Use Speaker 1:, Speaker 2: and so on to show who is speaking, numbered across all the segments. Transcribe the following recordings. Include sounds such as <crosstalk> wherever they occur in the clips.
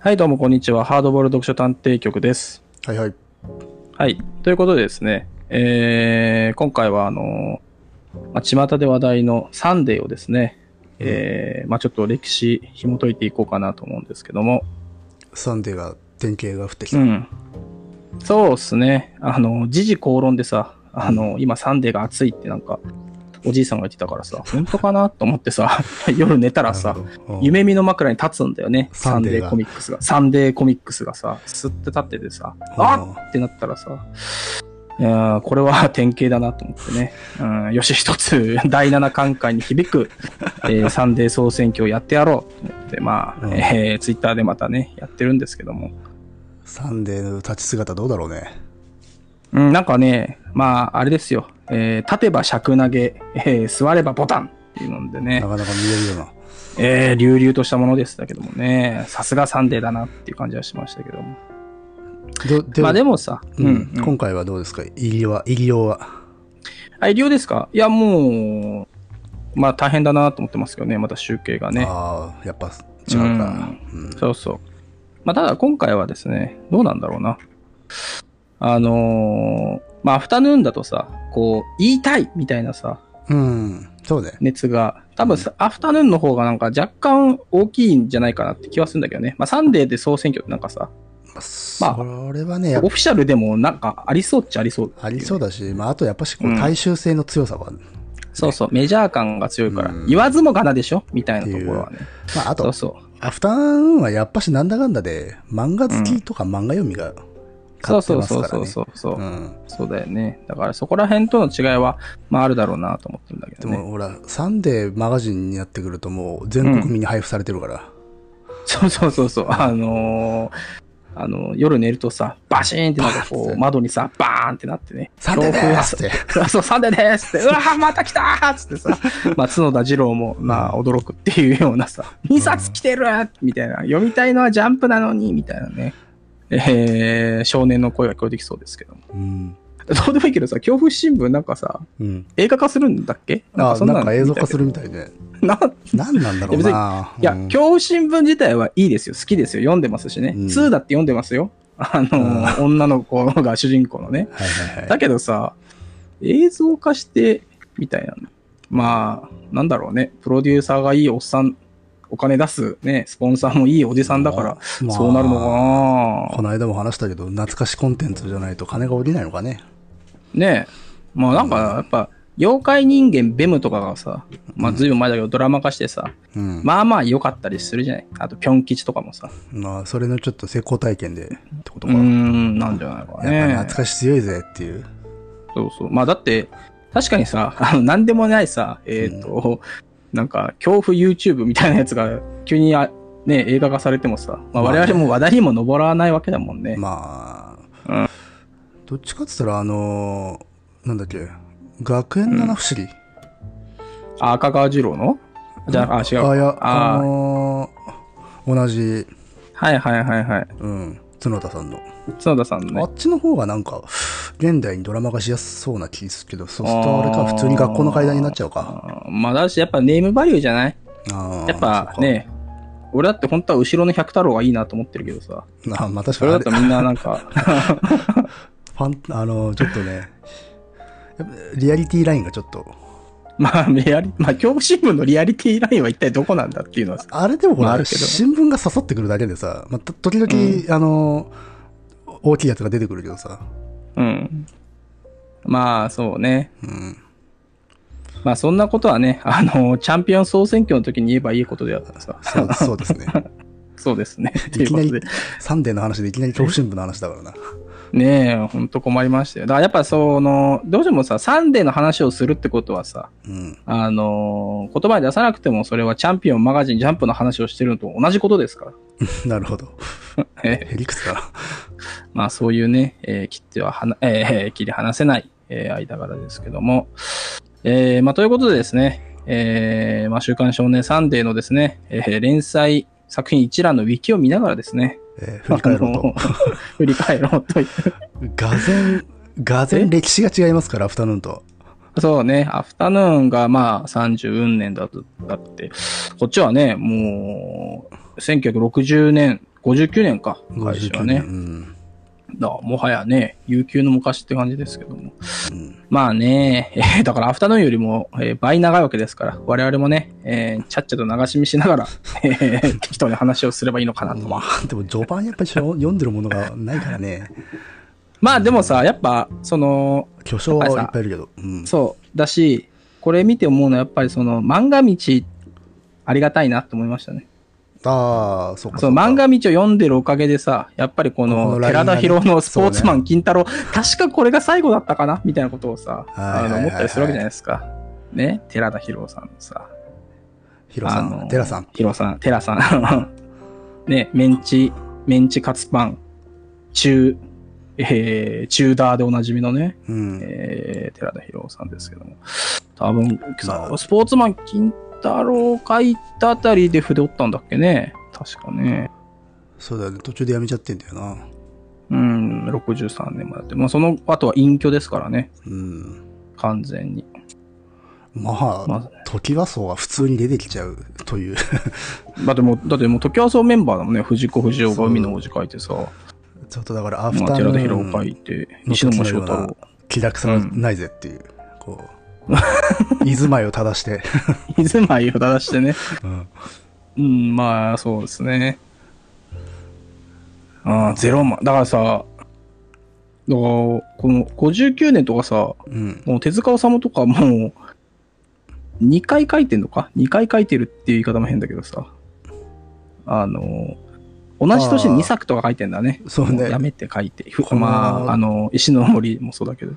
Speaker 1: はい、どうもこんにちは。ハードボール読書探偵局です。
Speaker 2: はいはい。
Speaker 1: はい。ということでですね、えー、今回はあのーまあ、巷で話題のサンデーをですね、えー、まあ、ちょっと歴史紐解いていこうかなと思うんですけども、
Speaker 2: サンデーが、典型が降ってき
Speaker 1: う
Speaker 2: た。
Speaker 1: ん。そうですね、あの、時事公論でさ、あの、今サンデーが熱いってなんか、おじいさんが言ってたからさ、本当かなと思ってさ、 <laughs> 夜寝たらさ
Speaker 2: な、るほど、うん
Speaker 1: 夢見の枕に立つんだよね。サ
Speaker 2: サ
Speaker 1: ン
Speaker 2: ンデ
Speaker 1: デ
Speaker 2: ー
Speaker 1: ー
Speaker 2: が
Speaker 1: コミックスが。サンデーコミックスがさ、スッて立っててさ、あっってなったらさ、いやーこれは典型だなと思ってね。うん、よし一つ、 <laughs> 第7巻会に響く、
Speaker 2: <laughs>
Speaker 1: えーサンデー総選挙をやってやろうと思って、まあ、
Speaker 2: うん
Speaker 1: えー、ツイッターでまたね、やってるんですけども。
Speaker 2: サンデーの立ち姿どうだろうね。 <laughs>
Speaker 1: うん、なんかね、まあ、あれですよ。えー立てば尺投げ、えー座ればボタンっていうのでね
Speaker 2: な。かなか見れるような。
Speaker 1: えー、隆々としたものでしたけどもね、さすがサンデーだなっていう感じはしましたけども。
Speaker 2: どで
Speaker 1: まあでもさ、
Speaker 2: うん
Speaker 1: うん、うん。
Speaker 2: 今回はどうですか入りは、入りようは。
Speaker 1: あ、医療ですかいや、もう、まあ大変だなと思ってますけどね、また集計がね。
Speaker 2: ああ、やっぱ違うか。うん
Speaker 1: そうそう。まあただ今回はですね、どうなんだろうな。あのーまあアフタヌーンだとさ、こう、言いたいみたいなさ、
Speaker 2: うん。そうね。
Speaker 1: 熱が、多分さアフタヌーンの方がなんか若干大きいんじゃないかなって気はするんだけどね。まあサンデーで総選挙ってなんかさ、
Speaker 2: まあ、それはね、やっ
Speaker 1: オフィシャルでもなんかありそうっちゃありそうっていうね
Speaker 2: ぱありそうだし、まあ、あとやっぱし、こ
Speaker 1: う
Speaker 2: うん大衆性の強さはある。
Speaker 1: そうそう、メジャー感が強いから、
Speaker 2: うん
Speaker 1: 言わずもがなでしょみたいなところはね。
Speaker 2: まあ、あ
Speaker 1: そ
Speaker 2: と
Speaker 1: う、そう。
Speaker 2: アフタヌーンはやっぱしなんだかんだで、漫画好きとか漫画読みが
Speaker 1: そ
Speaker 2: 勝
Speaker 1: う
Speaker 2: って
Speaker 1: そうそ
Speaker 2: ますか
Speaker 1: うそう
Speaker 2: らね。
Speaker 1: そうそう、
Speaker 2: うん。
Speaker 1: そうだよね。だからそこら辺との違いは、まああるだろうなと思ってるんだけ
Speaker 2: で
Speaker 1: ど
Speaker 2: も、
Speaker 1: ね。
Speaker 2: ほら、サンデーマガジンになってくるともう全国民に配布されてるから。
Speaker 1: そうそうそうそう。あのーあのー夜寝るとさ、バシーンってなんかこ
Speaker 2: バーンっ
Speaker 1: う、
Speaker 2: て
Speaker 1: 窓にさ、バーンってなってね。
Speaker 2: サンデーで
Speaker 1: 強風が
Speaker 2: すって。
Speaker 1: そうそう、サンデーですって、うわーまた来たーっつってさ、まあ、角田二郎も、まあ、驚くっていうようなさ、2冊来てるみたいな、読みたいのはジャンプなのに、みたいなね、えー、少年の声が聞こえてきそうですけども。
Speaker 2: うん。
Speaker 1: どうでもいいけどさ、恐怖新聞なんかさ、
Speaker 2: うん。
Speaker 1: 映画化するんだっけ
Speaker 2: あ、
Speaker 1: ん
Speaker 2: なんか映像化す
Speaker 1: る。
Speaker 2: るみたいで。
Speaker 1: <laughs> な
Speaker 2: なんなんだろうな。
Speaker 1: いや、
Speaker 2: うん
Speaker 1: 恐怖新聞自体はいいですよ。好きですよ。読んでますしね。
Speaker 2: うん
Speaker 1: 2だって読んでますよ。あのー、女の子が主人公のね。
Speaker 2: はいはいは
Speaker 1: だ
Speaker 2: い。
Speaker 1: けどさ、映像化して、みたいな。まあ、なんだろうね。プロデューサーがいいおっさん、お金出すね、スポンサーもいいおじさんだから、
Speaker 2: まあ
Speaker 1: そうなるのかな
Speaker 2: この間も話したけど、懐かしコンテンツじゃないと金が下りないのかね。
Speaker 1: ねえ。まあなんか、やっぱ、妖怪人間ベムとかがさ、まあ随分前だけどドラマ化してさ、
Speaker 2: うん。
Speaker 1: まあまあ良かったりするじゃないあと、ピョン吉とかもさ。
Speaker 2: まあ、それのちょっと成功体験でってこと
Speaker 1: うー
Speaker 2: か。
Speaker 1: ん、なんじゃないか
Speaker 2: やっぱ
Speaker 1: ね
Speaker 2: 懐。かし強いぜっていう。
Speaker 1: そうそう。まあだって、確かにさ、あの、なんでもないさ、えっ、と、なんか、恐怖 YouTube みたいなやつが、急にあ、ね、映画化されてもさ、まあ
Speaker 2: まあね
Speaker 1: 我々も話題にも上らないわけだもんね。
Speaker 2: ま
Speaker 1: う
Speaker 2: あ、どっちかって言ったら、あのー、なんだっけ、学園七不思議。
Speaker 1: あ、赤川次郎のじゃあ、あ、違う。
Speaker 2: あ、いや、
Speaker 1: あ
Speaker 2: あのー、同じ、
Speaker 1: はいはいはいはい。
Speaker 2: うん、角田さんの。
Speaker 1: 角田さんの
Speaker 2: あ
Speaker 1: ね。
Speaker 2: っちの方がなんか、現代にドラマ化しやすそうな気するけど、そうするとあれか、普通に学校の階段になっちゃうか。
Speaker 1: あーまあだし、やっぱネームバリューじゃない
Speaker 2: あー
Speaker 1: やっぱ、ね、俺だって本当は後ろの百太郎がいいなと思ってるけどさ、
Speaker 2: そうかあーまあ確
Speaker 1: そ
Speaker 2: か
Speaker 1: れ
Speaker 2: に
Speaker 1: だ
Speaker 2: あ
Speaker 1: と
Speaker 2: れ、
Speaker 1: みんななんか、 <laughs>
Speaker 2: ファン、あの、ちょっとね、やっぱリアリティラインがちょっと、
Speaker 1: まあ、リアリ、まあ、恐怖新聞のリアリティラインは一体どこなんだっていうのはさ、
Speaker 2: あれでもほ
Speaker 1: まああ
Speaker 2: ら、
Speaker 1: るけど
Speaker 2: 新聞が刺さってくるだけでさ、まあ、と時々、あの、大きいやつが出てくるけどさ、
Speaker 1: うん。まあ、そうね。
Speaker 2: うん、
Speaker 1: まあ、そんなことはね、あの、チャンピオン総選挙の時に言えばいいことであってさ、
Speaker 2: そうそうです
Speaker 1: <laughs>
Speaker 2: ね。
Speaker 1: そうですね。とい
Speaker 2: いうき
Speaker 1: こ
Speaker 2: な
Speaker 1: と
Speaker 2: り
Speaker 1: で。、
Speaker 2: サンデーの話でいきなり恐怖新聞の話だからな。
Speaker 1: ねえ、ほんと困りましたよ。だからやっぱその、どうしてもさ、サンデーの話をするってことはさ、
Speaker 2: うん。
Speaker 1: あの、言葉に出さなくてもそれはチャンピオンマガジンジャンプの話をしてるのと同じことですから。
Speaker 2: <laughs> なるほど。
Speaker 1: え
Speaker 2: へりくつか
Speaker 1: まあそういうね、えー切ってははな、えー切り離せない、えー間柄ですけども。えーまあということでですね、えーまあ週刊少年サンデーのですね、えー連載作品一覧のウィキを見ながらですね、
Speaker 2: ら、 <laughs> えー振り返ろう
Speaker 1: あの
Speaker 2: と。
Speaker 1: <laughs> 振り返ろうという。
Speaker 2: がぜん、がぜん歴史が違いますから、アフタヌーンと。
Speaker 1: そうね、アフタヌーンがまあ30運年だと、だって、こっちはね、もう1960年59年か、開始
Speaker 2: 59
Speaker 1: は
Speaker 2: 年。
Speaker 1: ね。
Speaker 2: うん。
Speaker 1: だからもはやね、悠久の昔って感じですけども。
Speaker 2: うん
Speaker 1: まあね、 <laughs> えーだからアフタヌーンよりも、えー倍長いわけですから、我々もね、えーちゃっちゃと流し見しながら、 <laughs> えー適当に話をすればいいのかなと。
Speaker 2: まあ、 <laughs> でも序盤やっぱりし
Speaker 1: <laughs>
Speaker 2: ょ読んでるものがないからね。
Speaker 1: まあでもさ、やっぱ、その、
Speaker 2: 巨匠はいっぱいいるけど。うん。
Speaker 1: そう、だし、これ見て思うのはやっぱりその漫画道、ありがたいなと思いましたね。
Speaker 2: ああ、そうか
Speaker 1: そうの
Speaker 2: か
Speaker 1: 漫画道を読んでるおかげでさ、やっぱりこ
Speaker 2: こ
Speaker 1: の
Speaker 2: のラインが
Speaker 1: 寺田
Speaker 2: ね
Speaker 1: 博のスポーツマ
Speaker 2: そう
Speaker 1: ン金太郎、確かこれが最後だったかなみたいなことをさ、
Speaker 2: はい
Speaker 1: あ
Speaker 2: はいはいはい
Speaker 1: の思ったりするわけじゃないですか。ね、寺田博さんのさ、
Speaker 2: ヒロさ
Speaker 1: あの
Speaker 2: ん、テラさん。
Speaker 1: ヒロさん、テラさん。 <laughs> ね、メンチ、メンチカツパン、中、えー、チューダーでおなじみのね、
Speaker 2: うん。
Speaker 1: えー、寺田博さんですけども。多分さ、
Speaker 2: まあ
Speaker 1: スポーツマン金太郎書いたあたりで筆折ったんだっけね。確かね。
Speaker 2: そうだよね。途中でやめちゃってんだよな。
Speaker 1: うん、63年までだって。まあ、その後は隠居ですからね。
Speaker 2: うん。
Speaker 1: 完全に。
Speaker 2: ま
Speaker 1: ま
Speaker 2: あ、時はそうは普通に出てきちゃう <laughs> という。
Speaker 1: だってもう、だってもう、時はそうメンバーだもんね。藤子不二雄が海の王子書いてさ、
Speaker 2: ちょっとだから、アフ
Speaker 1: まあ、
Speaker 2: タヌ
Speaker 1: 寺田博
Speaker 2: ー
Speaker 1: を書い
Speaker 2: ン、
Speaker 1: て、西野正太
Speaker 2: の時のような
Speaker 1: 郎。
Speaker 2: 気楽さがないぜっていう、こ
Speaker 1: <laughs>
Speaker 2: う、居住まいを正して、
Speaker 1: 水舞を正してね。
Speaker 2: うん
Speaker 1: うん、まあ、そうですね。ああ、ゼロマン。だからさ、だから、この59年とかさ、
Speaker 2: うん。
Speaker 1: もう手塚治虫とかもう、2回書いてんのか ?2 回書いてるっていう言い方も変だけどさ。あの、同じ年に2作とか書いてんだね。
Speaker 2: そう
Speaker 1: もうや
Speaker 2: ね。
Speaker 1: めて書いて。ふ
Speaker 2: この
Speaker 1: まあ、あの、石の森もそうだけど。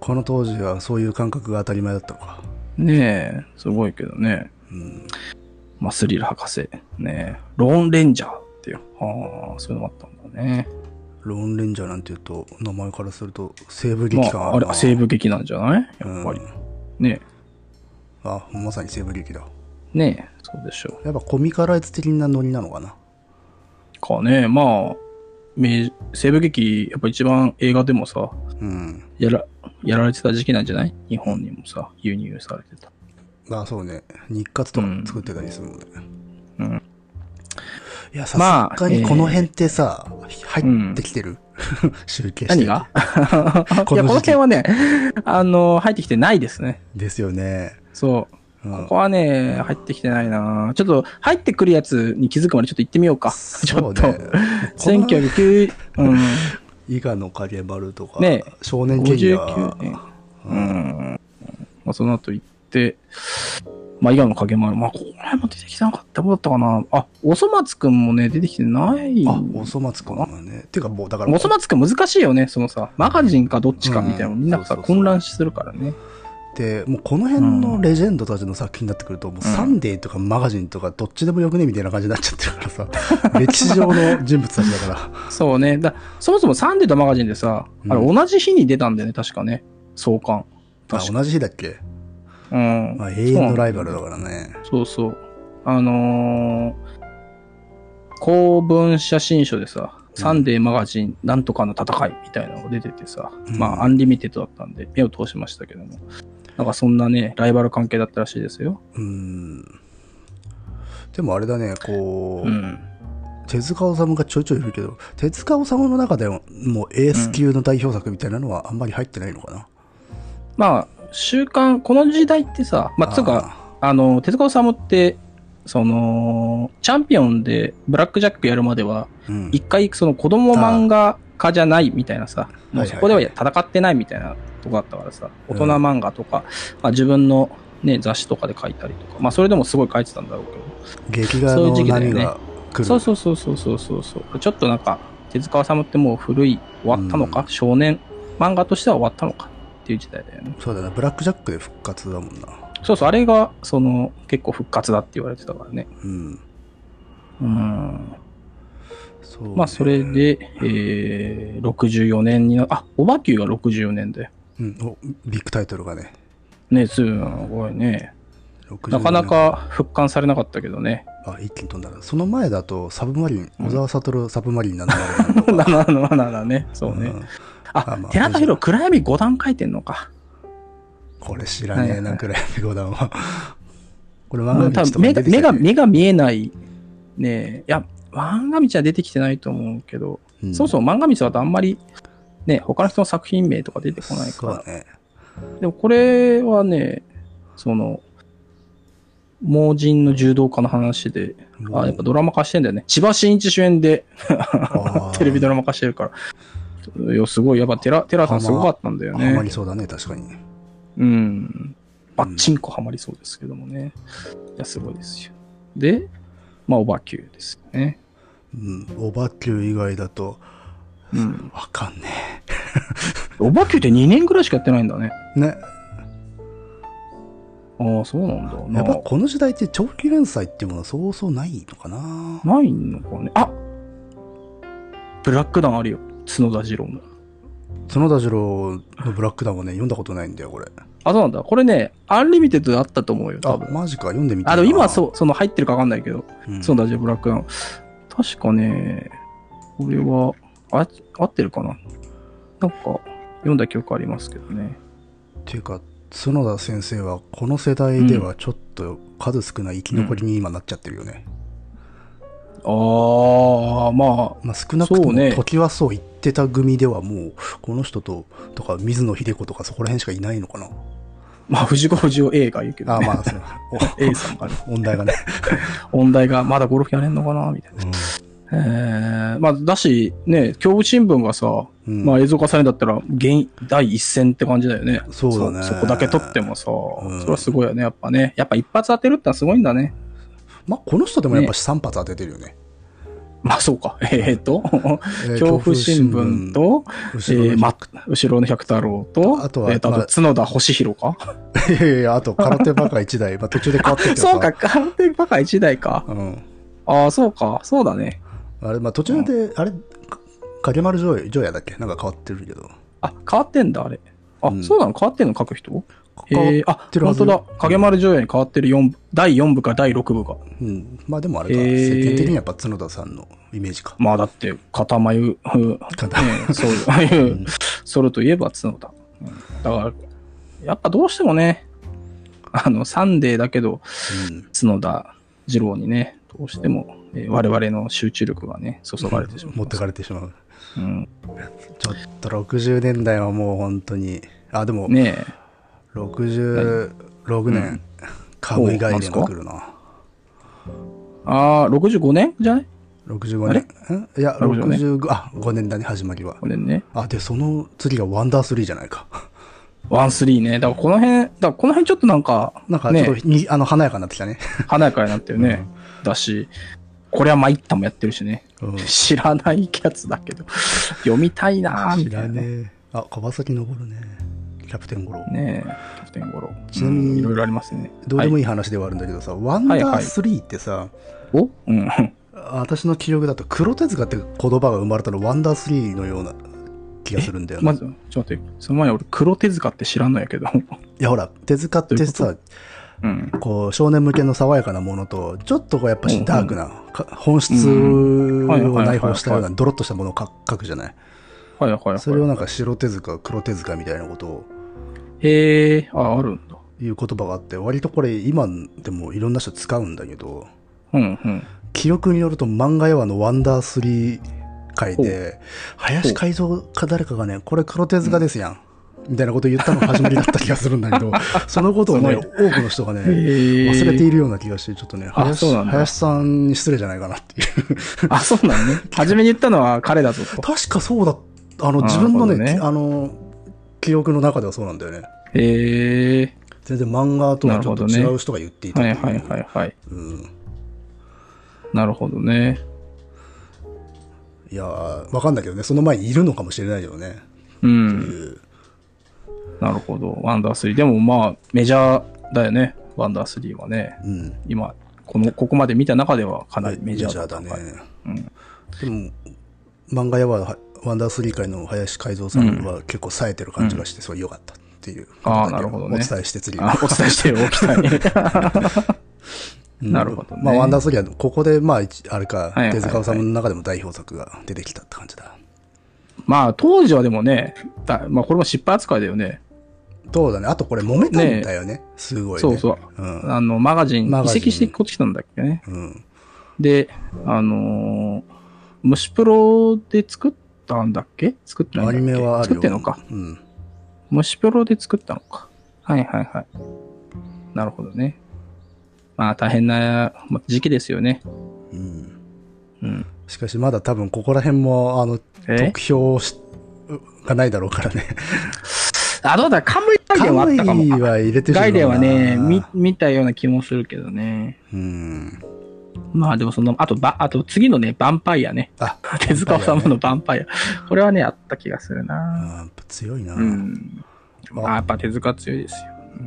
Speaker 2: この当時はそういう感覚が当たり前だったのか。
Speaker 1: ねえ、すごいけどね。
Speaker 2: うん。
Speaker 1: まあ、スリル博士。ねえローンレンジャーっていう。ああ、そういうのもあったんだね。
Speaker 2: ローンレンジャーなんていうと、名前からすると、西部
Speaker 1: ま
Speaker 2: 劇感
Speaker 1: あ、
Speaker 2: あ
Speaker 1: あ
Speaker 2: る
Speaker 1: れ
Speaker 2: な。
Speaker 1: 西部劇なんじゃないやっぱり。
Speaker 2: うん
Speaker 1: ね
Speaker 2: あ、まさに西部劇だ。
Speaker 1: え、ねえ、そうでしょ
Speaker 2: やっぱコミカライズ的なノリなのかな。
Speaker 1: う。かねまあ、め西部劇、やっぱ一番映画でもさ、
Speaker 2: うん。
Speaker 1: やら、やられてた時期なんじゃない日本にもさ、輸入されてた。
Speaker 2: あそうね。日活とか作ってたりするもんね。
Speaker 1: うん。
Speaker 2: いや、さ
Speaker 1: まあ
Speaker 2: すがにこの辺ってさ、入ってきてる、 <laughs> 集計して
Speaker 1: 何が <laughs> いや、こ
Speaker 2: こ
Speaker 1: の
Speaker 2: の時期
Speaker 1: 辺はね、あの、入ってきてないですね。
Speaker 2: ですよね。
Speaker 1: そう。
Speaker 2: うん
Speaker 1: ここはね、入ってきてないなちょっと、入ってくるやつに気づくまでちょっと行ってみようか。ち
Speaker 2: そ
Speaker 1: ょ
Speaker 2: う
Speaker 1: っ
Speaker 2: ね
Speaker 1: と。1990、うん、
Speaker 2: 伊賀の影丸とか、
Speaker 1: ね
Speaker 2: 少年ケニ
Speaker 1: 59
Speaker 2: ア、
Speaker 1: 年。うん。まあ、その後行って、まあ、伊賀の影もある。まあ、ここら辺も出てきてなかったことだったかな。あ、おそ松くんもね、出てきてない。
Speaker 2: あ、おそ松子なんだね。てかもう、だから、
Speaker 1: おそ松くん難しいよね、そのさ、マガジンかどっちかみたいなの、
Speaker 2: うん
Speaker 1: みんなさ、
Speaker 2: そうそうそう
Speaker 1: 混乱するからね。
Speaker 2: って、もうこの辺のレジェンドたちの作品になってくると、もうサンデーとかマガジンとかどっちでもよくねみたいな感じになっちゃってるからさ、 <laughs> 歴史上の人物たちだから。
Speaker 1: そうね。だそもそもサンデーとマガジンでさ、あれ
Speaker 2: う
Speaker 1: 同じ日に出たんだよね、確かね。創刊。
Speaker 2: あ
Speaker 1: 確か。
Speaker 2: 同じ日だっけ、
Speaker 1: うん
Speaker 2: ま。あ、永遠のライバルだからね。
Speaker 1: そうそう。あのー、公文写真書でさ、サンデーマガジンなんとかの戦いみたいなのが出ててさ、
Speaker 2: うん
Speaker 1: まあアンリミテッドだったんで目を通しましたけども、なんかそんなね、ライバル関係だったらしいですよ。
Speaker 2: うん。でもあれだね、こう、
Speaker 1: うん。
Speaker 2: 手塚治虫がちょいちょいいるけど、手塚治虫の中でももうエース級の代表作みたいなのはあんまり入ってないのかな。
Speaker 1: まあ、週刊、この時代ってさ、まあ、つうか、
Speaker 2: あ
Speaker 1: あの、手塚治虫って、その、チャンピオンでブラックジャックやるまでは、
Speaker 2: ー、うん
Speaker 1: 一回その子供漫画家じゃないみたいなさ、
Speaker 2: あ
Speaker 1: もうそこでは戦ってないみたいなとこだったからさ、大人漫画とか、まあ、自分の、ね、雑誌とかで書いたりとか、まあそれでもすごい書いてたんだろうけど。
Speaker 2: 劇画
Speaker 1: そういう
Speaker 2: の
Speaker 1: 時期だよね
Speaker 2: 波が来る。
Speaker 1: そうそうそうそうそうそうそう。ちょっとなんか、手塚治虫ってもう古い、終わったのか、
Speaker 2: う
Speaker 1: 少年漫画としては終わったのかっていう時代だよね。
Speaker 2: そうだね、ブラックジャックで復活だもんな。
Speaker 1: そうそう、あれが、その、結構復活だって言われてたからね。
Speaker 2: うん。
Speaker 1: うん。
Speaker 2: そうね
Speaker 1: まあそれ、で、えー、64年にな、あ、オバキューが64年だよ。
Speaker 2: うん、おビッグタイトルがね、
Speaker 1: ね、すごいね。
Speaker 2: 60
Speaker 1: なかなか復刊されなかったけどね。
Speaker 2: あ、一気に飛んだな。その前だと、サブマリン、
Speaker 1: うん
Speaker 2: 小沢悟サブマリンなんだろ
Speaker 1: <laughs>
Speaker 2: う
Speaker 1: なななななね。そうね。
Speaker 2: ん
Speaker 1: あ、
Speaker 2: あまあ
Speaker 1: 寺田博、暗闇5段書いてんのか。
Speaker 2: これ知らねえ
Speaker 1: はいは
Speaker 2: な、
Speaker 1: い
Speaker 2: くらい五段は。これ
Speaker 1: 多
Speaker 2: 漫画道と
Speaker 1: 分目が
Speaker 2: かに出てき
Speaker 1: 目
Speaker 2: た
Speaker 1: が
Speaker 2: っけ
Speaker 1: 目が見えない。ねえいや、漫画道は出てきてないと思うけど、
Speaker 2: うん
Speaker 1: そもそも漫画道だとあんまり、ね、他の人の作品名とか出てこないか
Speaker 2: そう
Speaker 1: ら
Speaker 2: だ。ね。
Speaker 1: でもこれはね、その、盲人の柔道家の話で、あ、やっぱドラマ化してんだよね。千葉真一主演で
Speaker 2: あ
Speaker 1: <laughs>
Speaker 2: ー
Speaker 1: テレビドラマ化してるから。いや、すごい。やっぱテラ、テラさんすごかったんだよ
Speaker 2: ハマ
Speaker 1: ね
Speaker 2: り。そうだね、確かに。
Speaker 1: うん。バッチンコハマりそうですけどもね。いや、すごいですよ。で、まあ、オバキューですよね。
Speaker 2: うん。オバキュー以外だと、
Speaker 1: うん。
Speaker 2: わかんね
Speaker 1: オバキューって2年ぐらいしかやってないんだね。
Speaker 2: え。ね。
Speaker 1: ああ、そうなんだ。
Speaker 2: や
Speaker 1: な
Speaker 2: っぱこの時代って長期連載っていうものはそうそうないのかな
Speaker 1: ないのかね。あブラック団あるよ。角田二郎の。
Speaker 2: 角田次郎のブラックダウンはね、読んだことないんだよ、これ。
Speaker 1: あ、そうなんだ。これね、アンリミテッドであったと思うよ、多
Speaker 2: あ、
Speaker 1: 分。
Speaker 2: マジか、読んでみた
Speaker 1: あ、でも今は
Speaker 2: う。
Speaker 1: そう、その入ってるかわかんないけど、
Speaker 2: うん
Speaker 1: そうだ、じゃあブラックダウン。確かね、これは、あ、合ってるかななんか、読んだ記憶ありますけどね。
Speaker 2: っていうか、角田先生はこの世代ではちょっと数少ない生き残りに今なっちゃってるよね。
Speaker 1: ああ、ま
Speaker 2: まあ少なくと
Speaker 1: そ
Speaker 2: も
Speaker 1: うね
Speaker 2: 時はそう言ってた組ではもう、この人と、とか水野秀子とかそこら辺しかいないのかな。
Speaker 1: あ、まあ、藤子不二雄 A が言うけど、
Speaker 2: あ、
Speaker 1: ね、
Speaker 2: <laughs> まあ、そう。
Speaker 1: A さんがね、
Speaker 2: お問題
Speaker 1: <laughs>
Speaker 2: がね。
Speaker 1: 音大がまだゴルフやれんのかなみたいな。えー、まあ、だし、ね、教部新聞がさ、
Speaker 2: うん
Speaker 1: まあ映像化されるんだったら、現第一線って感じだよね。
Speaker 2: そうだね
Speaker 1: そこだけ撮ってもさ、
Speaker 2: ん
Speaker 1: それはすごいよね、やっぱね。やっぱ一発当てるってのはすごいんだね。
Speaker 2: まあ、この人でもやっぱし3発当ててるよね。
Speaker 1: まあそうか。えー、と、
Speaker 2: えー
Speaker 1: 恐怖新聞、と、
Speaker 2: 恐怖新聞
Speaker 1: えーま後ろの百太郎と、
Speaker 2: あとは
Speaker 1: えー
Speaker 2: まあ
Speaker 1: あと角田星弘か。
Speaker 2: <laughs> いやいやいや、あと空手バカ1台、まあ、途中で変わってるけど
Speaker 1: <laughs>
Speaker 2: さ
Speaker 1: そうか、。空手バカ一台か。
Speaker 2: うん。
Speaker 1: ああ、そうか、そうだね。
Speaker 2: あれ、まあ、途中で、あれ、か影丸上ョだっけなんか変わってるけど。
Speaker 1: あ、変わってんだ、あれ。あ、
Speaker 2: うん
Speaker 1: そうなの変わってんの書く人え
Speaker 2: 変わ
Speaker 1: ー、
Speaker 2: っ
Speaker 1: あ
Speaker 2: て、る
Speaker 1: 本
Speaker 2: はず
Speaker 1: 当だ。影丸上映に変わってる四部第4部か第6部か。
Speaker 2: うん。まあ、でもあれか、
Speaker 1: へ
Speaker 2: 世
Speaker 1: ー
Speaker 2: 間的にはやっぱ角田さんのイメージか。
Speaker 1: まあだって、片眉、うん
Speaker 2: 片
Speaker 1: うんそういう、あ
Speaker 2: <laughs>
Speaker 1: あいう、ソロといえば角田。うんだから、やっぱどうしてもね、あの、サンデーだけど、
Speaker 2: うん。
Speaker 1: 角田二郎にね、どうしても、えー我々の集中力がね、注がれてしまう。
Speaker 2: 持ってかれてしまう。
Speaker 1: うん、
Speaker 2: ちょっと60年代はもう本当に、あ、でも、
Speaker 1: ねえ、
Speaker 2: 66年、株以外でが来るな。
Speaker 1: ああ、65年じゃない
Speaker 2: 65年。んいや、
Speaker 1: 65ね
Speaker 2: 65、あ、5年だね、始まりは。
Speaker 1: ?5 年ね。
Speaker 2: あ、で、その次がワンダースリーじゃないか。 <laughs>
Speaker 1: ワンスリーね。だからこの辺、だからこの辺ちょっとなんか、
Speaker 2: なんか、ち
Speaker 1: ね
Speaker 2: ょっとに、あの、華やかになってきたね。
Speaker 1: 華やかになってるね。だし、これは参ったもやってるしね。
Speaker 2: うん
Speaker 1: 知らないやつだけど、読みたい <laughs> なー
Speaker 2: 知
Speaker 1: みた
Speaker 2: ら
Speaker 1: いな。ね
Speaker 2: ねえ。あ、川崎昇るね。キャプテンゴロ。
Speaker 1: え、キャプテンゴロ。
Speaker 2: ちなみに
Speaker 1: うんいろいろありますね。
Speaker 2: どうでも
Speaker 1: はい
Speaker 2: いい話ではあるんだけどさ、ワンダー3ってさ、
Speaker 1: いおうん。
Speaker 2: 私の記憶だと黒手塚って言葉が生まれたのワンダー3のような気がするんだよね。
Speaker 1: まず、ちょっと待って、その前俺、黒手塚って知らんのやけど。 <laughs>
Speaker 2: いやほら、手塚って
Speaker 1: ど
Speaker 2: さ、
Speaker 1: うん。
Speaker 2: こう少年向けの爽やかなものと、ちょっとこうやっぱしダークな、か本質
Speaker 1: んはいはい
Speaker 2: を
Speaker 1: はいはい
Speaker 2: 内包したようなドロッとしたものをか書くじゃない。
Speaker 1: はいはいはい。
Speaker 2: それをなんか白手塚、黒手塚みたいなことを
Speaker 1: へえ、あ、あるんだ。
Speaker 2: いう言葉があって、割とこれ今でもいろんな人使うんだけど、
Speaker 1: うんうん。
Speaker 2: 記憶によると漫画や話のワンダー3回で、林海蔵か誰かがね、これ黒手塚ですやん。みたいなことを言ったのが始まりだった気がするんだ
Speaker 1: <laughs>
Speaker 2: けど、そのことをね、
Speaker 1: す
Speaker 2: 多くの人がね、
Speaker 1: へー
Speaker 2: 忘れているような気がして、ちょっとね、林
Speaker 1: そうなんだ
Speaker 2: 林さんに失礼じゃないか
Speaker 1: <laughs>
Speaker 2: なっていう。
Speaker 1: あ、そうなのね。初めに言ったのは彼だぞと。
Speaker 2: 確かそうだ、あの、
Speaker 1: あー
Speaker 2: 自分のね、
Speaker 1: なるほどね
Speaker 2: あの、記憶の中ではそうなんだよね。
Speaker 1: へえ、
Speaker 2: 全然漫画とはちょっと
Speaker 1: なるほど
Speaker 2: 違
Speaker 1: ね
Speaker 2: う人が言っていた
Speaker 1: は
Speaker 2: とい
Speaker 1: いうはいはいはい。
Speaker 2: うん
Speaker 1: なるほどね。
Speaker 2: いやー、わかんないけどね、その前にいるのかもしれないけどね。
Speaker 1: うん。なるほど。ワンダー3。でもまあ、メジャーだよね。ワンダー3はね。
Speaker 2: うん。
Speaker 1: 今、この、ここまで見た中ではかなりメジャーだ
Speaker 2: だね。
Speaker 1: うん
Speaker 2: でも、漫画やは、ワンダースリー界の林海蔵さんは結構冴えてる感じがして、すごい良かったっていうことだけ
Speaker 1: あーなるほどね
Speaker 2: お伝えして次
Speaker 1: あお伝えしておきた <laughs> い。
Speaker 2: <laughs> うん
Speaker 1: なるほどね
Speaker 2: まあ、ワンダースリーは、ここで、まあ、一あれか、
Speaker 1: いはいはい
Speaker 2: 手塚治虫の中でも代表作が出てきたって感じだ。
Speaker 1: まあ、当時はでもね、だまあ、これも失敗扱いだよね。
Speaker 2: そうだね。あとこれ揉めたんだよね。すごいね。
Speaker 1: そうそう。
Speaker 2: うん。
Speaker 1: あの、マガジン、
Speaker 2: マ
Speaker 1: 移
Speaker 2: ガジン
Speaker 1: 籍してこっち来たんだっけね。
Speaker 2: うん。
Speaker 1: で、あのー、虫プロで作ったんだっけ作ってないん
Speaker 2: ア
Speaker 1: だっけ
Speaker 2: ニメはあるよ。
Speaker 1: 作ってんのか。。
Speaker 2: うん。
Speaker 1: 虫プロで作ったのか。はいはいはい。なるほどね。まあ大変なまあ時期ですよね。
Speaker 2: うん。
Speaker 1: うん。
Speaker 2: しかしまだ多分ここら辺も、あの、
Speaker 1: え
Speaker 2: 得票しがないだろうから
Speaker 1: <laughs>
Speaker 2: ね。
Speaker 1: あ、どうだカムイガイデンはあったか
Speaker 2: カムイ
Speaker 1: も。
Speaker 2: は入れてる
Speaker 1: ガイデンはね、
Speaker 2: み
Speaker 1: 見、見たような気もするけどね。
Speaker 2: うん。
Speaker 1: まあでもその、あとば、あと次のね、ヴァンパイアね。
Speaker 2: あ、
Speaker 1: 手塚治虫のヴァンパイア。これはね、あった気がするな。
Speaker 2: あー強いな。
Speaker 1: うん。
Speaker 2: あ
Speaker 1: まあやっぱ手塚強いです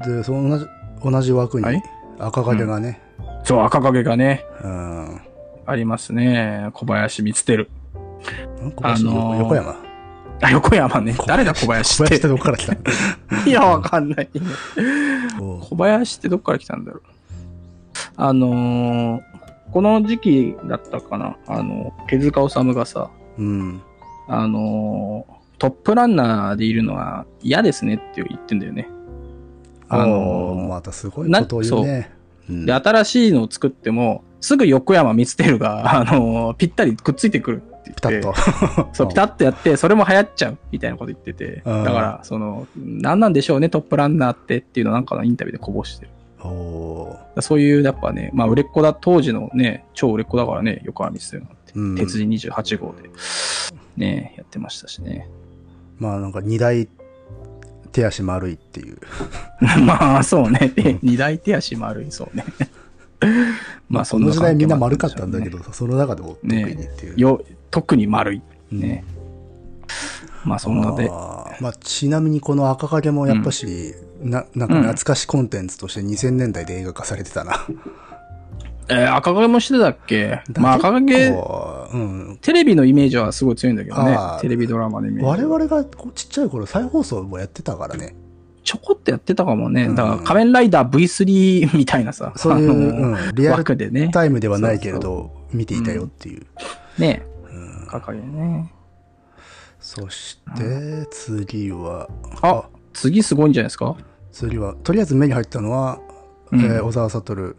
Speaker 1: よ。
Speaker 2: で、その同じ、同じ枠に
Speaker 1: はい
Speaker 2: 赤影がね、
Speaker 1: そう、赤影がね、
Speaker 2: うん。
Speaker 1: ありますね。小林光輝。
Speaker 2: なんか私、
Speaker 1: あのー
Speaker 2: 横山。
Speaker 1: あ、横山ね。誰だ小林
Speaker 2: 小
Speaker 1: っ
Speaker 2: 林って
Speaker 1: て。
Speaker 2: どっから
Speaker 1: <laughs>
Speaker 2: 来た
Speaker 1: いや、わかんない。
Speaker 2: おう
Speaker 1: 小林ってどっから来たんだろう。あのーこの時期だったかな。あの、手塚治虫がさ、
Speaker 2: うん。
Speaker 1: あのートップランナーでいるのは嫌ですねって言ってんだよね。
Speaker 2: あ
Speaker 1: あ
Speaker 2: の
Speaker 1: のー
Speaker 2: またすごいことを言うね。うん
Speaker 1: で、新しいのを作っても、すぐ横山光輝が、あのーぴったりくっついてくるって言って。
Speaker 2: ピタッと。
Speaker 1: そう、ピタッとやって、それも流行っちゃう、みたいなこと言ってて。だ
Speaker 2: うん
Speaker 1: から、その、何なんでしょうね、トップランナーってっていうのをなんかのインタビューでこぼしてる。
Speaker 2: お <laughs> お
Speaker 1: だからそういう、やっぱね、まあ、売れっ子だ、当時のね、超売れっ子だからね、横浜光なんて。
Speaker 2: ー。うん。
Speaker 1: 鉄人28号で、ね、やってましたしね。 <laughs>
Speaker 2: まあなんか二大手足丸いっていう。
Speaker 1: まあ、そうね。で二大手足丸い、そう
Speaker 2: <laughs>
Speaker 1: ね。まあ、そ
Speaker 2: そ
Speaker 1: ん
Speaker 2: の
Speaker 1: な
Speaker 2: 時代
Speaker 1: 関
Speaker 2: み
Speaker 1: 係
Speaker 2: ん
Speaker 1: も
Speaker 2: な
Speaker 1: あ
Speaker 2: 丸か
Speaker 1: で
Speaker 2: っ
Speaker 1: しょ
Speaker 2: た
Speaker 1: うんね
Speaker 2: だけどさ、その中でも特にっていう。
Speaker 1: よ、特に丸い。
Speaker 2: うん
Speaker 1: ね。まあ、そんなで。
Speaker 2: あーまあ、ちなみにこの赤影もやっぱし、ななんか懐かしコンテンツとして2000年代で映画化されてたな。
Speaker 1: えー赤影もしてたっけまあ、赤影、
Speaker 2: こううん、
Speaker 1: テレビのイメージはすごい強いんだけどね
Speaker 2: あー。
Speaker 1: テレビドラマのイメージ。
Speaker 2: 我々がこうちっちゃい頃再放送もやってたからね。
Speaker 1: ちょこっとやってたかもね。
Speaker 2: うん
Speaker 1: だから仮面ライダー V3 みたいなさ、
Speaker 2: そういう、
Speaker 1: あの
Speaker 2: うん、リアル
Speaker 1: 枠でね。
Speaker 2: タイムではないけれど、見ていたよっていう。
Speaker 1: ね。
Speaker 2: うん
Speaker 1: 掲げね。
Speaker 2: そして、次は、
Speaker 1: あ、次すごいんじゃないです
Speaker 2: <laughs>
Speaker 1: か
Speaker 2: 次は、とりあえず目に入ったのは、
Speaker 1: うん
Speaker 2: えー小沢悟。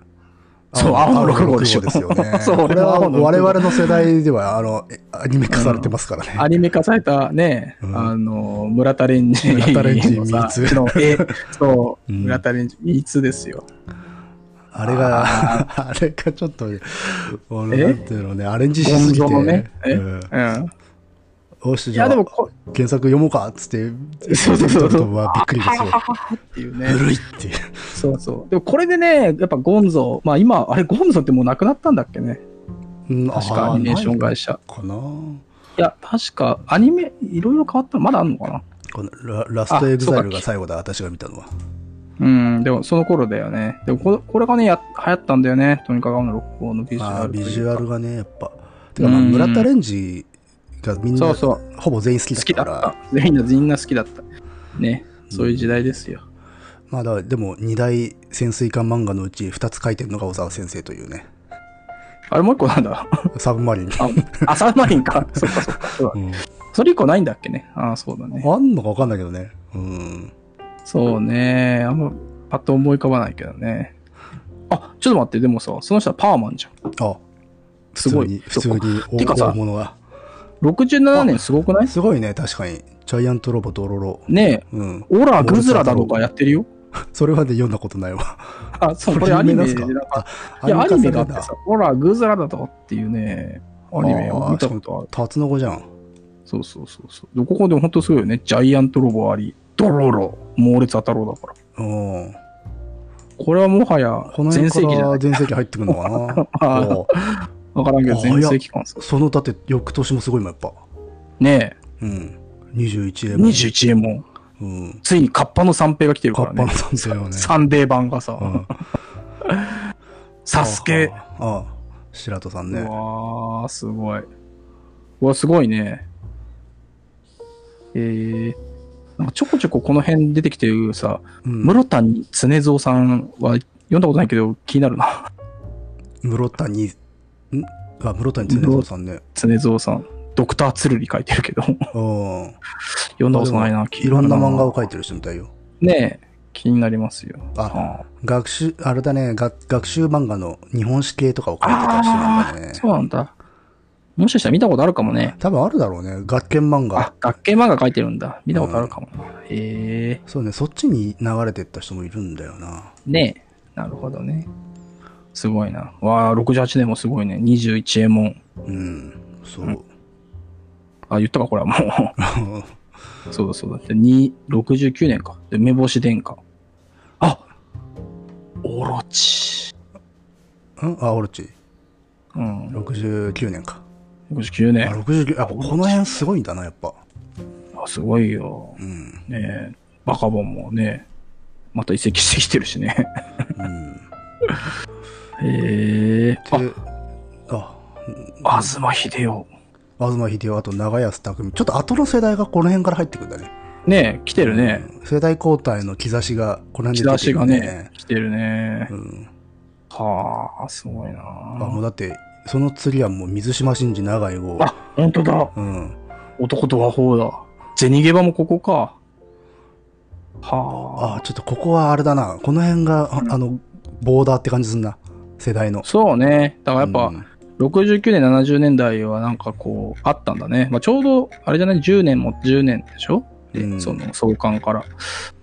Speaker 1: そう青の六号でしょ。
Speaker 2: ですよね <laughs>
Speaker 1: そう
Speaker 2: これは
Speaker 1: 俺も青の六号
Speaker 2: 我々の世代では、あの、えアニメ化されてますからね。
Speaker 1: アニメ化されたね、
Speaker 2: うん
Speaker 1: あの、村田レンジ
Speaker 2: 村田レンジ
Speaker 1: のさ
Speaker 2: ミーツ
Speaker 1: の
Speaker 2: <laughs>
Speaker 1: 絵、そう、
Speaker 2: うん
Speaker 1: 村田レンジミーツですよ。
Speaker 2: あれが、 <laughs> あれがちょっと、俺なんていうのね、アレンジしすぎ
Speaker 1: ゴンゾ
Speaker 2: て、
Speaker 1: のねえ
Speaker 2: うん、
Speaker 1: うん。
Speaker 2: おし、
Speaker 1: い
Speaker 2: じゃ
Speaker 1: や、
Speaker 2: あ
Speaker 1: でもこ、
Speaker 2: 原作読もうかっつって、
Speaker 1: そうそうそう
Speaker 2: ち
Speaker 1: そ
Speaker 2: ょっ
Speaker 1: う。
Speaker 2: とはびっくりですよ
Speaker 1: はは。ははっていうね。
Speaker 2: 古いっていう。
Speaker 1: そうそう。でもこれでね、やっぱゴンゾ、まあ今、あれゴンゾってもうなくなったんだっけね。
Speaker 2: うん
Speaker 1: 確かアニメーション会。社。
Speaker 2: あーないのか
Speaker 1: いや、確か、アニメ、いろいろ変わったの、まだあんのかな
Speaker 2: なこのララストエグザイルが最後だ、私が見たのは。
Speaker 1: うん、でも、その頃だよね。でもこ、これがね、や流行ったんだよね。とにかく、あの、六号のビジュ
Speaker 2: ま
Speaker 1: ア
Speaker 2: あ、
Speaker 1: ルとい
Speaker 2: ビ
Speaker 1: うか。
Speaker 2: ジュアルがね、やっぱ。てか、まあ、
Speaker 1: うん
Speaker 2: 村田レンジがみん
Speaker 1: そ
Speaker 2: な
Speaker 1: う、そう。
Speaker 2: ほぼ全員好き
Speaker 1: 好きだ
Speaker 2: だ
Speaker 1: っ
Speaker 2: から。
Speaker 1: た。みんな、みんな好きだった。ね。そういう時代ですよ。
Speaker 2: まあ、だからでも、二大潜水艦漫画のうち二つ書いてるのが小沢先生というね。
Speaker 1: あれ、もう一個なんだ
Speaker 2: サブマリン。
Speaker 1: あ、あサブマリン
Speaker 2: <laughs>
Speaker 1: か。そっかそっか。そうだ
Speaker 2: うん
Speaker 1: それ以降ないんだっけね。ああ、そうだね。
Speaker 2: あんのかわかんないけどね。うん。
Speaker 1: そうね。あんま、パッと思い浮かばないけどね。あ、ちょっと待って、でもさ、その人はパーマンじゃん。
Speaker 2: あ、
Speaker 1: すごい。
Speaker 2: 普通に、普通
Speaker 1: て
Speaker 2: に
Speaker 1: か
Speaker 2: 大
Speaker 1: さ
Speaker 2: 大物が。
Speaker 1: 67年すごくない
Speaker 2: すごいね、確かに。ジャイアントロボドロロ。
Speaker 1: ねえ。
Speaker 2: うん。
Speaker 1: オラ、グズラだとかやってるよ。
Speaker 2: それはね、読んだことないわ。
Speaker 1: あ、そう、これアニメでなんかいや、アニメがあってさ、ほら、グーズラだとかっていうね、アニメを見たことある。
Speaker 2: タツノコじゃん。
Speaker 1: そうそうそうそう。でここでも本当すごいよね。ジャイアントロボあり、ドロロ、猛烈当たろうだから。
Speaker 2: うん。
Speaker 1: これはもはや
Speaker 2: この、
Speaker 1: 全
Speaker 2: 辺か
Speaker 1: 盛期じゃな
Speaker 2: ら
Speaker 1: い。
Speaker 2: 全盛期入ってくるのか
Speaker 1: あ
Speaker 2: <laughs> な
Speaker 1: ー
Speaker 2: こう
Speaker 1: わからんけど、
Speaker 2: あー
Speaker 1: 全盛期感さ。
Speaker 2: そのだって翌年もすごいもんやっぱ。
Speaker 1: ね
Speaker 2: うん。
Speaker 1: え、
Speaker 2: 21円も。
Speaker 1: 21円も、
Speaker 2: うん。
Speaker 1: ついにカッパの三平が来てる
Speaker 2: カ
Speaker 1: から
Speaker 2: ッパ
Speaker 1: ね
Speaker 2: の。男性はね。
Speaker 1: サンデー版がさ、
Speaker 2: うん
Speaker 1: サスケ。
Speaker 2: ああああ。白戸さん
Speaker 1: う
Speaker 2: ね。
Speaker 1: わー、すごい。うわ、すごいね。えー、なんかちょこちょここの辺出てきてるさ、
Speaker 2: うん
Speaker 1: 室谷常蔵さんは読んだことないけど気になるな <laughs>
Speaker 2: 室谷、んあ、室谷常蔵さんね。
Speaker 1: 常蔵さんドクター鶴に書いてるけど <laughs>
Speaker 2: うん。
Speaker 1: 読んだことないな気
Speaker 2: いろんな漫画を
Speaker 1: 書
Speaker 2: 描いてる人みたいよ。
Speaker 1: ねえ気になりますよ。
Speaker 2: あ、学習、あれだね、が学習漫画の日本史系とかを書いてた人なんだね。
Speaker 1: そうなんだ。もしかしたら見たことあるかもね。
Speaker 2: 多分あるだろうね。学研漫
Speaker 1: あ
Speaker 2: 画。、
Speaker 1: 学系漫画書いてるんだ。見たことあるかもな。へえ。
Speaker 2: そうね、そっちに流れてった人もいるんだよな。
Speaker 1: ねえ。なるほどね。すごいな。わあ、68年もすごいね。21円も。
Speaker 2: うん、そう。
Speaker 1: あ、言ったか、これはもう。そうだそうだ。で、2 69年か。で、梅干し殿下。あオロチ。
Speaker 2: うん、あ、オロチ。
Speaker 1: うん。
Speaker 2: 69年か。
Speaker 1: 69
Speaker 2: あ、
Speaker 1: 年。
Speaker 2: 69、あ、この辺すごいんだな、やっぱ。
Speaker 1: あ、すごいよ。
Speaker 2: うん。
Speaker 1: ねえ。バカボンもね、また移籍してきてるし
Speaker 2: <laughs>
Speaker 1: ね。
Speaker 2: うん。
Speaker 1: へえ。
Speaker 2: で、あ、
Speaker 1: あ、東秀夫。
Speaker 2: 東秀夫、あと長安匠。ちょっと後の世代がこの辺から入ってくるんだね。
Speaker 1: ねえ、来てるね。
Speaker 2: うん世代交代の兆しがこの
Speaker 1: チ
Speaker 2: 辺で
Speaker 1: ラ
Speaker 2: 出て
Speaker 1: シ
Speaker 2: く
Speaker 1: が
Speaker 2: る
Speaker 1: ね、来てるね
Speaker 2: う。ん。
Speaker 1: はあ、すごいな
Speaker 2: あ、もうだって、その次はもう水島新司長い号。
Speaker 1: あ、本当だ。
Speaker 2: うん。
Speaker 1: 男と和法だ。ゼニゲバもここか。はあ。
Speaker 2: あ、ちょっとここはあれだな。この辺が、ああの、ボーダーって感じすんな。世代の。
Speaker 1: そうね。だからやっぱ、
Speaker 2: うん
Speaker 1: 69年、70年代はなんかこう、あったんだね。まあ、ちょうど、あれじゃない、10年も10年でしょで、
Speaker 2: うん
Speaker 1: その創刊から。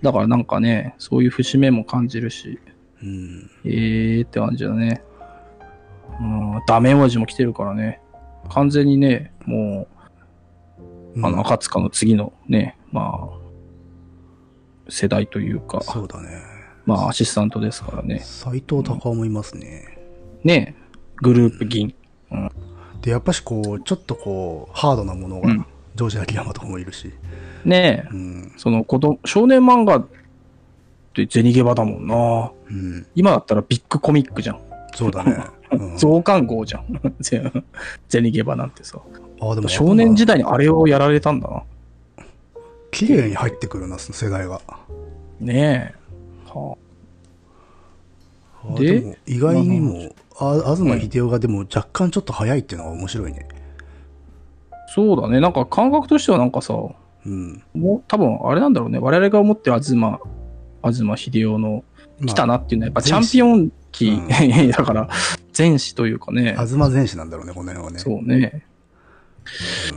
Speaker 1: だからなんかね、そういう節目も感じるし、
Speaker 2: うん。
Speaker 1: えーって感じだね。うん、ダメ親父も来てるからね。完全にね、もう、あの、赤塚の次のね、まあ、世代というか、
Speaker 2: そうだね。
Speaker 1: まあ、アシスタントですからね。
Speaker 2: 斎藤隆夫もいますね。
Speaker 1: ねえグループ銀。
Speaker 2: で、やっぱしこう、ちょっとこう、ハードなもの
Speaker 1: うん
Speaker 2: が、ジョージ秋山とかもいるし。
Speaker 1: ねえ
Speaker 2: うん。
Speaker 1: その子供、少年漫画って銭ゲバだもんな。
Speaker 2: うん。
Speaker 1: 今だったらビッグコミックじゃん。
Speaker 2: そ
Speaker 1: <laughs>
Speaker 2: うだね。うん
Speaker 1: 増刊号じゃん。 <laughs> 銭ゲバなんてさ。
Speaker 2: あ、でも
Speaker 1: 少年時代にあれをやられたんだな。
Speaker 2: 綺麗に入ってくるな、世代が。
Speaker 1: ねえ。は
Speaker 2: あ
Speaker 1: で
Speaker 2: でも意外にも、あ東秀夫がでも若干ちょっと早いっていうのが面白いね。
Speaker 1: あ、そうだね。なんか感覚としてはなんかさ、も
Speaker 2: うん。
Speaker 1: う多分あれなんだろうね。我々が思ってる東、東秀夫の来た
Speaker 2: な。
Speaker 1: なっていうのはやっぱチャ
Speaker 2: 前
Speaker 1: ン
Speaker 2: 史
Speaker 1: ピオン期、
Speaker 2: う
Speaker 1: <laughs>
Speaker 2: ん
Speaker 1: だから前史というかね。
Speaker 2: 東前史なんだろうね、この辺はね。
Speaker 1: そうね。
Speaker 2: う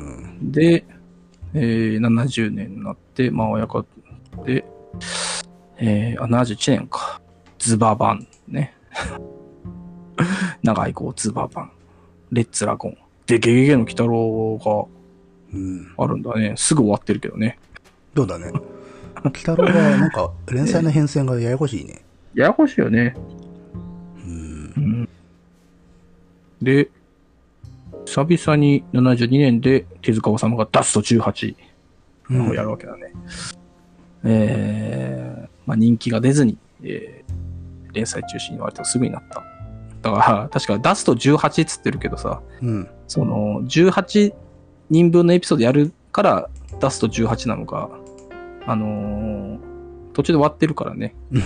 Speaker 2: ん
Speaker 1: で、えー、70年になって、まあ、親方で、えー、あ、71年か。ズババン。ね。 <laughs> 長い子、ズババン。レッツラゴン。で、ゲゲゲの鬼太郎
Speaker 2: うん。
Speaker 1: があるんだね。すぐ終わってるけどね。
Speaker 2: そうだね。鬼太郎はなんか連載の変遷がややこしいね。
Speaker 1: ややこしいよね。
Speaker 2: うん
Speaker 1: う。ん。で、久々に72年で手塚治虫がダスト18。
Speaker 2: うん
Speaker 1: <laughs> をやるわけだね。えーまあ、人気が出ずに、えー連載中止に割とすぐになった。だから、確か出すと18っつってるけどさ、
Speaker 2: うん。
Speaker 1: その、18人分のエピソードやるから、出すと18なのか、あのー途中で終わってるからね。だか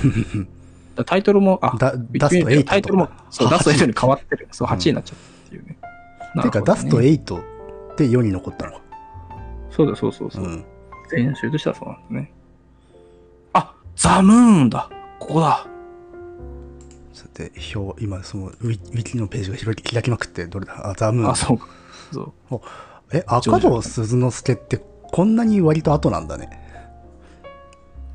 Speaker 1: らタイトルも、あ、
Speaker 2: だダスト8とか
Speaker 1: タイトルも、そう、
Speaker 2: 8
Speaker 1: ダスト8に変わってる。そう、
Speaker 2: うん
Speaker 1: 8になっちゃったっていうね。
Speaker 2: てか、ダスト
Speaker 1: 8
Speaker 2: 8って世に残ったのか。
Speaker 1: そうだ、そうそうそう
Speaker 2: う。ん。
Speaker 1: 練習としてはそうなんですね。あ、ザムーンだ。ここだ。
Speaker 2: さて、表、今、そのウィ、ウィキのページが開き開きまくって、どれだあ、ザムーン
Speaker 1: あ、。そうか。そう。
Speaker 2: え、赤堂鈴之助ってこんなに割と後なんだね。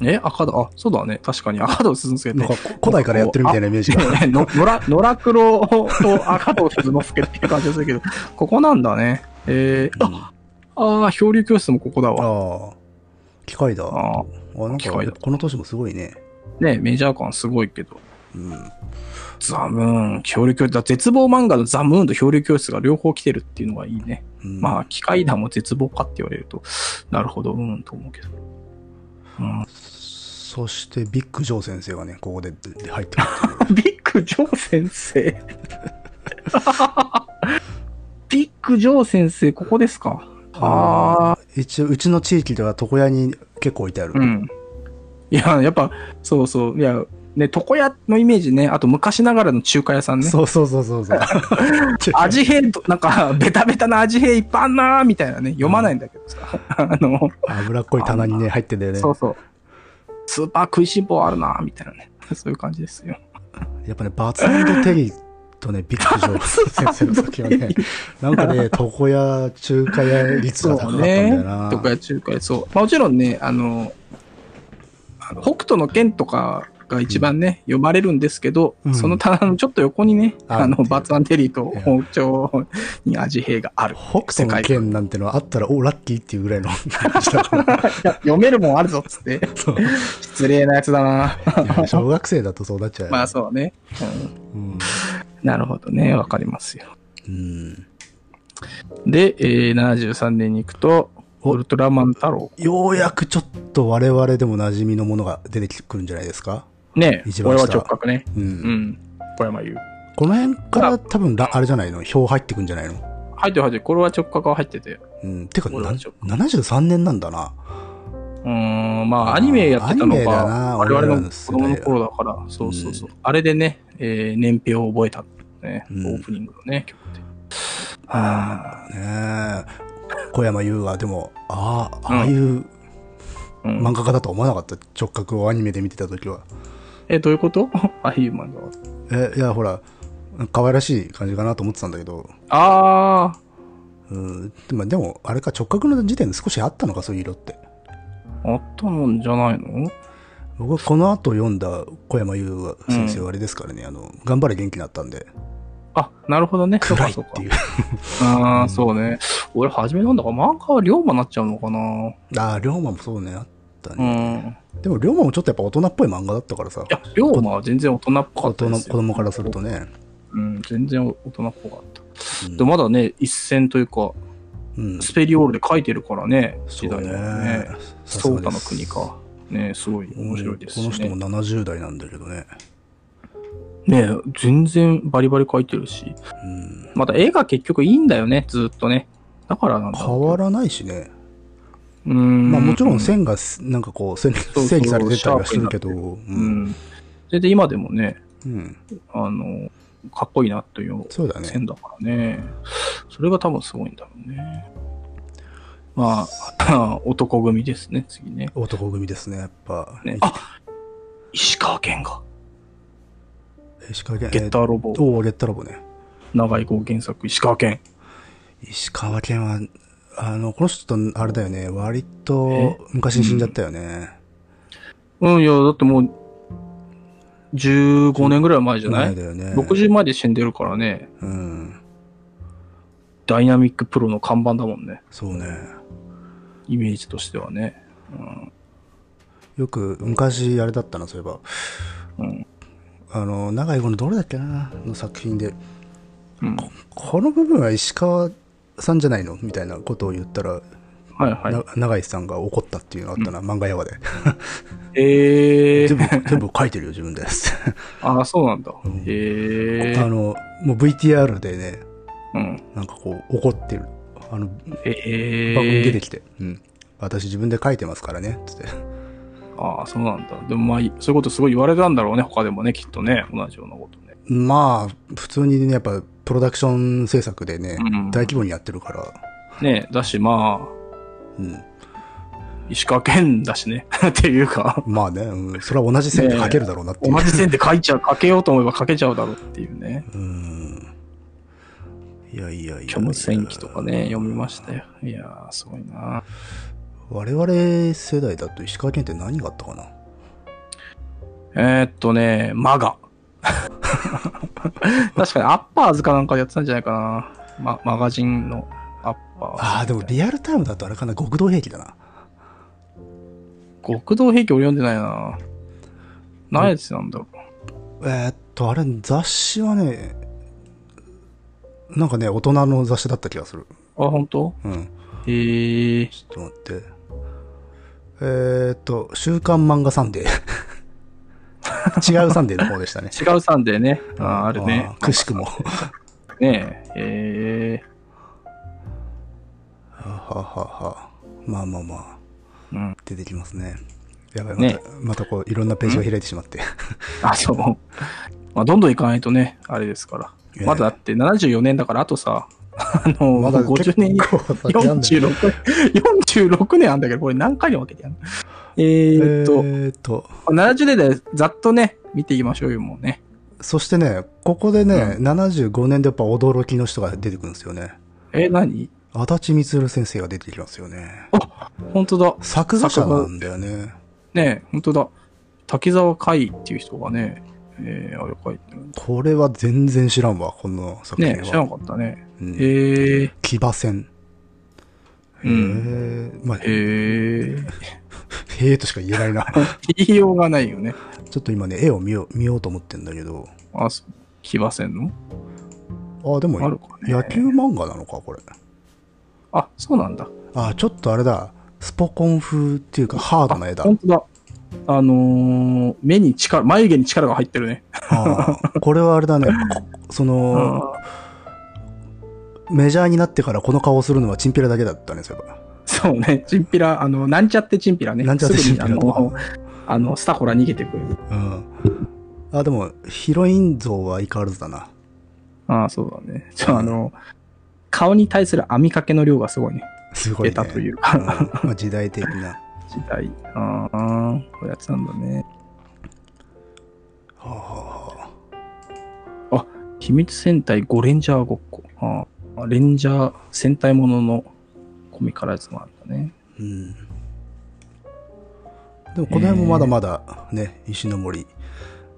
Speaker 1: え、赤だ。あ、そうだね。確かに赤道鈴之助
Speaker 2: なん
Speaker 1: って
Speaker 2: か。こ古代からやってるみたいなイメージが。
Speaker 1: ねの野良野良黒と赤道鈴之助っていう感じがするけど、
Speaker 2: <laughs>
Speaker 1: ここなんだね。えー、
Speaker 2: うん
Speaker 1: ああー、漂流教室もここだわ。
Speaker 2: ああ、機械だ。あ
Speaker 1: ああ
Speaker 2: なん
Speaker 1: 機械だ
Speaker 2: か、この年もすごいね。
Speaker 1: ーねメジャー感すごいけど。
Speaker 2: うん。
Speaker 1: ザムーン、漂流教室。だ絶望漫画のザムーンと漂流教室が両方来てるっていうのがいいね。
Speaker 2: うん
Speaker 1: まあ、機械だも絶望かって言われると、なるほど、うん、と思うけど。うん、
Speaker 2: そして、ビッグジョー先生がね、ここでで入ってくる
Speaker 1: ビッグジョー先生。ビッグジョー先生、ここですか。ああ。
Speaker 2: という。一応、うちの地域では床屋に結構置いてある。
Speaker 1: うん。いや、やっぱ、そうそう。いや、ね、床屋のイメージね。あと、昔ながらの中華屋さんね。
Speaker 2: そうそうそうそうそう。
Speaker 1: 味変と、なんか、ベタベタな味変いっぱいあんな <laughs> ーみたいなね。読まないんだけどさ。あの、
Speaker 2: 脂っこい棚にね、入ってんだよね。
Speaker 1: そうそう。スーパー食いしん坊あるな、みたいなね。そういう感じですよ。
Speaker 2: やっぱね、バツイドテリー
Speaker 1: <laughs>
Speaker 2: とね、ビクジョー先生の時はね、なんかね、床屋、中華屋率が高かったんだよな。
Speaker 1: とか中華そう。まあ、もちろんね、あの、あの北斗の剣とかが一番ね、読まれるんですけど、
Speaker 2: うん
Speaker 1: その棚のちょっと横にね、あ
Speaker 2: あるって
Speaker 1: の、
Speaker 2: いう
Speaker 1: バツアンテリーと包丁に味兵がある。
Speaker 2: 北斗の剣なんてのはあったら、お、ラッキーっていうぐらいの感じだから。
Speaker 1: <laughs> いや読めるもんあるぞっつ <laughs> って。
Speaker 2: そう
Speaker 1: 失礼なやつだ <laughs> な。
Speaker 2: いや小学生だとそうなっちゃうよね
Speaker 1: まあそうね。うん
Speaker 2: うん。
Speaker 1: なるほどね。わかりますよ。
Speaker 2: うん。
Speaker 1: で、えー、73年に行くと、
Speaker 2: お
Speaker 1: ウルトラマン太郎。
Speaker 2: ようやくちょっと我々でも馴染みのものが出てくるんじゃないですか
Speaker 1: ね
Speaker 2: 一
Speaker 1: え、
Speaker 2: 番
Speaker 1: 俺
Speaker 2: 下
Speaker 1: は直角ね。
Speaker 2: うん。
Speaker 1: うん。小山優。
Speaker 2: この辺から多分ら、あれじゃないの票入ってくんじゃないの
Speaker 1: 入ってる入ってる。これは直角が入ってて。
Speaker 2: うん。てか、
Speaker 1: 俺
Speaker 2: な
Speaker 1: はちょっ
Speaker 2: 73年なんだな。
Speaker 1: うーん、まあ、アニメやってたの
Speaker 2: アニメだ
Speaker 1: が、
Speaker 2: な
Speaker 1: 我々
Speaker 2: 俺ら
Speaker 1: の
Speaker 2: の
Speaker 1: 子
Speaker 2: 世代
Speaker 1: 供
Speaker 2: だ
Speaker 1: の頃だから、そうそうそう。あれでね、えー年表を覚えたんだよね、
Speaker 2: うん
Speaker 1: オープニングのね、曲で。あ
Speaker 2: ねえ。小山優は、でも、ああ、ああいう
Speaker 1: あ、うん
Speaker 2: 漫画家だとは思わなかった。直角をアニメで見てた時は。
Speaker 1: え、どういうこと <laughs> あ、ヒューマンが。
Speaker 2: え、いや、ほら、可愛らしい感じかなと思ってたんだけど、
Speaker 1: あ
Speaker 2: うん。まあでも、あれか、直角の時点で少しあったのか、そういう色って。
Speaker 1: ー、あったんじゃないの
Speaker 2: 僕はこの後読んだ小山優先生
Speaker 1: う
Speaker 2: はあれですからね、あの、頑張れ元気になったんで、
Speaker 1: あ、なるほどね。
Speaker 2: 暗いっ
Speaker 1: そうか
Speaker 2: ていう。
Speaker 1: そうかああ、そうね。俺、初めなんだから、漫画は龍馬になっちゃうのかな。
Speaker 2: ああ、龍馬もそうね、あった
Speaker 1: う
Speaker 2: ね。
Speaker 1: ん。い
Speaker 2: でも龍馬もちょっとやっぱ大人っぽい漫画だったからさ、
Speaker 1: や、龍馬は全然大人っぽか
Speaker 2: 大
Speaker 1: った
Speaker 2: 人
Speaker 1: で
Speaker 2: の
Speaker 1: すよ。
Speaker 2: 子供からするとね、
Speaker 1: うん、全然大人っぽかった。
Speaker 2: うん
Speaker 1: で、まだね、一戦というか、
Speaker 2: うん、
Speaker 1: スペリオールで書いてるからね、
Speaker 2: そ
Speaker 1: 時
Speaker 2: う
Speaker 1: 代
Speaker 2: ね
Speaker 1: はね。。
Speaker 2: さす
Speaker 1: ソ
Speaker 2: が
Speaker 1: ー
Speaker 2: で
Speaker 1: タの
Speaker 2: す
Speaker 1: 国。か。ねすごい面白いです
Speaker 2: うん
Speaker 1: し
Speaker 2: こ
Speaker 1: ね。
Speaker 2: の人も70代なんだけどね。
Speaker 1: ね全然バリバリ書いてるし。
Speaker 2: うん、
Speaker 1: また絵が結局いいんだよね、ずっとね。だからなんだろ
Speaker 2: 変わらないしね。
Speaker 1: う。うん。
Speaker 2: まあもちろん線がすなんかこう線
Speaker 1: そう
Speaker 2: 整理されてたりはしてるけど、う。
Speaker 1: うんん。それで今でもね、
Speaker 2: うん。
Speaker 1: あの、かっこいいなという
Speaker 2: そうだね。
Speaker 1: 線だからね。それが多分すごいんだろうね。まあ、 <laughs> 男組ですね、次ね。
Speaker 2: 男組ですね、やっぱ。
Speaker 1: ねあ石川県が。
Speaker 2: 石川県。
Speaker 1: ゲッターロボ。
Speaker 2: おお、ゲッタロボね。
Speaker 1: 長井豪原作、石川県。
Speaker 2: 石川県は、あの、この人と、あれだよね、割と昔に死んじゃったよね。
Speaker 1: うん、いや、だってもう、15年ぐらい前じゃない、
Speaker 2: 前だよね。
Speaker 1: ?60 前で死んでるからね、
Speaker 2: うん。
Speaker 1: ダイナミックプロの看板だもんね、
Speaker 2: そうね。
Speaker 1: イメージとしてはね。うん。
Speaker 2: よく、昔、あれだったな、そういえば。
Speaker 1: うん
Speaker 2: あの、長井子のどれだっけな、の作品で、
Speaker 1: うん、
Speaker 2: この部分は石川さんじゃないのみたいなことを言ったら、
Speaker 1: はいはい。
Speaker 2: な長井さんが怒ったっていうのあったな、漫画屋話で。
Speaker 1: え
Speaker 2: 全
Speaker 1: ー、
Speaker 2: 部、全部書いてるよ、自分です。
Speaker 1: ああ、そうなんだ。
Speaker 2: ん
Speaker 1: えー
Speaker 2: <laughs> あの、もう VTR でね、
Speaker 1: うん、
Speaker 2: なんかこう、怒ってる。あの、
Speaker 1: え
Speaker 2: 番組出て
Speaker 1: ー、
Speaker 2: きて、うん、私自分で書いてますからねつって
Speaker 1: ああ、そうなんだ。でもまあ、そういうことすごい言われたんだろうね、他でもね、きっとね、同じようなことね。
Speaker 2: まあ普通にねやっぱプロダクション制作でね、
Speaker 1: うん
Speaker 2: 大規模にやってるから、
Speaker 1: ねだしまあ、
Speaker 2: うん、
Speaker 1: 石川県だしね、 <laughs> っていうか、
Speaker 2: まあね、うん、それは同じ線で書けるだろうなっていう、
Speaker 1: 同じ線で書いちゃう、書けようと思えば書けちゃうだろうっていうね。
Speaker 2: うんいやいやいやいや
Speaker 1: 虚無戦記とかね、読みましたよ。いやー、すごいな。
Speaker 2: 我々世代だと石川県って何があったかな
Speaker 1: えー、っとね、マガ。 <laughs> 確かに、アッパーズかなんかでやってたんじゃないかな。ま、マガジンのアッパーズ。
Speaker 2: ああでもリアルタイムだとあれかな極道兵器だな
Speaker 1: 極道兵器俺読んでないな。何やつなんだろう。
Speaker 2: えーっとあれ雑誌はねなんかね大人の雑誌だった気がする
Speaker 1: あ、本当？
Speaker 2: うん
Speaker 1: へー。。
Speaker 2: ちょっと待って。えーっと、週刊漫画サン <laughs> デー。違うサンデーの方でしたね
Speaker 1: 違うサンデーね。あーあるね
Speaker 2: あ。ーくしくも。
Speaker 1: ねえ。へ
Speaker 2: はははは。まあまあまあ、
Speaker 1: ー。うん。
Speaker 2: 出てきますね。やばい、また、
Speaker 1: ね
Speaker 2: またこう、いろんなページを開いてしまって。
Speaker 1: あ、そう。まあ、どんどんいかないとね、あれですから。
Speaker 2: ええ
Speaker 1: まだだって74年だから、あとさ、あの、
Speaker 2: まだ
Speaker 1: 50年以
Speaker 2: 結構先なんだよ。
Speaker 1: 46, 46年あんだけど、これ何回に分けてやんのえーっと、
Speaker 2: えーっと
Speaker 1: 70年代ざっとね、見ていきましょうよ、もうね。
Speaker 2: そしてね、ここでね、
Speaker 1: う
Speaker 2: 75年でやっぱ驚きの人が出てくるんですよね。
Speaker 1: えー、何
Speaker 2: 足立光先生が出てきますよね。
Speaker 1: 本当だ。
Speaker 2: 作画者なんだよね。
Speaker 1: ねえ、本当だ。滝沢海っていう人がね、えー、あれ書いてるんだ。
Speaker 2: これは全然知らんわ、この作品
Speaker 1: ね
Speaker 2: は。
Speaker 1: え、知らなかったね。
Speaker 2: うん
Speaker 1: えー、
Speaker 2: 騎馬戦。
Speaker 1: う
Speaker 2: えーまあ、
Speaker 1: えー、
Speaker 2: へえとしか言えないな。
Speaker 1: <laughs> 言いようがないよね。
Speaker 2: ちょっと今ね、絵を見よう、見ようと思ってんだけど。
Speaker 1: あ、そう。騎馬戦の
Speaker 2: あ、でも、
Speaker 1: あるかね。
Speaker 2: 野球漫画なのか、これ。
Speaker 1: あ、そうなんだ。
Speaker 2: あ、ちょっとあれだ。スポコン風っていうか、ハードな絵だ。
Speaker 1: 本当だ。あのー、目に力、眉毛に力が入ってるね。
Speaker 2: あーこれはあれだね。こその、
Speaker 1: あー
Speaker 2: メジャーになってからこの顔をするのはチンピラだけだったね、そういえば。
Speaker 1: そうね、チンピラ、あの、なんちゃってチンピラね。
Speaker 2: なんちゃってチンピラ
Speaker 1: すぐにあの、あのスタホラ逃げてくる。
Speaker 2: うん。あ、でも、ヒロイン像は相変わらずだな。
Speaker 1: ああ、そうだね。じゃあ、あの、顔に対する網掛けの量がすごいね。
Speaker 2: すごい
Speaker 1: 出
Speaker 2: ね。
Speaker 1: たという
Speaker 2: う
Speaker 1: か、
Speaker 2: んまあ、時代的な。
Speaker 1: 時代。ああ、こうやってたんだね。
Speaker 2: はあは
Speaker 1: 秘密戦隊ゴレンジャーごっこ。ああ、レンジャー戦隊もののコミカライズもあるんだね。
Speaker 2: あうん。でも、この辺もまだまだ、ね、石の森、
Speaker 1: うん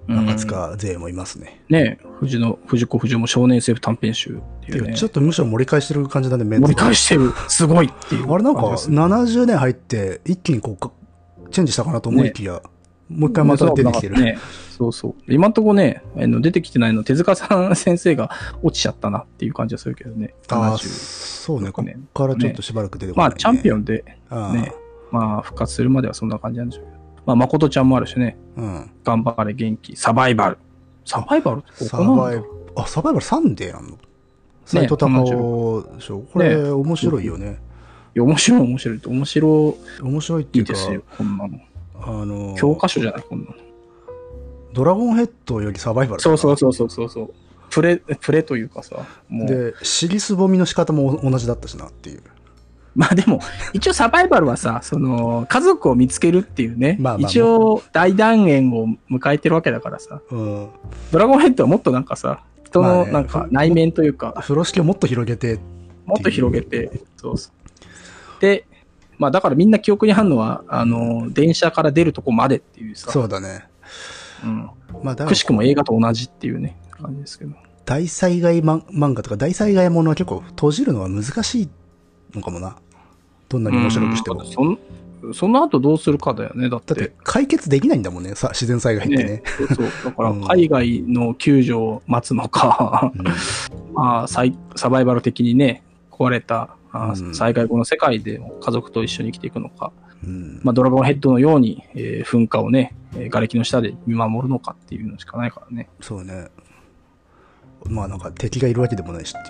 Speaker 2: 中塚勢もいますね。
Speaker 1: ねえ、藤野、藤子不二雄も少年政府短編集ってい
Speaker 2: て
Speaker 1: う
Speaker 2: か
Speaker 1: ね。
Speaker 2: ちょっとむしろ盛り返してる感じだね、メンツ
Speaker 1: 盛
Speaker 2: が
Speaker 1: り返してる。すごいっていう。
Speaker 2: あれなんか、
Speaker 1: 感じがする
Speaker 2: 70年入って、一気にこうか、チェンジしたかなと思いきや、もう一回また出てきてる。
Speaker 1: ね、そうそう。今んとこね、あの出てきてないの、手塚さん先生が落ちちゃったなっていう感じはするけどね。
Speaker 2: ああ、
Speaker 1: 70
Speaker 2: そうね、
Speaker 1: 76
Speaker 2: こ
Speaker 1: 年
Speaker 2: っからちょっとしばらく出てこ
Speaker 1: ま
Speaker 2: ない、
Speaker 1: あ、
Speaker 2: ね。
Speaker 1: チャンピオンで、
Speaker 2: ああ
Speaker 1: ね、まあ、復活するまではそんな感じなんでしょうけど。まあ、誠ちゃんもあるしね、
Speaker 2: うん。
Speaker 1: 頑張れ、元気、サバイバル。サバイバルってこ
Speaker 2: サ
Speaker 1: こなんだ
Speaker 2: バイあ、サバイバルサンデーなんの斎藤隆夫でしょ。これ、
Speaker 1: ね
Speaker 2: 面白いよね。
Speaker 1: いや面白い、面白いって、面白
Speaker 2: 面白いって
Speaker 1: い
Speaker 2: い
Speaker 1: いう
Speaker 2: か、
Speaker 1: ですよ、こんなの。
Speaker 2: あの、
Speaker 1: 教科書じゃない、こんなの。
Speaker 2: ドラゴンヘッドよりサバイバルだ
Speaker 1: そ
Speaker 2: な
Speaker 1: うそうそうそうそうそう。プレ、プレというかさ、もう。
Speaker 2: で、尻すぼみの仕方も同じだったしなっていう。
Speaker 1: <laughs> まあでも、一応サバイバルはさ、その、家族を見つけるっていうね、
Speaker 2: まあまあまあ
Speaker 1: 一応大団円を迎えてるわけだからさ、
Speaker 2: うん。
Speaker 1: ドラゴンヘッドはもっとなんかさ、人
Speaker 2: まあ
Speaker 1: の
Speaker 2: ね
Speaker 1: なんか
Speaker 2: ふ
Speaker 1: 内面というか、
Speaker 2: 風呂敷をもっと広げて、
Speaker 1: もっと広げて、そうそう。で、まあだからみんな記憶にあるのは、あの、電車から出るとこまでっていうさ、
Speaker 2: そうだね。
Speaker 1: うん、
Speaker 2: まあ、だか
Speaker 1: く
Speaker 2: ら
Speaker 1: しくも映画と同じっていうね、感じですけど。
Speaker 2: 大災害マン漫画とか大災害ものは結構閉じるのは難しいのかもな。どんなに面白くしても。
Speaker 1: うんそんその後どうするかだよね、だって。
Speaker 2: だって解決できないんだもんね、さ自然災害ってね。
Speaker 1: ねそうそうだか
Speaker 2: <laughs> う
Speaker 1: ら
Speaker 2: ん
Speaker 1: 海外の救助を待つのか、
Speaker 2: うん
Speaker 1: まあ、サイサバイバル的にね、壊れた、あ
Speaker 2: うん
Speaker 1: 災害後の世界でも家族と一緒に生きていくのか、
Speaker 2: うん
Speaker 1: まあ、ドラゴンヘッドのように、えー噴火をね、えー瓦礫の下で見守るのかっていうのしかないからね。
Speaker 2: そうね。まあなんか敵がいるわけでもないしっ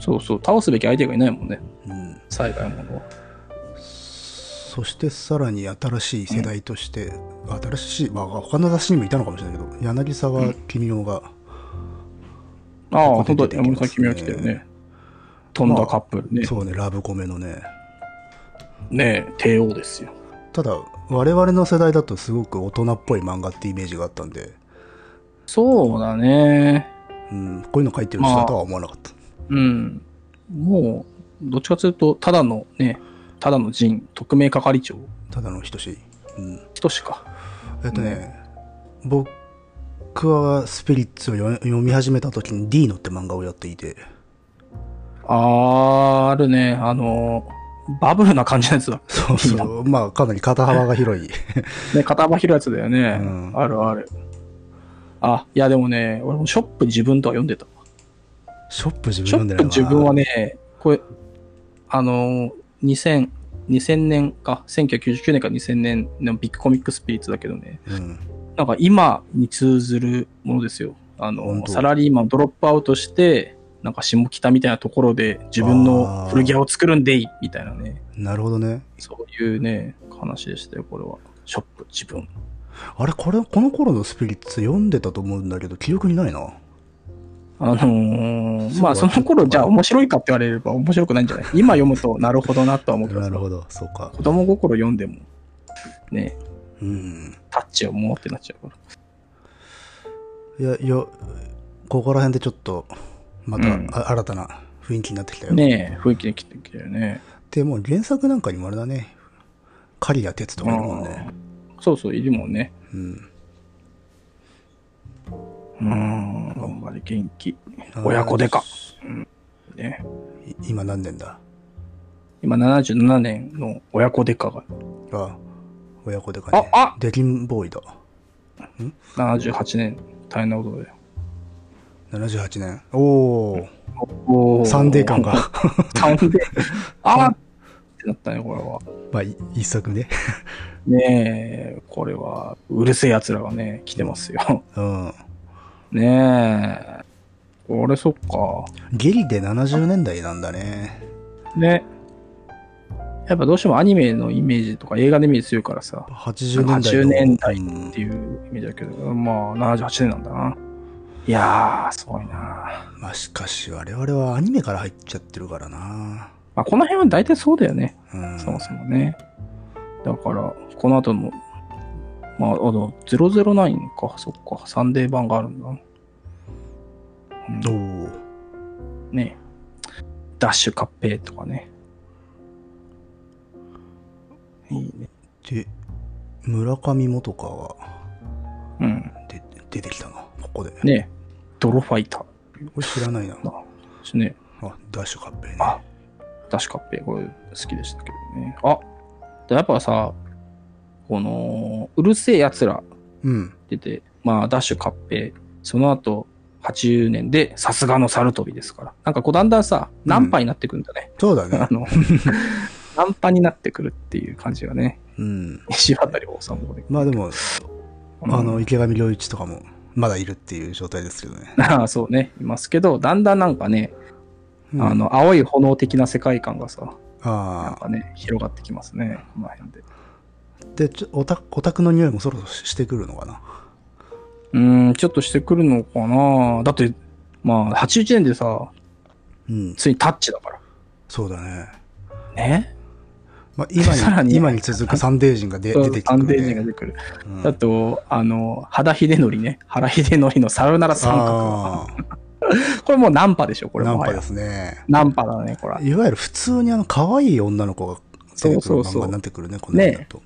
Speaker 1: そうそう、倒すべき相手がいないもんね、
Speaker 2: ていう。うん、
Speaker 1: 災害ものは。
Speaker 2: そしてさらに新しい世代として、新しい、まあ他の雑誌にもいたのかもしれないけど、柳沢君雄
Speaker 1: あ
Speaker 2: が、
Speaker 1: あ、
Speaker 2: こ
Speaker 1: 本
Speaker 2: こ
Speaker 1: 当
Speaker 2: で
Speaker 1: だ、
Speaker 2: 出てきますね
Speaker 1: 山本さん君は来たよね。飛んだカップルね。
Speaker 2: そうね、ラブコメのね。
Speaker 1: ねえ帝王ですよ。
Speaker 2: ただ、我々の世代だとすごく大人っぽい漫画ってイメージがあったんで、
Speaker 1: そうだね。
Speaker 2: うん、こういうの書いてる人だとは思わなかった。
Speaker 1: うん。もう、どっちかというと、ただのね、ただの人、特命係長、
Speaker 2: ただの人しい。うん。
Speaker 1: 人しか。
Speaker 2: えっとね、僕はスピリッツを読読み始めた時にディーノって漫画をやっていて、
Speaker 1: あー、あるね、あのー、バブルな感じのやつだ。
Speaker 2: そうそう、まあかなり肩幅が
Speaker 1: <laughs>
Speaker 2: 広い。
Speaker 1: ね、肩幅広いやつだよね。
Speaker 2: うん
Speaker 1: あるある。あ、いやでもね、俺もショップ自分とは読んでた。
Speaker 2: ショップ自分
Speaker 1: ショ
Speaker 2: 読んで
Speaker 1: ッ
Speaker 2: な
Speaker 1: プ
Speaker 2: い
Speaker 1: 自分はね、これ、あのー、2000、2000年か、1999年か2000年のビッグコミックスピリッツだけどね、
Speaker 2: うん、
Speaker 1: なんか今に通ずるものですよ。あ
Speaker 2: 本
Speaker 1: の、
Speaker 2: 当
Speaker 1: サラリーマンをドロップアウトして、なんか下北みたいなところで自分の古着屋を作るんでいいみたいなね。
Speaker 2: なるほどね。
Speaker 1: そういうね、話でしたよ、これは。ショップ、自分。
Speaker 2: あれ、これ、この頃のスピリッツ読んでたと思うんだけど、記憶にないな。
Speaker 1: あのー
Speaker 2: そう
Speaker 1: まあその頃
Speaker 2: そうか
Speaker 1: じゃあ面白いかって言われれば面白くないんじゃない今読むとなるほどなとは思うけど
Speaker 2: なるほど、そうか。
Speaker 1: 子供心読んでもね、
Speaker 2: うん。
Speaker 1: タッチをもうってなっちゃうか
Speaker 2: いや、いや、ここら辺でちょっと、また、
Speaker 1: うん
Speaker 2: あ新たな雰囲気になってきたよ。
Speaker 1: ら。ねえ、雰囲気に来てきてるね。
Speaker 2: でもう原作なんかにもあれだね。狩りや鉄とかいるもんね。
Speaker 1: あーそうそう、いるもんね。
Speaker 2: うん。
Speaker 1: うーん、あんまり元気。親子でか。ね。
Speaker 2: い今何年だ
Speaker 1: 今77年の親子デカが
Speaker 2: あ、親子でかね。
Speaker 1: ああ
Speaker 2: デキンボーイだ。
Speaker 1: 78年大変なことだよ。
Speaker 2: 78年。おー、
Speaker 1: おー
Speaker 2: サンデー感。が。
Speaker 1: サ <laughs> ンデー。あーってなったね、これは。
Speaker 2: <laughs> まあ、い一作ね。
Speaker 1: ねえ、これは、うるせえ奴らがね、来てますよ。 <laughs>
Speaker 2: うん。
Speaker 1: ねえ。これそっか。
Speaker 2: ゲリで70年代なんだね。
Speaker 1: ね。やっぱどうしてもアニメのイメージとか映画のイメージ強いからさ、
Speaker 2: 80年代の。
Speaker 1: 80年代
Speaker 2: うん
Speaker 1: っていうイメージだけど、まあ78年なんだな。いやー、すごいな。
Speaker 2: まあ、しかし我々はアニメから入っちゃってるからな。
Speaker 1: まあこの辺は大体そうだよね。
Speaker 2: うん。
Speaker 1: そもそもね。だから、この後も、まあ、あの、009か、そっか、サンデー版があるんだな。うん
Speaker 2: おー
Speaker 1: ねダッシュカッペイとかね。いいね。
Speaker 2: で、村上もとかは
Speaker 1: うん。
Speaker 2: で出てきたな、ここで。
Speaker 1: ね泥ファイター
Speaker 2: 俺知らないな。
Speaker 1: な。しね。
Speaker 2: あ、ダッシュカッペね。
Speaker 1: あダッシュカッペイ、これ好きでしたけどね。あでやっぱさ、この、うるせえ奴ら
Speaker 2: うん。
Speaker 1: 出て、まあ、ダッシュ合併、その後、80年で、さすがの猿飛びですから。なんかこう、だんだんさ、ナンパになってくるんだね。 <laughs>
Speaker 2: そうだね <laughs>
Speaker 1: あ。の、ナンパになってくるっていう感じがね、
Speaker 2: うん。
Speaker 1: 石渡り王さんもね。
Speaker 2: まあでも、
Speaker 1: うん
Speaker 2: あの、池上良一とかも、まだいるっていう状態ですけどね。
Speaker 1: ああ <laughs> そうね、いますけど、だんだんなんかね、
Speaker 2: うん
Speaker 1: あ、の、青い炎的な世界観がさ、なん
Speaker 2: ああ。
Speaker 1: かね、広がってきますね、この辺で。
Speaker 2: で、ちょオタオタクの匂いもそろそろしてくるのかな。
Speaker 1: うーん、ちょっとしてくるのかなだって、まあ、81年でさ、
Speaker 2: うん。
Speaker 1: ついにタッチだから。
Speaker 2: そうだね。
Speaker 1: ね
Speaker 2: まあ、今
Speaker 1: <laughs> さら
Speaker 2: に、
Speaker 1: に
Speaker 2: 今に続くサンデー人がで出てきて
Speaker 1: サ
Speaker 2: く
Speaker 1: ン
Speaker 2: る、ね。
Speaker 1: デージが出てくる。
Speaker 2: うん
Speaker 1: だと、あの、原秀則ね。原秀則のさよなら三角。
Speaker 2: あー
Speaker 1: これもうナンパでしょ、これ
Speaker 2: ナ
Speaker 1: も
Speaker 2: ン
Speaker 1: は
Speaker 2: パ
Speaker 1: や
Speaker 2: ですね。
Speaker 1: ナンパだね、これは。
Speaker 2: いわゆる普通にあの、可愛い女の子が出てく
Speaker 1: そ
Speaker 2: る
Speaker 1: うそう
Speaker 2: 漫
Speaker 1: そう
Speaker 2: 画になってくるね、この辺だと。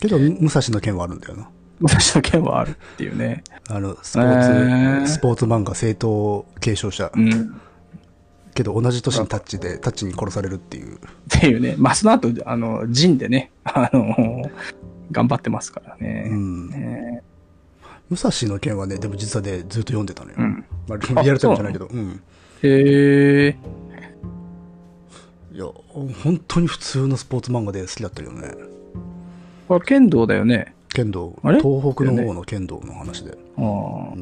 Speaker 2: けど、武蔵の剣はあるんだよな。
Speaker 1: 武蔵の剣はあるっていうね。
Speaker 2: あの、スポーツ、
Speaker 1: へー
Speaker 2: スポーツ漫画正統を継承者。
Speaker 1: うん。っ
Speaker 2: けど、同じ年にタッチで、タッチに殺されるっていう。
Speaker 1: ていうね。まあ、その後、あの、陣でね、あの、頑張ってますから
Speaker 2: う
Speaker 1: ね。
Speaker 2: ん。
Speaker 1: ね
Speaker 2: 武蔵の剣はね、でも実はね、ずっと読んでたのよ。
Speaker 1: うん
Speaker 2: まあ、
Speaker 1: あ
Speaker 2: リアルタイムじゃないけど、うん。
Speaker 1: へえ。
Speaker 2: いや、本当に普通のスポーツ漫画で好きだったよね。
Speaker 1: これ剣道だよね。
Speaker 2: 剣道、
Speaker 1: あれ
Speaker 2: 東北の方の剣道の話で。
Speaker 1: ああ。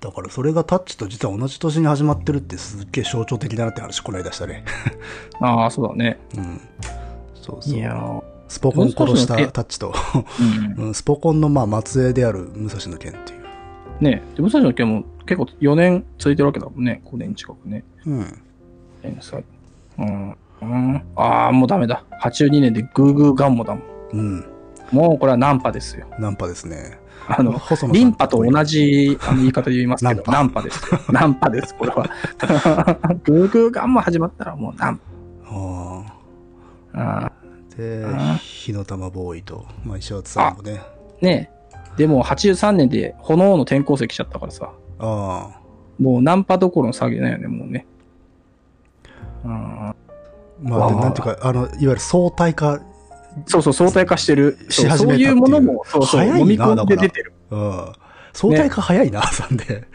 Speaker 2: だからそれがタッチと実は同じ年に始まってるってすっげえ象徴的だなって話この間した
Speaker 1: <laughs>
Speaker 2: ね。
Speaker 1: ああ、そうだね。
Speaker 2: うん。そうそ。
Speaker 1: いうやー
Speaker 2: スポコン殺
Speaker 1: 武蔵の
Speaker 2: した
Speaker 1: 剣
Speaker 2: タッチと、
Speaker 1: うん。
Speaker 2: うん、スポコンのまあ末裔である武蔵の剣っていう。
Speaker 1: ねで武蔵の剣も結構4年続いてるわけだもんね。5年近くね。
Speaker 2: うん。
Speaker 1: 連載。うん。うん、ああ、もうダメだ。82年でグーグーガンモだもん。
Speaker 2: うん。
Speaker 1: もうこれはナンパですよ。
Speaker 2: ナンパですね。
Speaker 1: あの、
Speaker 2: 細野さん
Speaker 1: リンパと同じあの言い方で言いますけど、
Speaker 2: ナ
Speaker 1: ナンパです。ナンパです、これは。 <laughs> グーグーガンモ始まったらもうナン
Speaker 2: あ
Speaker 1: パ。あ
Speaker 2: あ。で
Speaker 1: あ、
Speaker 2: 火の玉ボーイと、まあ石渡さんもね。
Speaker 1: ーねえ。でも83年で炎の転校生来ちゃったからさ、
Speaker 2: ああ。
Speaker 1: もうナンパどころの詐欺ないよね、もうね。うん
Speaker 2: まあ、で
Speaker 1: わあ
Speaker 2: なんていうか、あの、いわゆる相対化。
Speaker 1: そうそう、相対化してる。
Speaker 2: し
Speaker 1: そう
Speaker 2: 始
Speaker 1: そ
Speaker 2: め
Speaker 1: う
Speaker 2: たってい
Speaker 1: いううものも、そうそう、
Speaker 2: 早いな
Speaker 1: 飲み込んで出てる。
Speaker 2: うん。相対化早いな、 <laughs> さんで。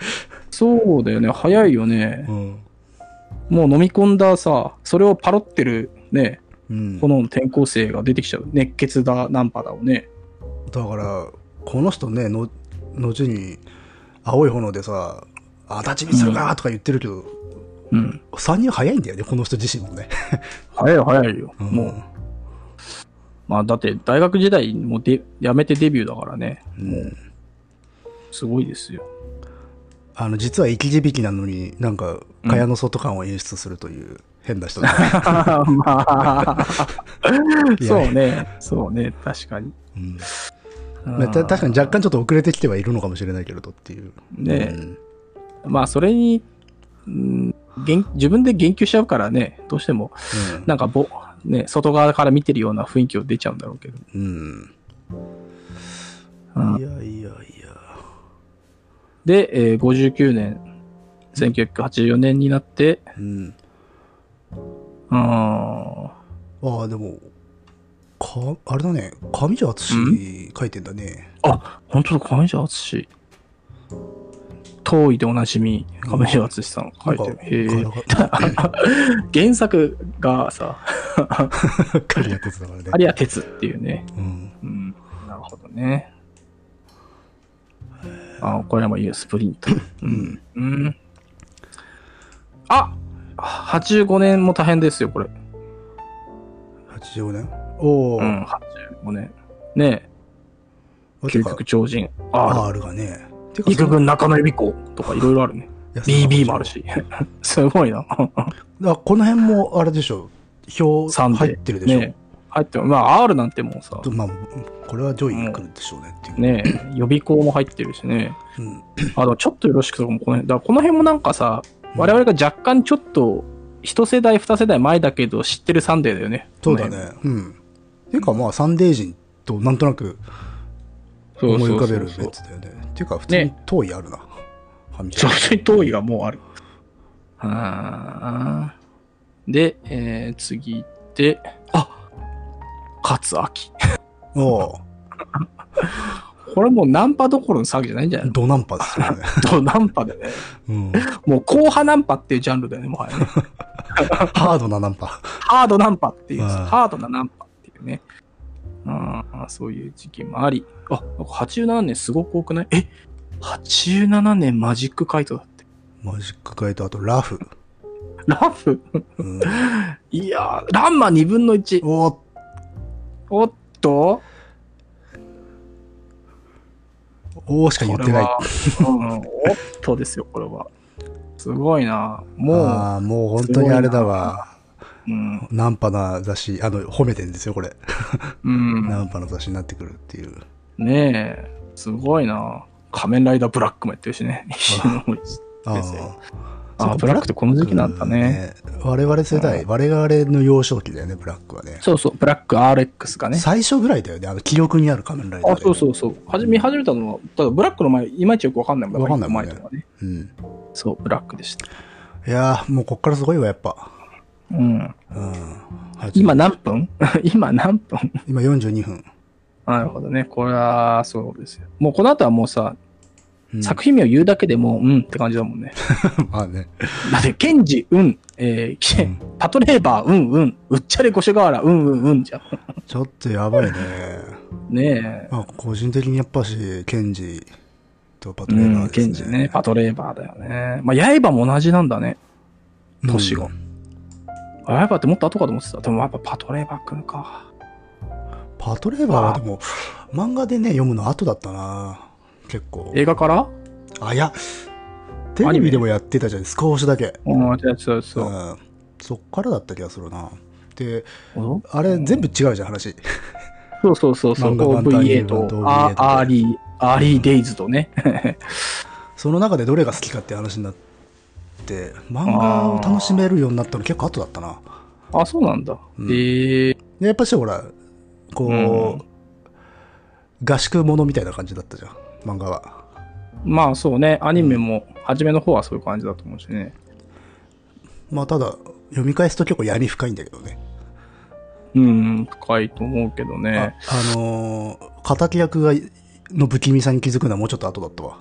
Speaker 1: そうだよね、早いよね
Speaker 2: う。ん。
Speaker 1: もう飲み込んださ、それをパロってるね、
Speaker 2: うん。
Speaker 1: 炎の転校生が出てきちゃう。熱血だ、ナンパだをね。
Speaker 2: だからこの人ねの後に青い炎でさ「あ立ち見するか!」とか言ってるけど、
Speaker 1: うん。
Speaker 2: 参入早いんだよねこの人自身もね、
Speaker 1: 早いよ早いよ。
Speaker 2: うん
Speaker 1: もう、まあだって大学時代もで辞めてデビューだからね。
Speaker 2: もう
Speaker 1: すごいですよ。
Speaker 2: あの実は生き字引なのになんか蚊帳の外感を演出するという、変な人だ、
Speaker 1: まあ、
Speaker 2: いや
Speaker 1: そうね。そうね。確かに。
Speaker 2: <laughs> うんまあた確かに若干ちょっと遅れてきてはいるのかもしれないけれどっていう。
Speaker 1: ね
Speaker 2: うん
Speaker 1: まあ、それに、うん、言自分で言及しちゃうからね、どうしても、なんかぼ、ね、外側から見てるような雰囲気を出ちゃうんだろうけど。
Speaker 2: うん。
Speaker 1: うん
Speaker 2: いやいやいや。
Speaker 1: で、えー59年、1984年になって、
Speaker 2: うん。
Speaker 1: うん、
Speaker 2: ああ、でも、か、あれだね。上条敦書いてんだね。
Speaker 1: あ、本当だ、亀井淳。遠いでおなじみ、亀井淳さん書いてる。へ
Speaker 2: な
Speaker 1: え
Speaker 2: ん。か
Speaker 1: <laughs> 原作がさ、
Speaker 2: カリア鉄だからね
Speaker 1: あ。りは鉄っていうね。
Speaker 2: うん。
Speaker 1: うん。なるほどね。あ、これもいいよ、スプリント。うん。うん。あ !85 年も大変ですよ、これ。
Speaker 2: 85年おお
Speaker 1: う。ん、85年。ねえ、
Speaker 2: て
Speaker 1: 究
Speaker 2: か
Speaker 1: 極超人。あ、
Speaker 2: R がね。てか
Speaker 1: 陸軍中野予備校とかいろいろあるね。
Speaker 2: いや
Speaker 1: BB もあるし。 <laughs> すごいな。
Speaker 2: だからこの辺もあれでしょ表
Speaker 1: サンデー
Speaker 2: 入ってるでしょ、
Speaker 1: ねえ入っても、まあ R なんてもうさ、
Speaker 2: とまあこれは上位に来るでしょうねっていう、
Speaker 1: ねえ、予備校も入ってるしね。
Speaker 2: うん
Speaker 1: あの、ちょっとよろしくとかもこの辺、だからこの辺もなんかさ、我々が若干ちょっと、一世代、二世代前だけど知ってるサンデーだよね。
Speaker 2: そうだ
Speaker 1: この
Speaker 2: ねうんていうかまあサンデー人となんとなく思
Speaker 1: 辺。
Speaker 2: い浮かべる
Speaker 1: そうそうそう
Speaker 2: やつだよねっていうか普通に遠いあるな、はみ出
Speaker 1: ち
Speaker 2: て
Speaker 1: ょい遠いがもうある。あーで、えー、次行って、あ勝秋。
Speaker 2: おう
Speaker 1: これもうナンパどころの騒ぎじゃないんじゃない
Speaker 2: ドナンパですよね、
Speaker 1: と <laughs> ナンパでね。
Speaker 2: うん、
Speaker 1: もう硬派ナンパっていうジャンルだよね、もはやね。
Speaker 2: ハードなナンパ
Speaker 1: ハードナンパっていう、
Speaker 2: ああ
Speaker 1: ハードなナンパっていうね。うん、そういう時期もあり。あ、なんか87年すごく多くないえ ?87 年マジックカイトだって。
Speaker 2: マジックカイトあとラフ、
Speaker 1: ラフ
Speaker 2: うん、
Speaker 1: いやー、ランマ2分の1。
Speaker 2: おお
Speaker 1: おっと
Speaker 2: おーしか言
Speaker 1: これ
Speaker 2: ってない
Speaker 1: は、うん、おっとですよ、これは。すごいな。も
Speaker 2: ああもう本当にあれだわ
Speaker 1: う、うん、
Speaker 2: ナンパな雑誌あの褒めてんですよこれ
Speaker 1: う
Speaker 2: ナ
Speaker 1: ん、
Speaker 2: ンパの雑誌になってくるっていう。
Speaker 1: ねえ、すごいな。仮面ライダーブラックもやってるしね。
Speaker 2: あ
Speaker 1: ですよ <laughs>
Speaker 2: あ
Speaker 1: あ、ブラックってこの時期なんだね。
Speaker 2: うん我々世代、我々の幼少期だよね、ブラックはね。
Speaker 1: そうそう、ブラック RX がね。
Speaker 2: 最初ぐらいだよね、あの記憶にある仮面ライダー、
Speaker 1: あ、そうそうそう。はじ見始めたのは、ただブラックの前、いまいちよくわかんないもん
Speaker 2: わかんないもん
Speaker 1: 前
Speaker 2: ね
Speaker 1: とかね。
Speaker 2: う。うん。
Speaker 1: そう、ブラックでした。
Speaker 2: いやー、もうこっからすごいわ、やっぱ。
Speaker 1: うん。
Speaker 2: うん。はい
Speaker 1: 今、何分 <laughs> 今何分 <laughs>
Speaker 2: 今42分。
Speaker 1: なるほどね。これは、そうですよ。もうこの後はもうさ、
Speaker 2: うん
Speaker 1: 作品名を言うだけでもう、うんって感じだもんね。
Speaker 2: まあね。
Speaker 1: だって、ケンジ、うん。えーき
Speaker 2: うん
Speaker 1: パトレーバー、うんうん。うっちゃれ五所川原、うんうんうんじゃん。
Speaker 2: ちょっとやばいね。
Speaker 1: ねえ。
Speaker 2: まあ、個人的にやっぱし、ケンジとパト
Speaker 1: う
Speaker 2: レーバー
Speaker 1: ん、
Speaker 2: で
Speaker 1: ケ
Speaker 2: すね。
Speaker 1: ンジね。パトレーバーだよね。まあ、刃も同じなんだね。
Speaker 2: うん
Speaker 1: 年が。あ、刃ってもっと後かと思ってた。でもやっぱパトレーバー来るか。
Speaker 2: パトレーバーはでも、漫画でね、読むの後だったな結構。
Speaker 1: 映画から
Speaker 2: あ、いや、テレビでもやってたじゃん、少しだけ。
Speaker 1: うん、そうそうそうう。
Speaker 2: ん。そっからだった気がするな。で、
Speaker 1: そう
Speaker 2: あれ、全部違うじゃん、話。
Speaker 1: そうそうそうそう。
Speaker 2: 漫画版
Speaker 1: OVA
Speaker 2: アニメ版と
Speaker 1: と、あ
Speaker 2: OVA と
Speaker 1: アーリー、アーリーデイズとね。
Speaker 2: その中でどれが好きかって話になって、漫画を楽しめるようになったの結構後だったな。
Speaker 1: <laughs> あ、そうなんだ。
Speaker 2: うん
Speaker 1: ええ
Speaker 2: で、やっぱしほら、こう、合宿ものみたいな感じだったじゃん、漫画は。
Speaker 1: まあそうね、アニメも、初めの方はそういう感じだと思うしね。
Speaker 2: まあ、ただ、読み返すと結構闇深いんだけどね。
Speaker 1: うん、深いと思うけど
Speaker 2: あ
Speaker 1: ね。
Speaker 2: あのー、敵役が、の不気味さに気づくのはもうちょっと後だったわ。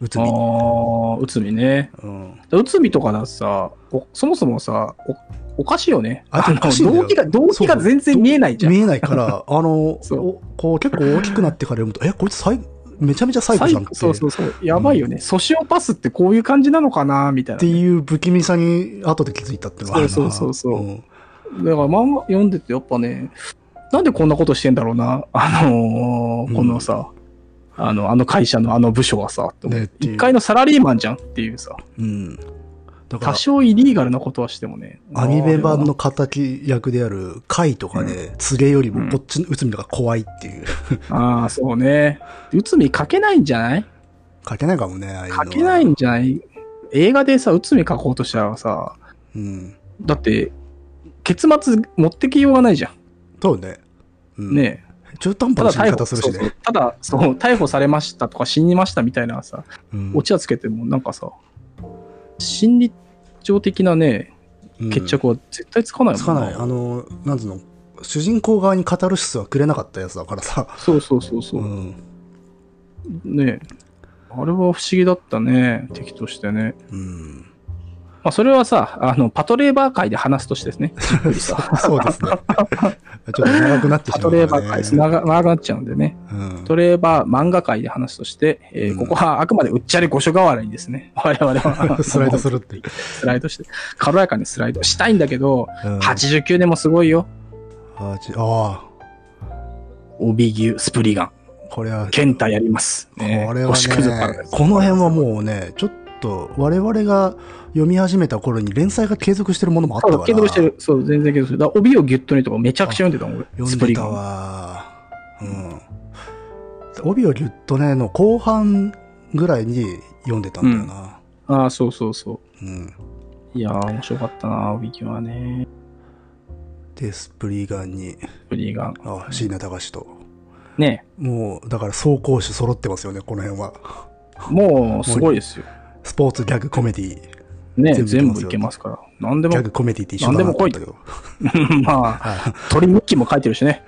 Speaker 2: うつ
Speaker 1: あ
Speaker 2: み。
Speaker 1: あ、うつみね。
Speaker 2: うん。
Speaker 1: うつみとかだとさ、おそもそもさ、おおかしいよね。
Speaker 2: あれおかしいんだよ
Speaker 1: 動機が、動機が全然見えないじゃん。
Speaker 2: 見えな
Speaker 1: <laughs>
Speaker 2: いから、あの、
Speaker 1: そう
Speaker 2: おこう結構大きくなってから読むと、え、こいつ最めちゃめちゃ最後
Speaker 1: 最
Speaker 2: じゃんっ
Speaker 1: 後
Speaker 2: て
Speaker 1: そうそうそう。やばいよね。ソシオパスってこういう感じなのかなみたい
Speaker 2: っ
Speaker 1: な
Speaker 2: て。いう不気味さに後で気づいたってのはあるな
Speaker 1: そうそうそうそうんだから漫画読んでてやっぱね、なんでこんなことしてんだろうな、あの
Speaker 2: う
Speaker 1: ー
Speaker 2: ん
Speaker 1: このさ、あの、あの会社のあの部署はさ、って思う
Speaker 2: ねっていう
Speaker 1: 一階のサラリーマンじゃんっていうさ、
Speaker 2: うん。だから
Speaker 1: 多少イリーガルなことはしてもね。
Speaker 2: アニメ版の
Speaker 1: あ
Speaker 2: 敵役である貝とかね、連れよりもこっちの内海の方が怖いっていう。
Speaker 1: れは。ああ、そうね。内海書けないんじゃない
Speaker 2: 書けないかもね、ああいうの
Speaker 1: 書
Speaker 2: は
Speaker 1: けないんじゃない映画でさ、内海書こうとしたらさ、
Speaker 2: うん。
Speaker 1: だって、結末持ってきようがないじゃ
Speaker 2: そうね。うん
Speaker 1: ん。ねえ
Speaker 2: 中途半
Speaker 1: た
Speaker 2: 端な
Speaker 1: だ逮
Speaker 2: 死に方
Speaker 1: 捕
Speaker 2: するしね。
Speaker 1: ただ、そう、逮捕されましたとか死にましたみたいなさ、
Speaker 2: うん
Speaker 1: オチはつけてもなんかさ、心理上的なね、
Speaker 2: うん
Speaker 1: 決着は絶対つかないもん
Speaker 2: つかない。あの、なんつうの、主人公側にカタルシスはくれなかったやつだからさ。
Speaker 1: そうそうそうそうう。
Speaker 2: ん。
Speaker 1: ねえあれは不思議だったね、敵としてね。
Speaker 2: うん。
Speaker 1: まあ、それはさ、あの、パトレーバー会で話すとしてです
Speaker 2: <laughs>
Speaker 1: ね。じっくり
Speaker 2: そ
Speaker 1: さ
Speaker 2: うそうですね。 <laughs> ちょっと長くなって
Speaker 1: パ
Speaker 2: しま
Speaker 1: ト
Speaker 2: うから
Speaker 1: レーバー
Speaker 2: ね。
Speaker 1: 会です。長長くなっちゃうんでね。
Speaker 2: うん <laughs>
Speaker 1: パトレーバー漫画界で話すとして、えー
Speaker 2: うん
Speaker 1: ここはあくまでうっちゃり五所代わりにですね、 <laughs> 我々
Speaker 2: <laughs>
Speaker 1: は
Speaker 2: スライドするっていう。
Speaker 1: スライドして、軽やかにスライドしたいんだけど、
Speaker 2: うん
Speaker 1: 89年もすごいよ。
Speaker 2: 八あ
Speaker 1: 帯牛、スプリガン、
Speaker 2: あ、これは、
Speaker 1: ケンタやります。
Speaker 2: こ
Speaker 1: ね
Speaker 2: れは
Speaker 1: 星屑パラダ
Speaker 2: ね
Speaker 1: イ、ス
Speaker 2: この辺はもうね、ちょっと我々が読み始めた頃に連載が継続してるものもあったから。
Speaker 1: そう、継続してる。そう、全然継続してる。だから帯をギュッとねとかめちゃくちゃ読んでたもん、俺。
Speaker 2: 読
Speaker 1: ス
Speaker 2: ん
Speaker 1: プ
Speaker 2: で
Speaker 1: リ
Speaker 2: た
Speaker 1: ガン。
Speaker 2: わ。うん。帯をギュッとね、の後半ぐらいに読んでたんだよな。
Speaker 1: ああ、そうそうそう。
Speaker 2: うん。
Speaker 1: いやー、面白かったな、帯木はね。
Speaker 2: で、スプリガンに、
Speaker 1: フリーガン。
Speaker 2: あ、椎名隆と。
Speaker 1: ね
Speaker 2: もう、だから走行手揃ってますよね、この辺は。
Speaker 1: もう、すごいですよ。
Speaker 2: スポーツ、ギャグ、コメディ、ギ
Speaker 1: ね
Speaker 2: 全部
Speaker 1: 全部いけますから。何でも
Speaker 2: ャ、グ、コメディって一緒だなと思ったけど。
Speaker 1: <laughs> まあ、
Speaker 2: はい。
Speaker 1: 鳥日記も書いてるしね。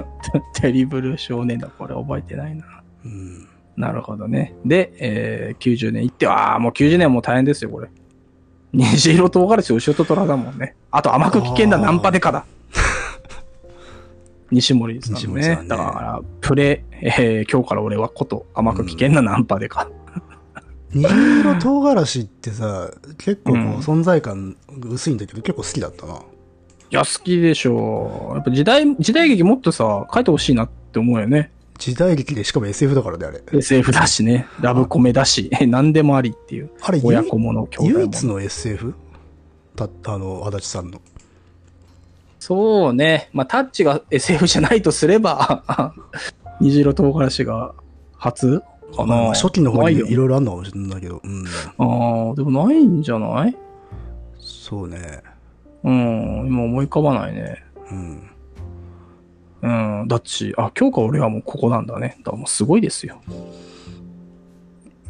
Speaker 1: <laughs> テリブル少年だ。これ覚えてないな。
Speaker 2: うん
Speaker 1: なるほどね。で、えー、90年行って、ああ、もう90年はもう大変ですよ、これ。虹色唐辛子、後ろと虎だもんね。あと、甘く危険だ、
Speaker 2: あー
Speaker 1: ナンパデ
Speaker 2: <laughs>
Speaker 1: カだ。西森さんね。
Speaker 2: 西森さんね
Speaker 1: だから、プレ、えー今日から俺はこと、甘く危険なナンパデカ。
Speaker 2: 虹色唐辛子ってさ、結構こう
Speaker 1: うん
Speaker 2: 存在感薄いんだけど、結構好きだったな。
Speaker 1: いや、好きでしょう。やっぱ時代、時代劇もっとさ、書いてほしいなって思うよね。
Speaker 2: 時代劇で、しかも SF だからね、あれ。
Speaker 1: SF だしね、ラブコメだし、え何でもありっていう、
Speaker 2: あれ、唯
Speaker 1: 親子もの、兄弟
Speaker 2: 唯
Speaker 1: も
Speaker 2: 一
Speaker 1: の。
Speaker 2: の SF? たあの、足立さんの。
Speaker 1: そうね、まあ、タッチが SF じゃないとすれば、 <laughs> 虹色唐辛子が初か
Speaker 2: まあ
Speaker 1: な。
Speaker 2: 初期の方
Speaker 1: ない
Speaker 2: に
Speaker 1: よ
Speaker 2: いろいろあるのかもしれないけど、うん。
Speaker 1: あーでもないんじゃない
Speaker 2: そうね。
Speaker 1: うん、今思い浮かばないね。
Speaker 2: うん。
Speaker 1: うん、だっち、あ、今日か俺はもうここなんだね。だからもうすごいですよ。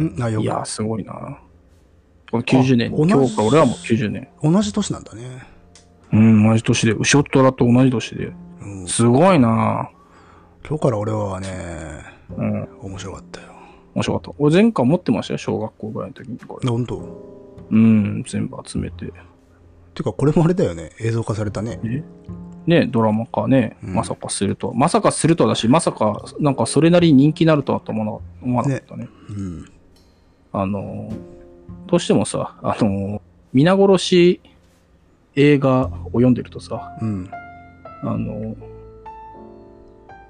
Speaker 2: んあ、よ
Speaker 1: い
Speaker 2: く
Speaker 1: や、すごいな。この90年、
Speaker 2: あ同じ
Speaker 1: 今日か俺はもう90年。
Speaker 2: 同じ年なんだね。
Speaker 1: うん、同じ年で、後ろっ虎と同じ年で。
Speaker 2: うん。
Speaker 1: すごいな
Speaker 2: 今日から俺はね、
Speaker 1: うん、
Speaker 2: 面白かったよ。
Speaker 1: 面白かった。俺前回持ってましたよ、小学校ぐらいの時にこれ。
Speaker 2: 本当
Speaker 1: うん、全部集めて。
Speaker 2: てか、これもあれだよね。映像化されたね。
Speaker 1: えねドラマ化ね、
Speaker 2: うん
Speaker 1: まさかするとは。まさかするとはだし、まさか、なんかそれなりに人気になるとはとは思わなか思わなかったね。
Speaker 2: うん。
Speaker 1: あのー、どうしてもさ、あのー、皆殺し映画を読んでるとさ、
Speaker 2: うん。
Speaker 1: あの、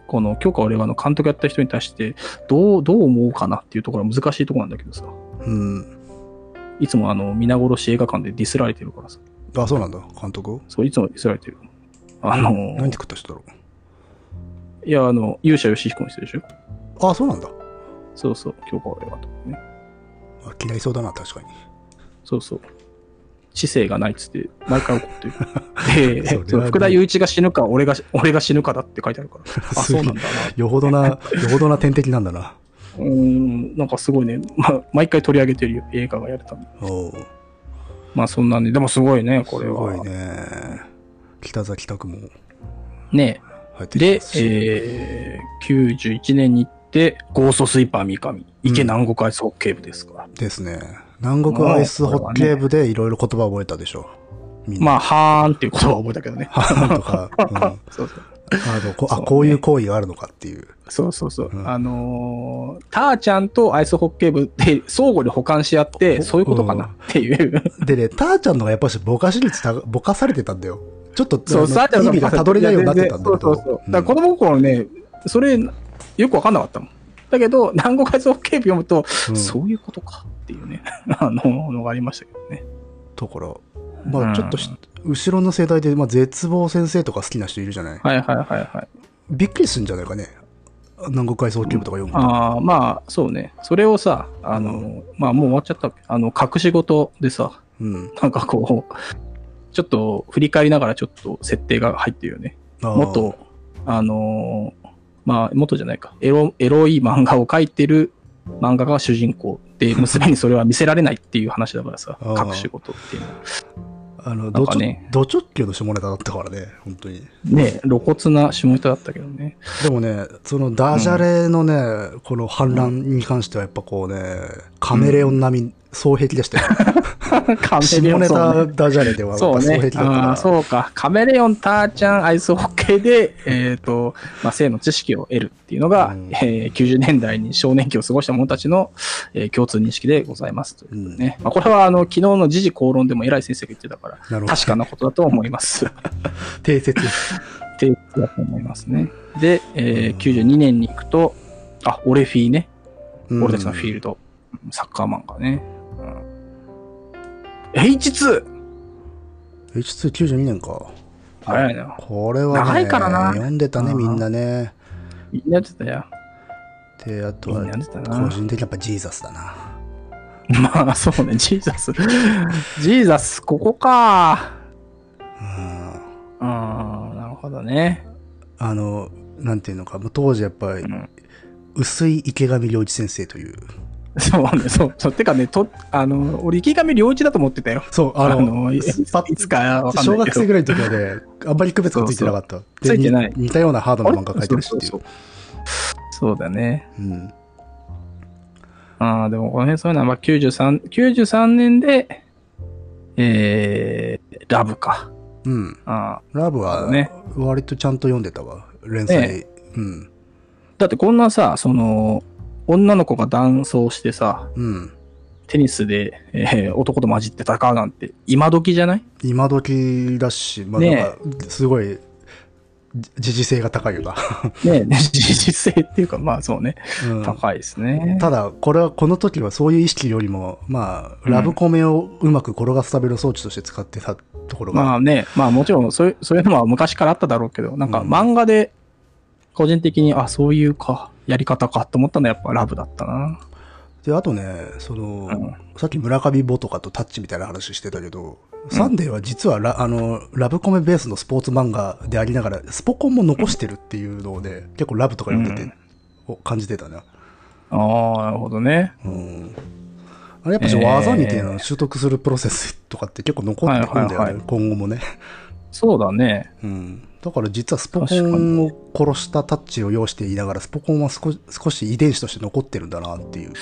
Speaker 1: この許可俺はの監督やった人に対して、どう、どう思うかなっていうところは難しいところなんだけどさ、
Speaker 2: うん。
Speaker 1: いつもあの、皆殺し映画館でディスられてるからさ、
Speaker 2: あ、そうなんだ。監督
Speaker 1: そう、いつもディスられてる。あの、
Speaker 2: 何て食った人だろ
Speaker 1: いや、あの、勇者義彦の人でしょ
Speaker 2: う。あ、そうなんだ。
Speaker 1: そうそう、許可俺はとかね。
Speaker 2: あ嫌いそうだな、確かに。
Speaker 1: そうそう。知性がないっつって、毎回怒って
Speaker 2: <laughs>
Speaker 1: る。で
Speaker 2: それはね
Speaker 1: そう福田雄一が死ぬか、俺が、俺が死ぬかだって書いてある
Speaker 2: <laughs>
Speaker 1: から。あ、そうなんだな。
Speaker 2: よほ <laughs> どな、よほどな天敵なんだな。
Speaker 1: うーん、なんかすごいね、ま、毎回取り上げてるよ、映画がやるために。
Speaker 2: おう
Speaker 1: まあそんなんで、でもすごいね、こ
Speaker 2: す
Speaker 1: れ
Speaker 2: ご
Speaker 1: は。
Speaker 2: いね。北崎拓も
Speaker 1: ね
Speaker 2: 入っ
Speaker 1: で
Speaker 2: てき、てるし
Speaker 1: えー、91年に行って、ゴーストスイーパー三上、池南国アイスホッケー部ですから。
Speaker 2: ですね。南国アイスホッケー部でいろいろ言葉覚えたでしょ。みんな。
Speaker 1: まあ、はーんっていう言葉を覚えたけどね。
Speaker 2: とか、うん、あ
Speaker 1: そうそう
Speaker 2: のこ
Speaker 1: そう
Speaker 2: あ、
Speaker 1: ね
Speaker 2: こういう行為があるのかっていう。
Speaker 1: そうそうそう。
Speaker 2: うん
Speaker 1: あのー、ターちゃんとアイスホッケー部って相互に補完し合って、
Speaker 2: お
Speaker 1: そういうことかなっていう。
Speaker 2: でね、ターちゃんのがやっぱしぼかし率た、ぼかされてたんだよ。ちょっと、
Speaker 1: そう、
Speaker 2: あの
Speaker 1: ターちゃん
Speaker 2: 意
Speaker 1: の
Speaker 2: 味がたどれないようになってたんだ
Speaker 1: そう
Speaker 2: け
Speaker 1: そ
Speaker 2: ど
Speaker 1: うそう。だから子供心ね、それ、よくわかんなかったもん。だけど、南国アイスホッケー部読むと、
Speaker 2: うん
Speaker 1: <laughs>
Speaker 2: うん
Speaker 1: そういうことかっていうね、あの、のがありましたけどね。
Speaker 2: だから、まあちょっとし、後ろの世代で、まあ、絶望先生とか好きな人いるじゃない
Speaker 1: はいはいはいはい。
Speaker 2: びっくりするんじゃないかね。南国海藻キューブとか読むと。
Speaker 1: ああ、まあ、そうね。それをさ、あの、まあもう終わっちゃったっけあの、隠し事でさ、
Speaker 2: うん。
Speaker 1: なんかこう、ちょっと振り返りながらちょっと設定が入ってるよね。
Speaker 2: あー、
Speaker 1: 元、あのーまあ、元じゃないか。エロ、エロい漫画を描いてる漫画が主人公で、娘にそれは見せられないっていう話だからさ
Speaker 2: ああ
Speaker 1: 隠し事っていうのは
Speaker 2: あの、
Speaker 1: な
Speaker 2: ド
Speaker 1: んか
Speaker 2: 直
Speaker 1: ね
Speaker 2: ド直球の下ネタだったからね、本当に。
Speaker 1: ねえ露骨な下ネタだったけどね。
Speaker 2: でもね、そのダジャレのね、この反乱に関してはやっぱこうね、カメレオン並み、双璧でしたよ。
Speaker 1: カ
Speaker 2: <laughs> 下
Speaker 1: メレオン
Speaker 2: ネ
Speaker 1: そうね
Speaker 2: タダジャレではやっ
Speaker 1: そう
Speaker 2: ぱ双
Speaker 1: ね
Speaker 2: 璧。だった
Speaker 1: あ
Speaker 2: か
Speaker 1: あそうか。カメレオン、ターちゃん、アイスホッケーで、えっ、と、まあ、性の知識を得るっていうのが、
Speaker 2: うん
Speaker 1: えー90年代に少年期を過ごした者たちの、えー共通認識でございますという
Speaker 2: うん
Speaker 1: ね。まあ、これは、あの、昨日の時事公論でも偉い先生が言ってたから、
Speaker 2: ら。なるほ
Speaker 1: 確かなことだと思います。 <laughs> っ
Speaker 2: ど。定説です。
Speaker 1: ていうことだと思いますね。で、えー
Speaker 2: うん
Speaker 1: 92年に行くと、あ、オレフィーね。
Speaker 2: うん
Speaker 1: 俺たちのフィールド。サッカー漫画ね。うん、H2!
Speaker 2: H292 年か。
Speaker 1: 早いな。
Speaker 2: これはね、
Speaker 1: 長いからな
Speaker 2: 読んでたね、
Speaker 1: うん
Speaker 2: みんなね。
Speaker 1: みんなやってたよ。
Speaker 2: で、あと
Speaker 1: みん
Speaker 2: は
Speaker 1: なや、ってたな。
Speaker 2: 個人的にやっぱジーザスだな。
Speaker 1: <laughs> まあそうね、ジーザス。ジーザス、ここか。
Speaker 2: うん。
Speaker 1: うん、なるほどね。
Speaker 2: あの、なんていうのか、もう当時やっぱり
Speaker 1: う、ん、
Speaker 2: 薄い池上良一先生という。
Speaker 1: そうね、そう。そうてかね、とあの俺、池上良一だと思ってたよ。
Speaker 2: そう、
Speaker 1: あ
Speaker 2: あ
Speaker 1: の、
Speaker 2: の、
Speaker 1: いい
Speaker 2: パッ
Speaker 1: つかわかんな
Speaker 2: 小
Speaker 1: い
Speaker 2: 学
Speaker 1: けど。
Speaker 2: 生ぐらいの時はね、あんまり区別がついてなかっ
Speaker 1: そ
Speaker 2: た。
Speaker 1: うついてない
Speaker 2: でに似たようなハード
Speaker 1: あ
Speaker 2: な
Speaker 1: れ
Speaker 2: 漫画描いてるしってい
Speaker 1: そうう。そうそうそうだね。
Speaker 2: うん
Speaker 1: ああ、でもこの辺そういうのは、まあ、93、93年で、えー、ラブか。
Speaker 2: うん。
Speaker 1: あ
Speaker 2: ラブは
Speaker 1: ね、
Speaker 2: 割とちゃんと読んでたわ。連載。うん。
Speaker 1: ーだってこんなさ、その、女の子が男装してさ、
Speaker 2: うん。
Speaker 1: テニスで、えー男と混じって戦うなんて、今時じゃない
Speaker 2: 今時だし、まあ、
Speaker 1: ね
Speaker 2: なんか、すごい、じ時事性が高
Speaker 1: <laughs>
Speaker 2: いよな。
Speaker 1: ね、実性っていうか、まあそうね、
Speaker 2: うん
Speaker 1: 高いですね。
Speaker 2: ただ、これは、この時はそういう意識よりも、まあ、ラブコメをうまく転がすための装置として使ってたところが、
Speaker 1: まあね、まあもちろんそういう、そういうのは昔からあっただろうけど、なんか
Speaker 2: うん
Speaker 1: 漫画で、個人的に、あ、そういうか、やり方かと思ったのはやっぱラブだったな。
Speaker 2: で、あとね、その、
Speaker 1: うん
Speaker 2: さっき村上ボとかとタッチみたいな話してたけど、サンデーは実はラ、あの、ラブコメベースのスポーツ漫画でありながら、スポコンも残してるっていうのをね、結構ラブとか読んでて、を感じてたな。
Speaker 1: ああ、なるほどね。
Speaker 2: うん。あれやっぱちょっと技みたいなの習得するプロセスとかって結構残ってくるんだよね、
Speaker 1: はいはいは
Speaker 2: 今後もね。
Speaker 1: そうだね。
Speaker 2: うん。だから実はスポコンを殺したタッチを要していながら、スポコンは少し少し遺伝子として残ってるんだなっていう。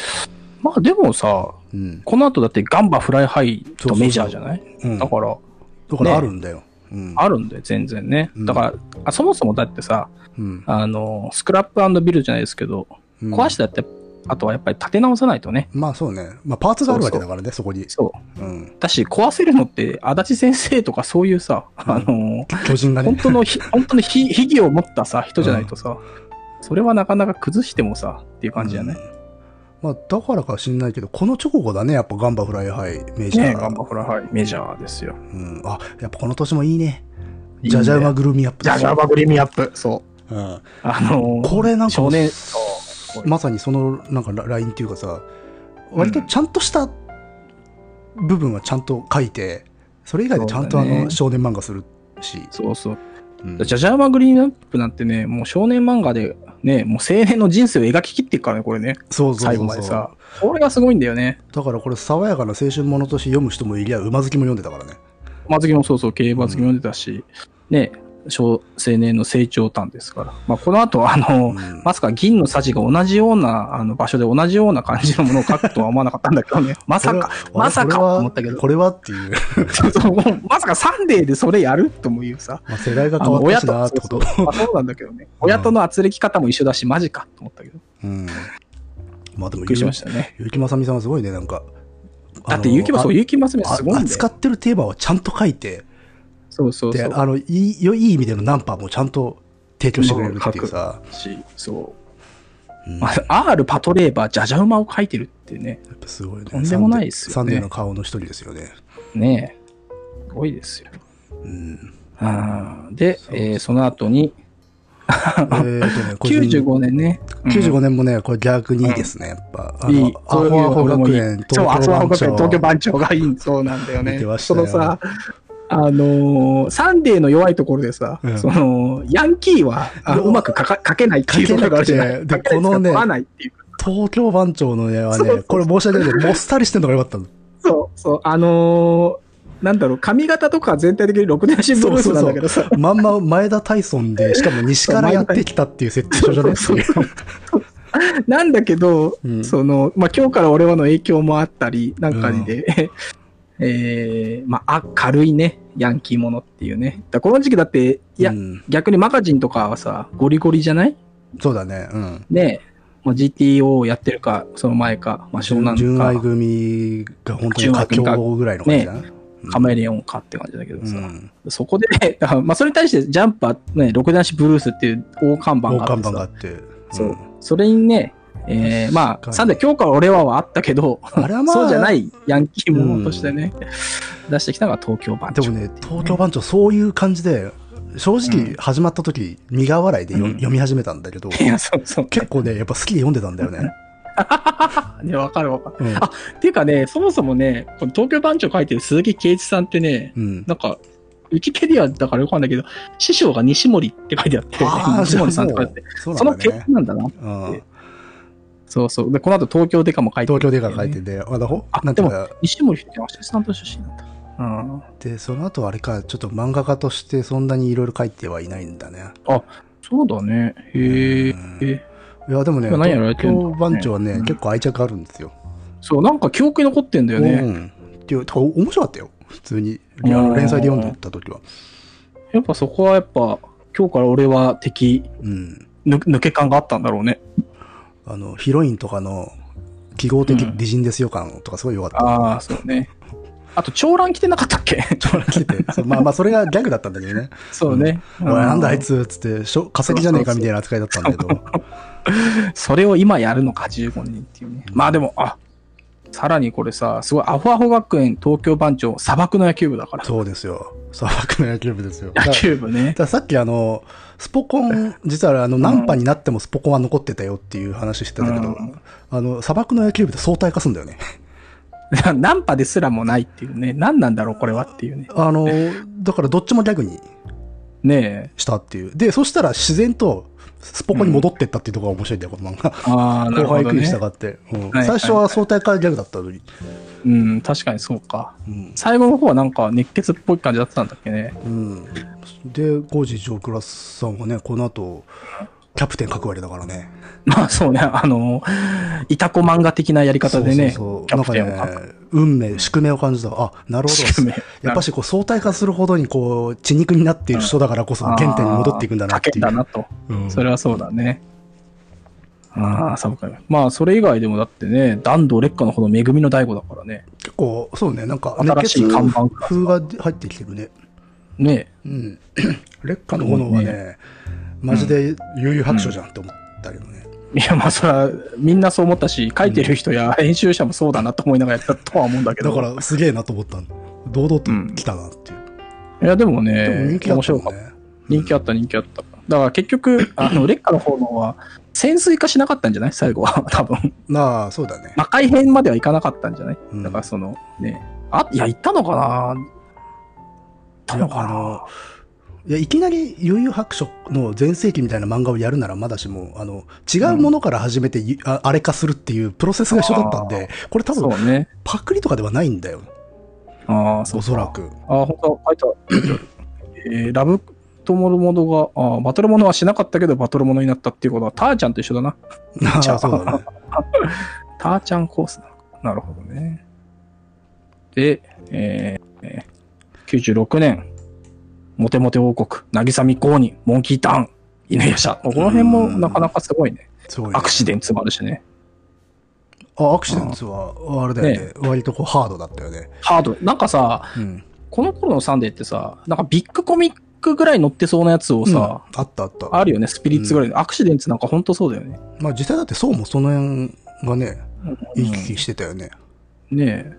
Speaker 1: まあでもさ、
Speaker 2: うん。
Speaker 1: この後だってガンバフライハイとメジャーじゃない
Speaker 2: うん、
Speaker 1: だ
Speaker 2: だか
Speaker 1: から、
Speaker 2: らあるんだよ。うん。
Speaker 1: あるんだよ、全然ね。
Speaker 2: うん
Speaker 1: だから、あそもそもだってさ、
Speaker 2: うん。
Speaker 1: あの、スクラップビルじゃないですけど、
Speaker 2: うん
Speaker 1: 壊したって、あとはやっぱり立て直さないとね。
Speaker 2: まあそうね。まあパーツがあるわけだからね、そこに。
Speaker 1: そう。
Speaker 2: うん。
Speaker 1: だし、壊せるのって、足立先生とかそういうさ、
Speaker 2: うん
Speaker 1: あの、
Speaker 2: 巨人が
Speaker 1: 本
Speaker 2: ね。
Speaker 1: 当のひ、本当のひ、ひぎを持ったさ、人じゃないとさ、それはなかなか崩してもさ、っていう感じじゃない、
Speaker 2: うんまあだからか知んないけど、この直後だね、やっぱガンバフライハイ、メジャ
Speaker 1: ねえ、
Speaker 2: ー
Speaker 1: ガ
Speaker 2: が。
Speaker 1: ンバフラハイ、メジャーですよ。
Speaker 2: うん。あ、やっぱこの年もいいね。
Speaker 1: いいね
Speaker 2: ジャジャウマグルーミーアップ
Speaker 1: ジ
Speaker 2: だ
Speaker 1: ャジャバグリミアップ。そう。
Speaker 2: うん。
Speaker 1: あの
Speaker 2: これなんか
Speaker 1: 少年、
Speaker 2: まさにその、なんかララインっていうかさ、割とちゃんとした部分はちゃんと書いて、それ以外でちゃんとあ
Speaker 1: そうだ
Speaker 2: の、
Speaker 1: ね
Speaker 2: 少年漫画するし。
Speaker 1: そうそう。
Speaker 2: うん
Speaker 1: ジャジャバグリミアップなんてね、もう少年漫画で、ね、もう青年の人生を描ききっていくからね、これね。
Speaker 2: そうそ
Speaker 1: 最
Speaker 2: うそ
Speaker 1: 後
Speaker 2: う
Speaker 1: まで
Speaker 2: そう
Speaker 1: さ。。これがすごいんだよね。
Speaker 2: だからこれ爽やかな青春ものとして読む人もいりゃ、馬好きも読んでたからね。
Speaker 1: 馬好きもそうそう、競馬好きも読んでたし、ね、小青年の成長端ですから。まあ、この後、あの、
Speaker 2: うん
Speaker 1: まさか銀のさじが同じようなあの場所で同じような感じのものを書くとは思わなかったんだけ
Speaker 2: <laughs>
Speaker 1: どね。まさか、
Speaker 2: これは
Speaker 1: まさか
Speaker 2: これは
Speaker 1: と思ったけど、 <laughs>
Speaker 2: これはっていう、
Speaker 1: そうまさかサンデーでそれやるともいうさ。
Speaker 2: まあ、世代が
Speaker 1: あ
Speaker 2: 変わ
Speaker 1: の
Speaker 2: った
Speaker 1: 親
Speaker 2: し
Speaker 1: と
Speaker 2: なってこと。
Speaker 1: そうそうまあそうなんだけどね。親との圧力方も一緒だし、マジかと思ったけど。
Speaker 2: うん。まあでも
Speaker 1: びっくりしましたね。
Speaker 2: ゆうきまさみさんはすごいね、なんか。
Speaker 1: だって、ゆうきま、そう、ゆうきま
Speaker 2: あのあ
Speaker 1: すごいんだよ。
Speaker 2: 扱ってるテーマはちゃんと書いて、
Speaker 1: そうそう
Speaker 2: で、
Speaker 1: そう。
Speaker 2: あの、いい、良い意味でのナンパもちゃんと提供してくれるっていうさ。
Speaker 1: し、そう。
Speaker 2: うん
Speaker 1: まあ、R パトレーバー、ジャジャ馬を書いてるっっていうね。
Speaker 2: やっぱすごいね。
Speaker 1: とんでもないっすよね
Speaker 2: サンデーサンデーの顔の一人ですよね。
Speaker 1: ねえ。すごいですよ。 <laughs>
Speaker 2: うん。
Speaker 1: うんで、
Speaker 2: そう
Speaker 1: えーその後に、
Speaker 2: えーとね、個人
Speaker 1: 95年ね。
Speaker 2: 95年もね、これ逆にいいですね、やっぱ。あ
Speaker 1: い
Speaker 2: の
Speaker 1: い。
Speaker 2: アホアホ学園、
Speaker 1: そう、アホアホ学園、東京
Speaker 2: 番
Speaker 1: 番長がいい。そうなんだよ
Speaker 2: 見
Speaker 1: ね
Speaker 2: てま。した
Speaker 1: その
Speaker 2: よ
Speaker 1: さ、あのーサンデーの弱いところでさ、
Speaker 2: うん
Speaker 1: その、ヤンキーは、あ
Speaker 2: 弱いう
Speaker 1: まく書か書けないっていうのがあるじゃない
Speaker 2: 書けなくてで
Speaker 1: 書けない
Speaker 2: この
Speaker 1: <laughs>
Speaker 2: ね
Speaker 1: 書かないっていう。
Speaker 2: 東京番長の絵は
Speaker 1: そうそうそ
Speaker 2: ね、
Speaker 1: う
Speaker 2: これ申し訳ないけど、もっさりしてんのが良かったの。
Speaker 1: そう、そう、あのーなんだろう、髪型とか全体的に6年新聞ブースなんだけどさ、
Speaker 2: まんま前田大孫で、しかも西からやってきたっていう設定書じゃないっていう。
Speaker 1: なんだけど、
Speaker 2: うん
Speaker 1: その、まあ、今日から俺はの影響もあったり、なんかにで、 <laughs> えー、まあ、明るいね、ヤンキーものっていうね。だこの時期だって、いや、
Speaker 2: うん
Speaker 1: 逆にマガジンとかはさ、ゴリゴリじゃない
Speaker 2: そうだね。うん。
Speaker 1: ねえ、まあ、GTO をやってるか、その前か、まあ、湘南
Speaker 2: 純愛
Speaker 1: か、
Speaker 2: 組が本当に
Speaker 1: 純愛
Speaker 2: 佳
Speaker 1: 組か
Speaker 2: 境ぐらいの感じだな。うん
Speaker 1: カメレオンかって感じだけど
Speaker 2: う
Speaker 1: さ、
Speaker 2: ん。
Speaker 1: そこで、 <laughs> ね、だからまあ、それに対してジャンパー、ね、六段子ブルースっていう大看板
Speaker 2: 大
Speaker 1: があっ
Speaker 2: 看
Speaker 1: てさ
Speaker 2: 板があって。
Speaker 1: そ
Speaker 2: うん
Speaker 1: う。それにね、えー、ま
Speaker 2: 確か
Speaker 1: あ、
Speaker 2: に
Speaker 1: サンデー今日から俺ははあったけど、
Speaker 2: あれはまあ
Speaker 1: そうじゃないヤンキーものとしてね、出してきたのが東京版
Speaker 2: でもね、東京番長、そういう感じで、正直始まった時、苦笑いで読
Speaker 1: うん
Speaker 2: み読み始めたんだ
Speaker 1: <laughs>
Speaker 2: けど、
Speaker 1: いや、そうそう。
Speaker 2: 結構ね、やっぱ好きで読んでたんだよね。
Speaker 1: ね、わかるわかる。
Speaker 2: うん
Speaker 1: あっていうかね、そもそもね、この東京番長書いてる鈴木圭一さんってね、
Speaker 2: うん。
Speaker 1: なんか、ウィキペディアだからよくわかんないけど、師匠が西森って書いてあって、
Speaker 2: あー
Speaker 1: <laughs> 西
Speaker 2: じゃあ
Speaker 1: 森さんって書いてあっ
Speaker 2: も
Speaker 1: て、
Speaker 2: うそう
Speaker 1: その
Speaker 2: なんだね
Speaker 1: 結。なんだな。
Speaker 2: うん
Speaker 1: そうそう。で、この後東京デカも書いて
Speaker 2: 東
Speaker 1: る
Speaker 2: 京でか書いてて、あの、ほ
Speaker 1: あ
Speaker 2: なんていうか、
Speaker 1: 西森って足立さんと出身なんだ。うん。
Speaker 2: で、その後あれか、ちょっと漫画家としてそんなにいろいろ書いてはいないんだね。
Speaker 1: そうだね。へえ
Speaker 2: うん。いや、でもね、
Speaker 1: 何やられ
Speaker 2: 東
Speaker 1: てんだろう
Speaker 2: 京
Speaker 1: ね
Speaker 2: 番長は
Speaker 1: う
Speaker 2: ね、
Speaker 1: ん
Speaker 2: 結構愛着あるんですよ。
Speaker 1: そう、なんか記憶に残ってんだよね。
Speaker 2: うん。っていう、てか面白かったよ。普通に。あの連載で読んでた時は。
Speaker 1: やっぱそこはやっぱ、今日から俺は敵、
Speaker 2: うん。
Speaker 1: ぬ抜け感があったんだろうね。
Speaker 2: あの、ヒロインとかの記号的美人ですよ感とかすごい良かった。
Speaker 1: ああ、そうね。あと、長蘭着てなかったっけ
Speaker 2: 来ててそうまあまあ、それがギャグだったんだけどね。
Speaker 1: <laughs> そうね。
Speaker 2: おい、なんだあい
Speaker 1: つ。
Speaker 2: つっつって、しょ化石じゃねえかみたいな扱いだったんだけど。
Speaker 1: それを今やるのか、15年っていうね。まあでも、あさらにこれさ、すごい、アホアホ学園東京番長、砂漠の野球部だから。
Speaker 2: そうですよ。砂漠の野球部ですよ。だか
Speaker 1: 野
Speaker 2: ら
Speaker 1: 球部ね <laughs>
Speaker 2: だ。からさっきあの、スポコン、実はあの、ナンパになってもスポコンは残ってたよっていう話してたんだけど、
Speaker 1: うん
Speaker 2: あの、砂漠の野球部って相対化するんだよね。
Speaker 1: ナンパですらもないっていうね。何なんだろう、これはっていうね。
Speaker 2: あの、だからどっちもギャグに
Speaker 1: ねえ。
Speaker 2: したっていう。で、そしたら自然とスポコンに戻ってったっていうところが面白いんだよ、この漫画。
Speaker 1: ああ、なる
Speaker 2: 後
Speaker 1: ほ
Speaker 2: 輩
Speaker 1: ど
Speaker 2: クに
Speaker 1: ね
Speaker 2: 従。って、うん
Speaker 1: はい
Speaker 2: 最初は相対化ギャグだったのに、
Speaker 1: うん、確かにそうか。
Speaker 2: うん
Speaker 1: 最後の方はなんか熱血っぽい感じだったんだっけね。 <laughs>
Speaker 2: うんでコージジョークラスさんはねこの後キャプテン角割だからね
Speaker 1: まあそうね、あの、いたこ漫画的なやり方でね、
Speaker 2: そうそうそう
Speaker 1: キャプテンを
Speaker 2: な
Speaker 1: 書
Speaker 2: ん
Speaker 1: く。
Speaker 2: かね運命宿命を感じたあなるほ
Speaker 1: 宿
Speaker 2: ど
Speaker 1: 命
Speaker 2: やっぱしこう相対化するほどにこう血肉になっている人だからこそ原点に戻っていくんだなっていう
Speaker 1: あー書けたなと。
Speaker 2: うん
Speaker 1: それはそうだね。ああ、寒くない。まあ、それ以外でもだってね、弾道劣化のほど恵みの大悟だからね。
Speaker 2: 結構そうねなんか
Speaker 1: 新しい看板
Speaker 2: 熱血風が入ってきてるね
Speaker 1: ね
Speaker 2: うん <clears throat> 劣化の炎はねマジで悠々白書じゃんって思ったけどね、
Speaker 1: いや、まあ、それは、みんなそう思ったし、書いてる人や編集者もそうだなと思いながらやったとは思うんだけど。
Speaker 2: だからすげえなと思ったの堂々と来たなっていう、
Speaker 1: いや、でもね、
Speaker 2: でも人気だっ
Speaker 1: 面
Speaker 2: た
Speaker 1: 白
Speaker 2: もん
Speaker 1: かった。
Speaker 2: ね
Speaker 1: 人気あった、人気あった。だから結局、あの、劣化の方のは、潜水化しなかったんじゃない最後は、 <laughs> 多分。
Speaker 2: まあそうだね
Speaker 1: 魔界編まではいかなかったんじゃない
Speaker 2: うん
Speaker 1: だからその、ね。あ、いや、行ったのかな行ったのか
Speaker 2: いやあの
Speaker 1: ない
Speaker 2: やいきなり「悠々白書」の全盛期みたいな漫画をやるならまだしもあの違うものから始めて、ゆああれ化するっていうプロセスが一緒だったんでこれ多
Speaker 1: そ
Speaker 2: 分
Speaker 1: うね。
Speaker 2: パクリとかではないんだよ
Speaker 1: ああ、そう
Speaker 2: おそらく
Speaker 1: あ、本当だ書いてある。 <coughs> えーラブトモルモドがあー、バトルモノはしなかったけどバトルモノになったっていうことは、ターちゃんと一緒だな。
Speaker 2: あ
Speaker 1: じゃ
Speaker 2: あ
Speaker 1: あ
Speaker 2: <laughs> そうだね
Speaker 1: ターちゃんコースなのか。なるほどね。で、えーえー96年、モテモテ王国、渚未公認、モンキーターン、犬夜叉。もうこの辺もなかなかすごいね。
Speaker 2: すごいね
Speaker 1: アクシデンツもあるしね。
Speaker 2: あアクシデンツはあれだよね割とこうハードだったよね
Speaker 1: ハード。なんかさ、
Speaker 2: うん
Speaker 1: この頃のサンデーってさ、なんかビッグコミックぐらい乗ってそうなやつをさ、
Speaker 2: うんあったあった。
Speaker 1: あるよね、スピリッツぐらいの、アクシデンツなんかほんとそうだよね。
Speaker 2: まあ実際だってそうもその辺がね、いい聞きしてたよね。
Speaker 1: ね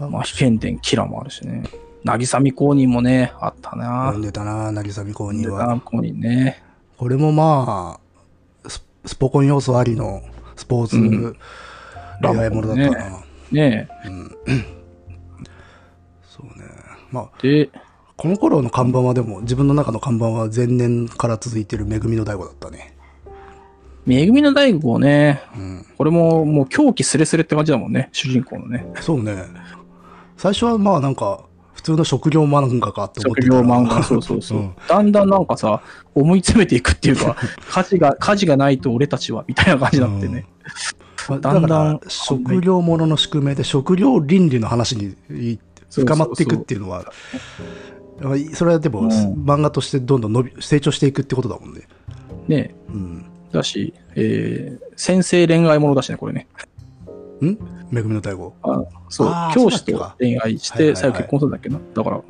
Speaker 1: え。まあ、被験伝キラもあるしね。渚美公認もね、あったな
Speaker 2: 読んでたな、渚美公
Speaker 1: で
Speaker 2: 認は。
Speaker 1: な公認ね。
Speaker 2: これもまあ、ススポコン要素ありのスポーツ恋愛ものだったな。
Speaker 1: ね
Speaker 2: そうね。まあ、
Speaker 1: え。で、
Speaker 2: この頃の看板はでも、自分の中の看板は前年から続いてる恵みの大悟だったね。
Speaker 1: めぐみの大悟をね、
Speaker 2: うん。
Speaker 1: これももう狂気スレスレって感じだもんね、主人公のね。
Speaker 2: そうね。最初はまあなんか、普通の職業漫画かと思
Speaker 1: 職
Speaker 2: ってたら
Speaker 1: 業漫画、そうそうそう。
Speaker 2: うん
Speaker 1: だんだんなんかさ、思い詰めていくっていうか、
Speaker 2: <laughs>
Speaker 1: 家事が、家事がないと俺たちは、みたいな感じになってね。
Speaker 2: まあ
Speaker 1: だんだん
Speaker 2: だから、食料ものの宿命で食料倫理の話にい
Speaker 1: そうそうそう
Speaker 2: 深まっていくっていうのは、まあそれはでも、
Speaker 1: うん
Speaker 2: 漫画としてどんどん伸び成長していくってことだもんね。
Speaker 1: ね
Speaker 2: うん。
Speaker 1: えだし、えー、先生恋愛ものだしね、これね。
Speaker 2: んめぐみの大悟。
Speaker 1: あそう
Speaker 2: あー、
Speaker 1: 教師
Speaker 2: そうだ
Speaker 1: と
Speaker 2: った
Speaker 1: 恋愛し
Speaker 2: はいはいは
Speaker 1: て、
Speaker 2: い
Speaker 1: 最後結婚するんだっけな。だから、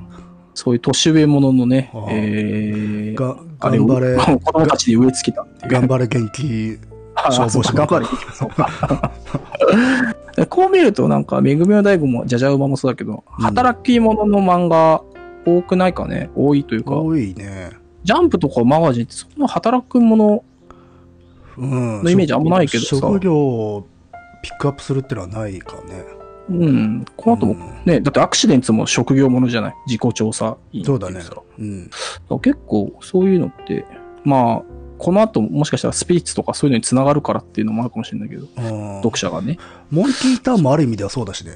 Speaker 1: そういう年上者のね
Speaker 2: あ、ー
Speaker 1: えー、
Speaker 2: が、
Speaker 1: あれを
Speaker 2: 頑張
Speaker 1: <laughs>
Speaker 2: れ、
Speaker 1: 子供たちに植え付けたっていう。
Speaker 2: 頑張れ元気。
Speaker 1: あ
Speaker 2: 消
Speaker 1: あそ
Speaker 2: 防
Speaker 1: うか
Speaker 2: 士
Speaker 1: 頑張れ元気そうか <laughs> こう見ると、なんか、めぐみの大悟も、じゃじゃ馬もそうだけど、
Speaker 2: うん
Speaker 1: 働き者の漫画、多くないかね多いというか、
Speaker 2: 多いね。
Speaker 1: ジャンプとかマガジンって、そんな働く者、
Speaker 2: うん。
Speaker 1: のイメージあんまないけどさ
Speaker 2: 食料をピックアップするってのはないかね。
Speaker 1: うん、この後も、
Speaker 2: うん
Speaker 1: ね、だってアクシデンツも職業者じゃない自己調査員ってい
Speaker 2: そううだね
Speaker 1: さ。
Speaker 2: うん。
Speaker 1: だから結構そういうのって、まあ、この後もしかしたらスピリッツとかそういうのに繋がるからっていうのもあるかもしれないけど、
Speaker 2: うん
Speaker 1: 読者がね。
Speaker 2: モンキーターンもある意味ではそうだしね。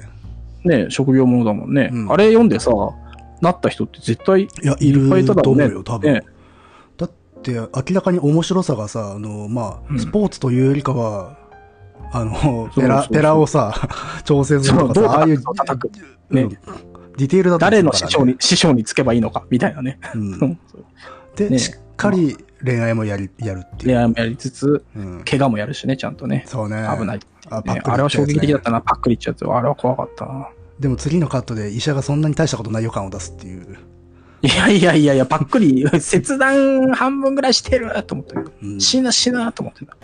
Speaker 1: ね、職業ものだもんね。
Speaker 2: うん
Speaker 1: あれ読んでさ、なった人って絶対
Speaker 2: いや、い
Speaker 1: いっぱい
Speaker 2: る
Speaker 1: いただろう
Speaker 2: と思
Speaker 1: ね。
Speaker 2: うよ、多分
Speaker 1: ね。
Speaker 2: だって明らかに面白さがさあの、ま
Speaker 1: う
Speaker 2: あ、
Speaker 1: ん
Speaker 2: スポーツというよりかは、あの
Speaker 1: そう
Speaker 2: ペラ
Speaker 1: そう
Speaker 2: ペラをさ調整すると
Speaker 1: そう
Speaker 2: か
Speaker 1: どう
Speaker 2: さああいう
Speaker 1: 叩く
Speaker 2: うん
Speaker 1: ね
Speaker 2: ディテールだった
Speaker 1: 誰
Speaker 2: りする
Speaker 1: の
Speaker 2: から
Speaker 1: 師
Speaker 2: ね
Speaker 1: 匠に、師匠につけばいいのか、みたいなね。
Speaker 2: う
Speaker 1: うん <laughs> ん
Speaker 2: で、
Speaker 1: ね
Speaker 2: しっかり恋愛もやりやるっていう、
Speaker 1: 恋愛もやりつつ、
Speaker 2: うん、
Speaker 1: 怪我もやるしね、ちゃんとね。
Speaker 2: そうね
Speaker 1: 危ないっていう
Speaker 2: あパックリ
Speaker 1: ね
Speaker 2: っ。て
Speaker 1: あれは衝撃的だ
Speaker 2: や
Speaker 1: っ
Speaker 2: つね
Speaker 1: たな、パックリっちゃうやつ。あれは怖かったな。
Speaker 2: でも次のカットで医者がそんなに大したことない予感を出すっていう、
Speaker 1: いやいやいやいや、パックリ、切断半分ぐらいしてると思ったけど、
Speaker 2: うん
Speaker 1: 死ぬ死ぬと思ってた。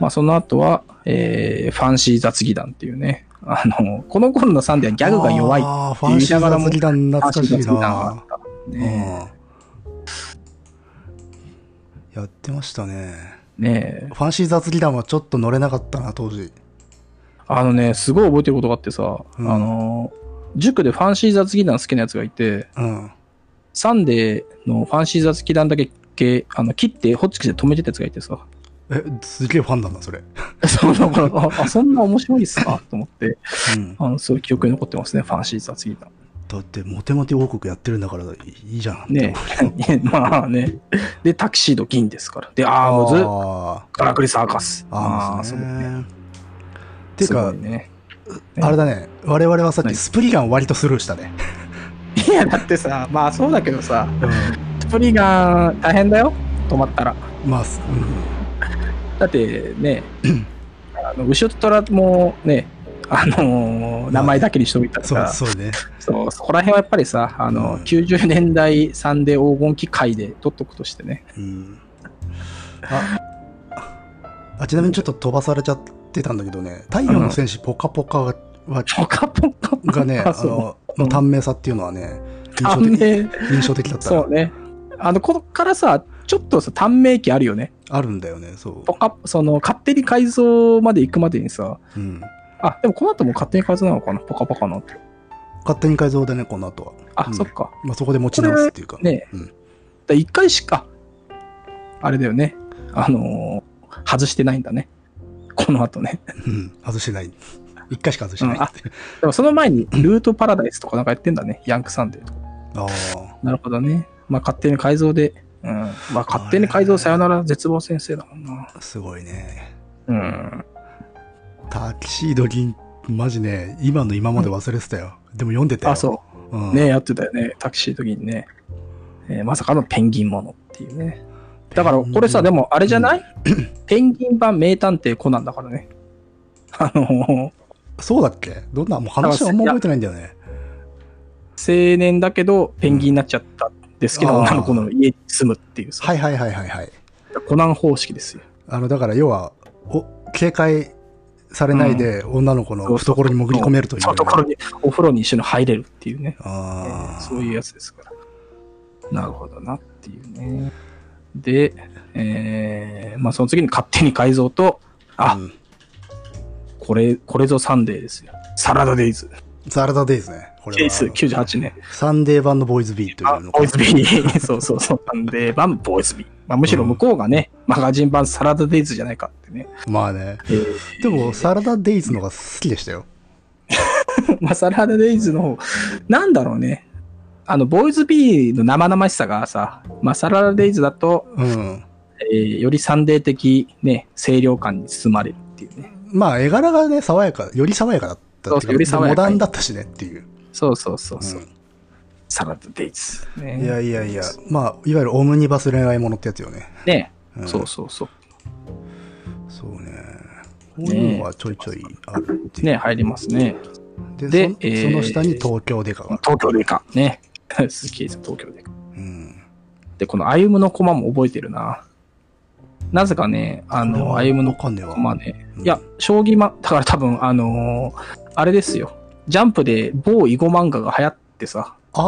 Speaker 1: まあ、その後は、えー、ファンシー雑技団っていうね、あの、この頃のサンデーはギャグが弱い。フ
Speaker 2: あーファンシーな好きだ懐
Speaker 1: ァンシ
Speaker 2: かし
Speaker 1: ー
Speaker 2: い
Speaker 1: 雑技団があ
Speaker 2: な
Speaker 1: った。ね
Speaker 2: うんやってましたね
Speaker 1: えねえ
Speaker 2: ファンシー雑技団はちょっと乗れなかったな当時
Speaker 1: あのね、すごい覚えてることがあってさ、
Speaker 2: うん
Speaker 1: あの、塾でファンシー雑技団好きなやつがいて、
Speaker 2: うん
Speaker 1: サンデーのファンシー雑技団だけけあの切ってホッチキスで止めてたやつがいてさ、 <laughs>
Speaker 2: えすげえファンなんだそれ、
Speaker 1: その頃、ああ、そんな面白いっすかと思って、
Speaker 2: うん、
Speaker 1: あの、そういう記憶に残ってますね、ファンシー雑技団。
Speaker 2: <laughs> だってモテモテ王国やってるんだからいいじゃん
Speaker 1: <laughs> ねまあね。で、タキシード銀ですから。で、アームズ、
Speaker 2: あ
Speaker 1: カラクリサーカス。
Speaker 2: ーあー
Speaker 1: そ
Speaker 2: そうう
Speaker 1: ね。
Speaker 2: ねていうか、
Speaker 1: すごいね、
Speaker 2: あれだね我々はさっ
Speaker 1: は
Speaker 2: き
Speaker 1: い
Speaker 2: スプリガン割とスルーしたね、
Speaker 1: いや、だってさ、まあそうだけどさ、スプリガン大変だよ、止まったら。
Speaker 2: <laughs> まあ、すうん
Speaker 1: だって
Speaker 2: <clears throat>
Speaker 1: ね、あの後ろと虎もね、あのー名前だけにしておいた
Speaker 2: そ
Speaker 1: か
Speaker 2: う
Speaker 1: ら、
Speaker 2: そうね
Speaker 1: そうそこら辺はやっぱりさ、あの
Speaker 2: うん
Speaker 1: 90年代サンデー黄金期回で取っとくとしてね。
Speaker 2: うんああちなみにちょっと飛ばされちゃってたんだけどね太陽の戦士ポカポカは
Speaker 1: ポカポカ <laughs>
Speaker 2: がねあ
Speaker 1: そう
Speaker 2: のの短命さっていうのはね印象
Speaker 1: 短
Speaker 2: 的
Speaker 1: 命
Speaker 2: 印象的だったな
Speaker 1: そうね。あの、ここからさ、ちょっとさ、短命期あるよね。
Speaker 2: あるんだよね、そ
Speaker 1: ポカその、勝手に改造まで行くまでにさ、
Speaker 2: う。うん。
Speaker 1: あ、でもこの後も勝手に改造なのかなポカポカのって。
Speaker 2: 勝手に改造でね、この後は。
Speaker 1: あ、
Speaker 2: うん
Speaker 1: そっか。
Speaker 2: まあ、そこで持ち直すっていうか。
Speaker 1: ね
Speaker 2: うん
Speaker 1: だ一回しか、あれだよね。あのー外してないんだね。この後ね。
Speaker 2: うん。外してない。一回しか外してない。
Speaker 1: うん
Speaker 2: あ
Speaker 1: あでもその前に、ルートパラダイスとかなんかやってんだね。ヤンクサンデーとか。
Speaker 2: あー。
Speaker 1: なるほどね。まあ、勝手に改造で、うん。まあ、勝手に改造さよなら絶望先生だもんな。
Speaker 2: すごいね。
Speaker 1: うん。
Speaker 2: タキシード銀、マジね、今の今まで忘れてたよ。でも読んでたよ。
Speaker 1: あ、そう。
Speaker 2: う。ん、
Speaker 1: ね、やってたよね、タクシーの時にね、えーまさかのペンギンものっていうね。だから、これさ、で
Speaker 2: も。
Speaker 1: もあれじゃない、ペンギン版名探偵コナンだからね。あの
Speaker 2: そうだっけどんな、もう話はあんま覚えてないんだよね。
Speaker 1: ー青年だけど、ペンギンになっちゃったで、好きな女の子の家に住むっていうさ、
Speaker 2: はいはいはいはいはい。
Speaker 1: コナン方式ですよ。
Speaker 2: あの、だから要は、お、警戒されないで女の子の懐に潜り込めるという。
Speaker 1: そうところに、お風呂に一緒に入れるっていうね。
Speaker 2: ああ。
Speaker 1: そういうやつですから。なるほどなっていうね。で、えー、まあその次に勝手に改造と、あ、
Speaker 2: うん
Speaker 1: これ、これぞサンデーですよ。サラダデイズ。
Speaker 2: サラダデイズね。こ
Speaker 1: ケ
Speaker 2: れ
Speaker 1: ー
Speaker 2: は
Speaker 1: ス98年。
Speaker 2: サンデー版のボーイズビーというのか
Speaker 1: ボーイズビー。 <laughs> そうそうそう。サンデー版ボーイズビー。まあ、むしろ向こうがね、マガジン版サラダデイズじゃないかってね。
Speaker 2: まあね。でも、サラダデイズのが好きでしたよ。
Speaker 1: <laughs> まあ、サラダデイズの方、なんだろうね。あの、ボーイズビーの生々しさがさ、まあ、サラダデイズだと、
Speaker 2: うん。
Speaker 1: えーよりサンデー的ね、清涼感に包まれるっていうね。
Speaker 2: まあ、絵柄がね、爽やか、より爽やかだった
Speaker 1: そう
Speaker 2: ってい
Speaker 1: そうより爽やか
Speaker 2: モダンだったしねっていう。
Speaker 1: そうそうそうそう、
Speaker 2: う
Speaker 1: サラダデイズ、ね
Speaker 2: んいやいやいや、まあ、いわゆるオムニバス恋愛ものってやつよね。
Speaker 1: ね、
Speaker 2: うん
Speaker 1: そうそうそう。
Speaker 2: そうね。こういうのはちょいちょいあるっていう。
Speaker 1: ね、入りますね。
Speaker 2: で
Speaker 1: で
Speaker 2: その
Speaker 1: えー
Speaker 2: その下に東京デカがある。
Speaker 1: 東京でか。ね。 <laughs> 鈴木さん、東京でか。
Speaker 2: うん。
Speaker 1: で、この歩夢の駒も覚えてるな。なぜかね、あの、
Speaker 2: あ
Speaker 1: 歩夢の
Speaker 2: わかんねえわ。
Speaker 1: 駒ね
Speaker 2: う。ん
Speaker 1: いや、将棋ま、だから多分、あのーあれですよ。ジャンプで某囲碁漫画が流行ってさ、
Speaker 2: あ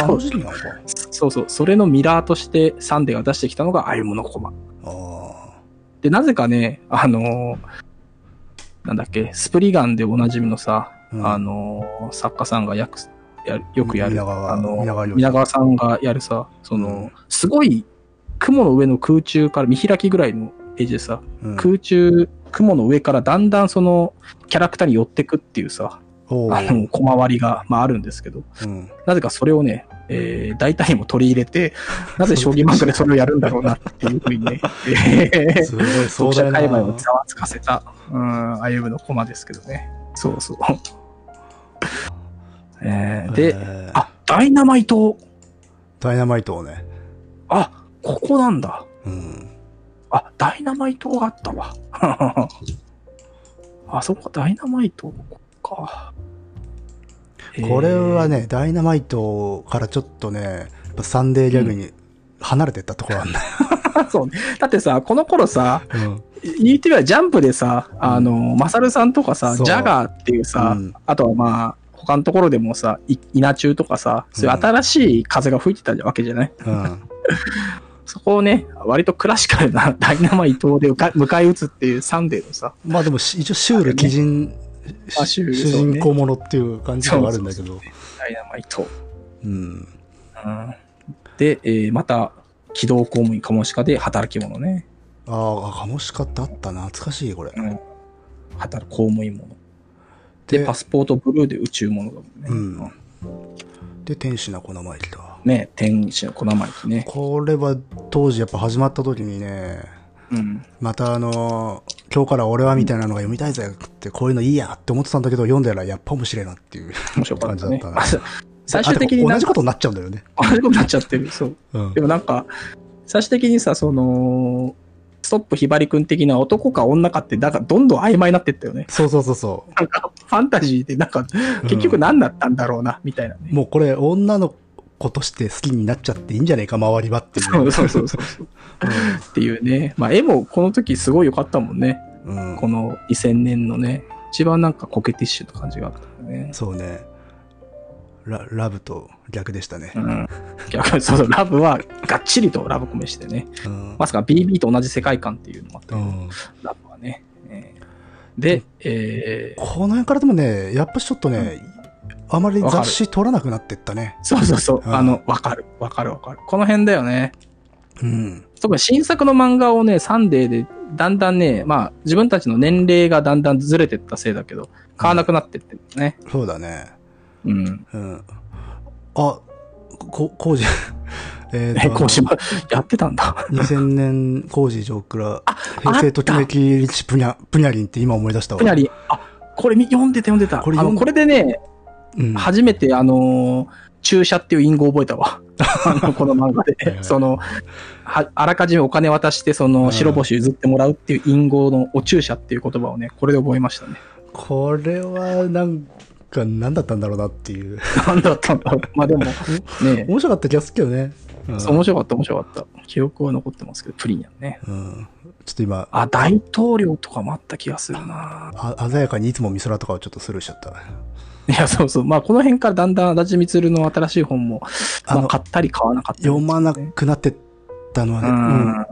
Speaker 2: あ、あの時期なのか。
Speaker 1: そうそう、それのミラーとしてサンデーが出してきたのが歩夢の駒。
Speaker 2: あ
Speaker 1: で、なぜかね、あのーなんだっけ、スプリガンでおなじみのさ、
Speaker 2: うん
Speaker 1: あのー作家さんがやくやよくやる
Speaker 2: 皆川
Speaker 1: あの
Speaker 2: 皆川良二
Speaker 1: 皆川さんがやるさ、その、
Speaker 2: うん
Speaker 1: すごい雲の上の空中から見開きぐらいの絵でさ、
Speaker 2: あ。うん
Speaker 1: 空中、雲の上からだんだんそのキャラクターに寄ってくっていうさ、
Speaker 2: お
Speaker 1: あ
Speaker 2: ー
Speaker 1: の、小回りが、まああるんですけど、
Speaker 2: うん。
Speaker 1: なぜかそれをね、えー、大体にも取り入れ
Speaker 2: <laughs>
Speaker 1: て、なぜ将棋漫画でそれをやるんだろうなっていうふうにね、えー
Speaker 2: すごい
Speaker 1: 読
Speaker 2: 壮
Speaker 1: 者
Speaker 2: 大な
Speaker 1: 界。隈をざわつかせた、うん、歩の駒ですけどね。そう
Speaker 2: <laughs>
Speaker 1: そう。えーで、
Speaker 2: えー
Speaker 1: あ、ダイナマイト。
Speaker 2: ダイナマイトをね。
Speaker 1: あ、ここなんだ。
Speaker 2: うん。
Speaker 1: あ、ダイナマイトがあったわ。 <laughs> あ、そこダイナマイトか。
Speaker 2: これは
Speaker 1: ね、
Speaker 2: ね、ダイナマイトからちょっとね、やっぱサンデーギャグに離れてったところあんだ。
Speaker 1: <laughs> そうね。だってさ、この頃さ、
Speaker 2: <laughs> うん。
Speaker 1: 言ってみればジャンプでさ、あの、マサルさんとかさ、
Speaker 2: そう
Speaker 1: ジャガーっていうさ、
Speaker 2: うん
Speaker 1: あとはまあ、他のところでもさ、い稲中とかさ、そういう新しい風が吹いてたわけじゃない、
Speaker 2: うん。
Speaker 1: <laughs> そこをね、割とクラシカルなダイナマイトでうか迎え撃つっていうサンデーのさ、
Speaker 2: まあでもし、一応シュール、鬼人、
Speaker 1: あシュー
Speaker 2: 主
Speaker 1: ルそうね
Speaker 2: 人公ものっていう感じではあるんだけど。
Speaker 1: ダイナマイト。
Speaker 2: うん。
Speaker 1: うんで、えーまた、機動公務員カモシカで働き者ね。
Speaker 2: ああ、カモシカってあったな。懐かしい、これ。
Speaker 1: うん、働く公務員者。で、
Speaker 2: で
Speaker 1: パスポートブルーで宇宙者だもんね。
Speaker 2: うんで、天使な小生意気だ。
Speaker 1: ね天使の小生意気ね。
Speaker 2: これは当時やっぱ始まった時にね、
Speaker 1: うん。
Speaker 2: またあのー今日から俺はみたいなのが読みたいぜって、こういうのいいやって思ってたんだけど、読んだらやっぱ面白いなっていう。
Speaker 1: 面白かったね。
Speaker 2: 感
Speaker 1: 最終的に
Speaker 2: あでも
Speaker 1: なん
Speaker 2: 同じ
Speaker 1: か
Speaker 2: ことになっちゃうんだよね。
Speaker 1: 同じことになっちゃってる。そう。
Speaker 2: うん
Speaker 1: で。もなんか、最終的にさ、その、ストップひばりくん的な男か女かって、なんかどんどん曖昧になってったよね。
Speaker 2: そうそうそうそ
Speaker 1: なんか、ファンタジーで、なんか、
Speaker 2: うん
Speaker 1: 結局何だったんだろうな、みたいなね。
Speaker 2: う。もうこれ女の子として好きになっちゃっていいんじゃねえか、周りはっていう。
Speaker 1: そうそうそうそう。っていうね。まあ、絵もこの時すごい良かったもんね。
Speaker 2: うん。うん
Speaker 1: この2000年のね。一番なんかコケティッシュな感じがあったよね。
Speaker 2: そうねラ。ラブと逆でしたね
Speaker 1: う。ん。逆に <laughs> そうそう、ラブはがっちりとラブコメしてね。
Speaker 2: うん。
Speaker 1: まさか BB と同じ世界観っていうのもあった
Speaker 2: う
Speaker 1: けど、
Speaker 2: ん、
Speaker 1: ラブはね。えーで、えー
Speaker 2: この辺からでもね、やっぱちょっとね、あまり雑誌取らなくなってったね。
Speaker 1: そうそうそう、
Speaker 2: うん
Speaker 1: あの、わかる、わかるわかる。この辺だよね。
Speaker 2: うん。
Speaker 1: 特に新作の漫画をね、サンデーで、だんだんね、まあ、自分たちの年齢がだんだんずれてったせいだけど、買わなくなってってるね。
Speaker 2: そうだね。
Speaker 1: うん。
Speaker 2: うん。あ、こ、工事、 <laughs> えーと
Speaker 1: え、こう
Speaker 2: <laughs>
Speaker 1: しま、やってたんだ。
Speaker 2: 2000年工事上倉、平成ときめきリッチプニャ、プニャリンって今思い出したわ。
Speaker 1: プニャリン、あ、これみ読んでた読んでた。
Speaker 2: これ
Speaker 1: あ
Speaker 2: 読ん
Speaker 1: のこれでね、
Speaker 2: うん。
Speaker 1: 初めてあのー注射っていう隠語を覚えた
Speaker 2: <laughs>
Speaker 1: わ。あのこの漫画
Speaker 2: はいは
Speaker 1: で。
Speaker 2: い
Speaker 1: その、はあらかじめお金渡して、そうの、
Speaker 2: ん
Speaker 1: 白星譲ってもらうっていう隠語のお注射っていう言葉をね、これで覚えましたね。 <laughs>
Speaker 2: これはなんか何だったんだろうなっていう。 <laughs>
Speaker 1: なんだったんだろう。まあでも、ね
Speaker 2: 面白かった気がするけどね。うん
Speaker 1: そう面白かった、面白かった。記憶は残ってますけど、プリンやね。
Speaker 2: うん。ちょっと今、
Speaker 1: あ、大統領とかもあった気がするな
Speaker 2: あ鮮やかにいつも美空とかをちょっとスルーしちゃった。
Speaker 1: いや、そうそう。まあ、この辺からだんだん足立みつるの新しい本も、
Speaker 2: あ
Speaker 1: まあ、
Speaker 2: の、
Speaker 1: 買ったり買わなかったり、
Speaker 2: 読まなくなってったのは
Speaker 1: う
Speaker 2: ね、
Speaker 1: ん、
Speaker 2: うん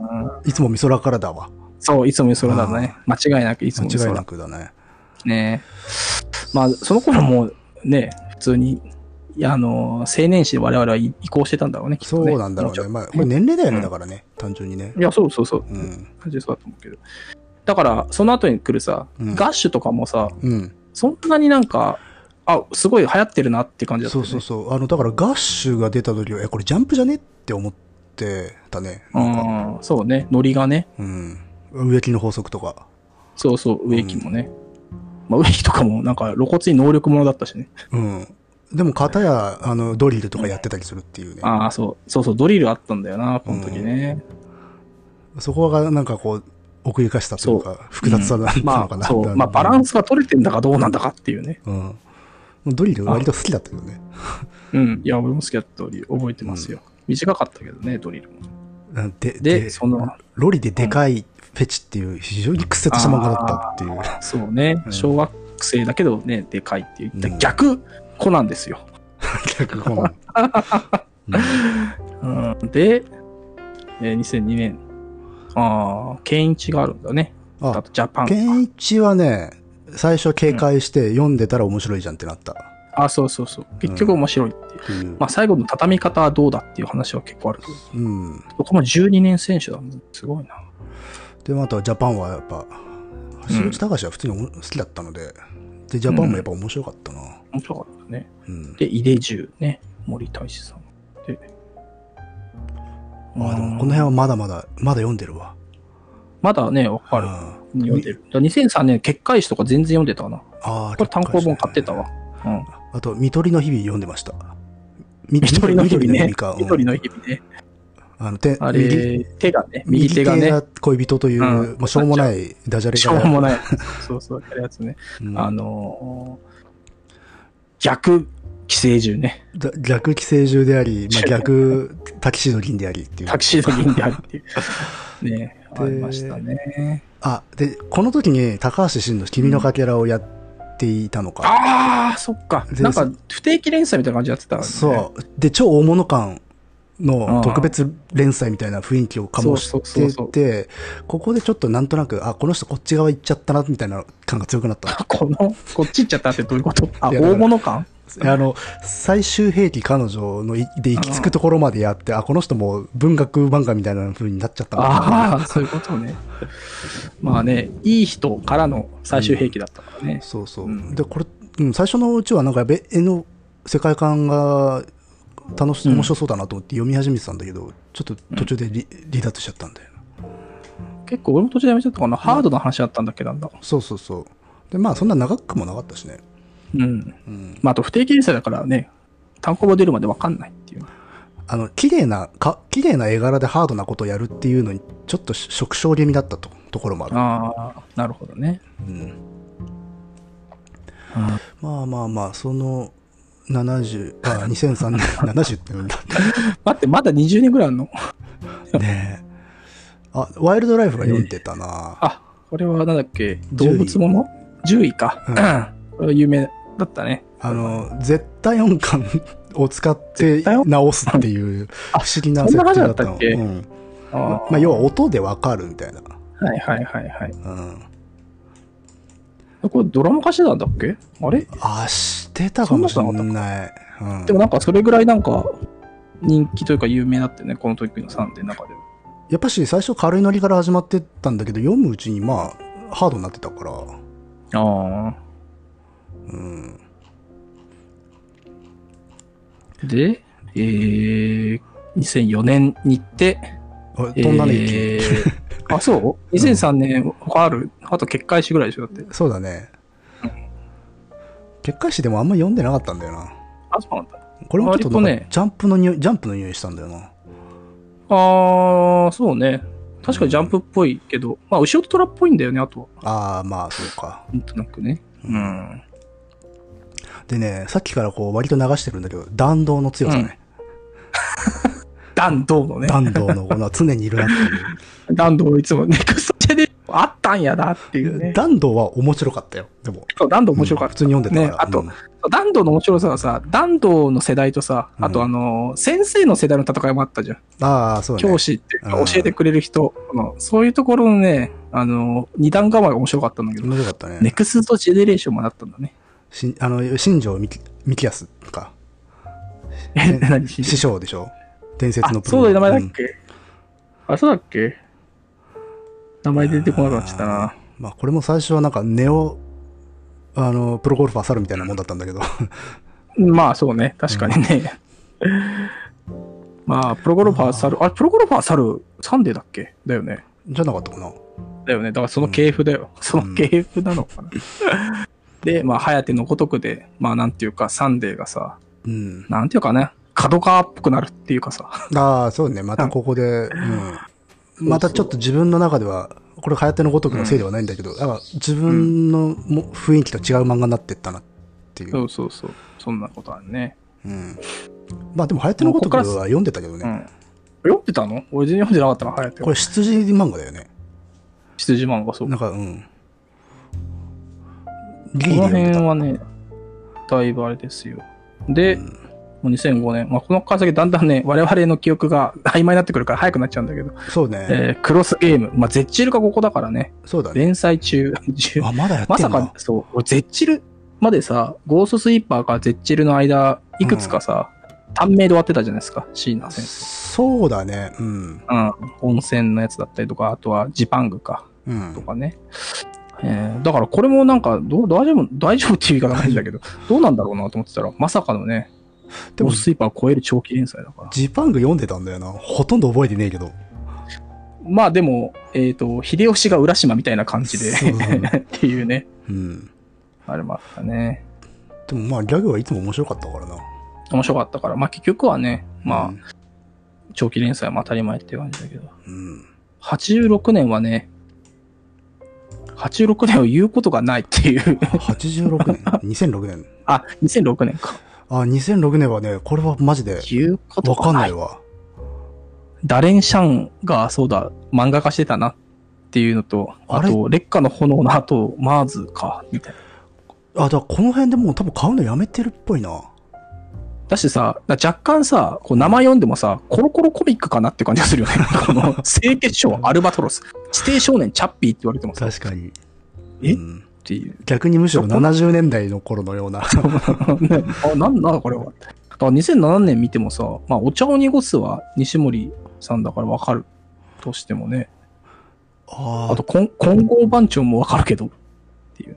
Speaker 2: いつも美空からだわ。
Speaker 1: そう、いつもよそれだね。間違いなくいつもよ
Speaker 2: 間違
Speaker 1: そ
Speaker 2: い
Speaker 1: だ
Speaker 2: なくだね。
Speaker 1: ね。まあ、その頃もね、普通に、いやあの、青年誌で我々は移行してたんだろうね、きっと
Speaker 2: そ
Speaker 1: ね。
Speaker 2: うなんだろう
Speaker 1: もち
Speaker 2: ね。
Speaker 1: ょ
Speaker 2: まあ、これ年齢だよね、
Speaker 1: うん
Speaker 2: だからね、単純にね
Speaker 1: い。や、そうそうそう。
Speaker 2: うん。
Speaker 1: 感じそうだと思うけど。だから、その後に来るさ、
Speaker 2: うん
Speaker 1: ガッシュとかもさ、
Speaker 2: うん。
Speaker 1: そんなになんか、あ、すごい流行ってるなって感じだった
Speaker 2: そ
Speaker 1: よ
Speaker 2: う
Speaker 1: ね。
Speaker 2: そうそう。あの、だからガッシュが出た時は、え、これジャンプじゃねって思ってたね。なんか、
Speaker 1: うん、そうね。ノリがね。
Speaker 2: うん。植木の法則とか。
Speaker 1: そうそう、植木もね。まあ、植木とかもなんか露骨に能力者だったしね。
Speaker 2: うん。でも、片や、あの、ドリルとかやってたりするっていうね。
Speaker 1: ああ、そう、そうそう、ドリルあったんだよな、この時ね。
Speaker 2: そこが、なんかこう、奥ゆかしさというか、複雑さだったの
Speaker 1: ま
Speaker 2: か
Speaker 1: あ、
Speaker 2: な。
Speaker 1: そう、まあ、バランスが取れてんだかどうなんだかっていうね。
Speaker 2: うん。ドリル割と好きだったけどね。
Speaker 1: うん。いや、俺も好きだった通り覚えてますよ。短かったけどね、ドリルも。
Speaker 2: うんで、
Speaker 1: で、その、
Speaker 2: ロリででかいフェチっていう、非常に屈折した漫画だったっていう。
Speaker 1: そうね
Speaker 2: う、ん
Speaker 1: 小学生だけどね、でかいって言った
Speaker 2: うん
Speaker 1: 逆子なんですよ。
Speaker 2: <laughs> 逆この。うん
Speaker 1: うん。で、えー2002年。ああ、ケンイチがあるんだね。あ
Speaker 2: あ、
Speaker 1: と、ジャパン。
Speaker 2: ケンイチはね、最初警戒して読んでたら面白いじゃんってなったっ
Speaker 1: あ、そうそうそう。結局面白いっていう。
Speaker 2: ていう。
Speaker 1: まあ、最後の畳み方はどうだっていう話は結構あるけど、
Speaker 2: うん。
Speaker 1: そこも12年選手だもん。すごいな。
Speaker 2: で、あとはジャパンはやっぱ、橋口隆は普通にお好きだったので、で、ジャパンもやっぱ面白かったな。
Speaker 1: 面白かったね。
Speaker 2: うん。
Speaker 1: で、井出重ね、森大志さん。で、
Speaker 2: まあでも、この辺はまだまだ、まだ読んでるわ。
Speaker 1: まだね、わかる。
Speaker 2: うん
Speaker 1: 読んでる。だから2003年、結界誌とか全然読んでたな。
Speaker 2: ああ、
Speaker 1: これ単行本買ってたわ。うん。
Speaker 2: あと、見取りの日々読んでました。み
Speaker 1: 緑の日々ね
Speaker 2: 緑か。。
Speaker 1: 緑の
Speaker 2: うん
Speaker 1: 日々ね。
Speaker 2: あの、て
Speaker 1: あ
Speaker 2: 右
Speaker 1: れ、手がね、右手が
Speaker 2: 右
Speaker 1: ね、
Speaker 2: 恋人という、
Speaker 1: うん
Speaker 2: まあ、しょうもないダジャレ
Speaker 1: しょうも
Speaker 2: い。
Speaker 1: ない。そうそう、やるやつね。
Speaker 2: うん
Speaker 1: あのー、逆寄生獣ね。
Speaker 2: だ逆寄生獣であり、まあ、
Speaker 1: <laughs>
Speaker 2: 逆タキシード銀でありっていう
Speaker 1: タ。キシード銀であるっていう。ね、
Speaker 2: で
Speaker 1: ありましたね。
Speaker 2: あ、で、この時に高橋真の君のかけらをやっていたのか。
Speaker 1: ああ、そっか。
Speaker 2: で
Speaker 1: なんか、不定期連載みたいな感じやってた、ね。
Speaker 2: そう。で、超大物感
Speaker 1: う
Speaker 2: の
Speaker 1: ん
Speaker 2: 特別連載みたいな雰囲気を醸
Speaker 1: そうそう
Speaker 2: し
Speaker 1: そう
Speaker 2: てて、ここでちょっとなんとなく、あ、この人こっち側行っちゃったな、みたいな感が強くなった。
Speaker 1: <laughs> この、こっち行っちゃったってどういうことあ、
Speaker 2: いやだから
Speaker 1: 大物感
Speaker 2: あの、最終兵器彼女のいで行き着くところまでやって、あ、この人も文学漫画みたいな風になっちゃったな。
Speaker 1: ああ、そういうことね。まあね、いい人からの最終兵器だったからね。
Speaker 2: そうそう。
Speaker 1: うん
Speaker 2: で、これ、うん、最初のうちはなんかやべ、絵の世界観が楽し、
Speaker 1: うん
Speaker 2: 面白そうだなと思って読み始めてたんだけど、ちょっと途中で離離脱しちゃったんだよな。
Speaker 1: 結構俺も途中でやめちゃったかな。ハードな話だったんだっけなんだ。
Speaker 2: そうそうそう。で、まあそんな長くもなかったしね。
Speaker 1: うん。
Speaker 2: うん。
Speaker 1: まあ、あと不定期連載だからね、単行本出るまでわかんないっていう。
Speaker 2: あの、綺麗な、か、綺麗な絵柄でハードなことをやるっていうのに、ちょっと食傷気味だったとところもある。
Speaker 1: ああ、なるほどね。
Speaker 2: うん。まあまあまあ、その、70、あ、2003年、70ってなんだ
Speaker 1: 待って、まだ20年ぐらいあるの
Speaker 2: ねえ。あ、ワイルドライフが読んでたな、
Speaker 1: あ、これはなんだっけ、動物もの獣医か。 <clears throat> これは有名だったね。
Speaker 2: あの、絶対音感を使って
Speaker 1: 絶対音
Speaker 2: 直すっていう不
Speaker 1: あ
Speaker 2: 思議な設定だ
Speaker 1: そんな
Speaker 2: ったの。
Speaker 1: 話だったっけ
Speaker 2: うん。
Speaker 1: あ
Speaker 2: ま
Speaker 1: ー
Speaker 2: まあ、要は音でわかるみたいな。
Speaker 1: はいはいはいはい。
Speaker 2: うん。
Speaker 1: これドラマ化してたんだっけあれ
Speaker 2: あ、してたかもしれ
Speaker 1: そ
Speaker 2: ない。うん。
Speaker 1: でもなんかそれぐらいなんか人気というか有名だってね、この時の3点の中で。
Speaker 2: やっぱし最初軽いノリから始まってったんだけど、読むうちにまあ、ハードになってたから。
Speaker 1: あ
Speaker 2: うん。
Speaker 1: あ。で、えー、2004年に行って、
Speaker 2: あ飛んだね、一気に
Speaker 1: えー <laughs> あ、そう ?2003 年、他ある、あと結界誌ぐらいでしょだって。
Speaker 2: そうだね。結界誌でもあんま読んでなかったんだよな。
Speaker 1: あ、そうなんだ。
Speaker 2: これもちょっとなん
Speaker 1: 割と
Speaker 2: か
Speaker 1: ね
Speaker 2: ジャンプの匂い、ジャンプの匂いしたんだよな。
Speaker 1: あー、そうね。確かにジャンプっぽいけど、まあ、後ろと虎っぽいんだよね、あとは。
Speaker 2: ああ、まあそうか。
Speaker 1: なんとなくね。うん。
Speaker 2: でね、さっきからこう割と流してるんだけど、弾道の強さね。
Speaker 1: 弾道のね。
Speaker 2: 弾道のこの常にいるなって
Speaker 1: 弾道いつ <laughs> もネクストジェネあったんやなって <laughs> い
Speaker 2: いうう。
Speaker 1: ね。
Speaker 2: 弾道は面白かったよ、でも。
Speaker 1: そう、弾道面白かった。
Speaker 2: 普通に読んでた
Speaker 1: ね
Speaker 2: か。ら。
Speaker 1: あと、
Speaker 2: うん
Speaker 1: 弾道の面白さはさ、弾道の世代とさ、あとあの、先生の世代の戦いもあったじゃん。
Speaker 2: ああ、そうだね
Speaker 1: 教。師っていうか
Speaker 2: うん
Speaker 1: 教えてくれる人、このそういうところのね、あの、二段構えが面白かったんだけど、
Speaker 2: 面白かった
Speaker 1: ネ
Speaker 2: ね。
Speaker 1: クストジェネレーションもなったんだね。
Speaker 2: しんあの、新庄みきみきやすか。
Speaker 1: え、 <laughs> 何し
Speaker 2: 師匠でしょ伝説
Speaker 1: あ
Speaker 2: の、プロ
Speaker 1: そうだよ、名前だ
Speaker 2: う
Speaker 1: っ
Speaker 2: ん
Speaker 1: け、あ、そうだっけ名前出てこなくなっちゃったな。
Speaker 2: まあ、これも最初はなんか、ネオ、あの、プロゴルファー猿みたいなもんだったんだけど。 <laughs>
Speaker 1: まあ、そうね。確かにね。 <laughs> まあ、プロゴルファー猿、あれ、プロゴルファー猿、サンデーだっけだよね。
Speaker 2: じゃなかったかな。
Speaker 1: だよね。だからその系譜だよ。その系譜なのかな。
Speaker 2: <laughs>
Speaker 1: で、まあ、ハヤテのごとくで、まあ、なんていうか、サンデーがさ、
Speaker 2: うん。
Speaker 1: なんていうかね、角川っぽくなるっていうかさ、
Speaker 2: ああ、そうね。またここで、うん。またちょっと自分の中では、これ、流行ってのごとくのせいではないんだけど、なんか自分のも雰囲気と違う漫画になってったなっていう。
Speaker 1: そううそうそう、そんなことあるね。
Speaker 2: ん。まあでも、流行ってのごとくは読んでたけど
Speaker 1: う
Speaker 2: ね。
Speaker 1: ん。読んでたの俺全然読んでなかったな、ハヤテ
Speaker 2: こ。れ、羊漫画だよね。
Speaker 1: 羊漫画、そう
Speaker 2: なんか、うん。
Speaker 1: こ
Speaker 2: ギリで
Speaker 1: の
Speaker 2: 読んで
Speaker 1: 辺
Speaker 2: た。
Speaker 1: はね、だいぶあれですよ。で、
Speaker 2: うん
Speaker 1: もう2005年、まあ、この川崎だんだんね、我々の記憶が曖昧になってくるから早くなっちゃうんだけど、
Speaker 2: そうね。
Speaker 1: えークロスゲーム、まあ、ゼッチルがここだからね、
Speaker 2: そうだね。
Speaker 1: 連載中、10
Speaker 2: あ、まだや
Speaker 1: ま
Speaker 2: って
Speaker 1: さ
Speaker 2: んだ。
Speaker 1: か、そう、俺ゼッチルまでさ、ゴーストスイーパーからゼッチルの間、いくつかさ、短命で終わってたじゃないですか、椎名先生。
Speaker 2: そうだね。うん。
Speaker 1: うん、温泉のやつだったりとか、あとはジパングか、
Speaker 2: う
Speaker 1: と
Speaker 2: ん。
Speaker 1: かね。えーだからこれもなんかどう、大丈夫、大丈夫っていう言い方ないんだけど、 <laughs> どうなんだろうなと思ってたら、まさかのね、
Speaker 2: で
Speaker 1: で
Speaker 2: も
Speaker 1: もスイーパーを超える長期連載だから。
Speaker 2: ジパング読んでたんだよな。ほとんど覚えてねえけど。
Speaker 1: まあでも、えっ、と、秀吉が浦島みたいな感じで、
Speaker 2: そうそうそう
Speaker 1: <laughs> っていうね、
Speaker 2: うん。
Speaker 1: あれもあったね。
Speaker 2: でもまあ、ギャグはいつも面白かったからな。
Speaker 1: 面白かったから、まあ結局はね、まあ、
Speaker 2: うん
Speaker 1: 長期連載も当たり前っていう感じだけど。
Speaker 2: うん。
Speaker 1: 86年はね、86年を言うことがないっていう。
Speaker 2: 86年
Speaker 1: <laughs>
Speaker 2: ?2006 年
Speaker 1: あ、2006年か。
Speaker 2: あ、2006年はね、これはマジで
Speaker 1: 言うこと
Speaker 2: わか
Speaker 1: が
Speaker 2: ん
Speaker 1: な
Speaker 2: ない
Speaker 1: い。
Speaker 2: わ。
Speaker 1: ダレン・シャンが、そうだ、漫画化してたなっていうのと、あ
Speaker 2: あれ
Speaker 1: と、烈火の炎の後、マーズか、みたいな。
Speaker 2: あ、だからこの辺でもう多分買うのやめてるっぽいな。
Speaker 1: だしさ、だ若干さ、こう名前読んでもさ、コロコロコミックかなって感じがするよね。この、清潔症アルバトロス、地底少年チャッピーって言われてもさ、っ
Speaker 2: 確かに。
Speaker 1: え
Speaker 2: うん
Speaker 1: ていう。
Speaker 2: 逆にむしろ70年代の頃のような。
Speaker 1: ねあ、なんだこれは。だから2007年見てもさ、まあ、お茶を濁すは西森さんだからわかるとしてもね、
Speaker 2: <laughs> あ
Speaker 1: あ
Speaker 2: あ
Speaker 1: と、こん混合番長もわかるけど、っていう。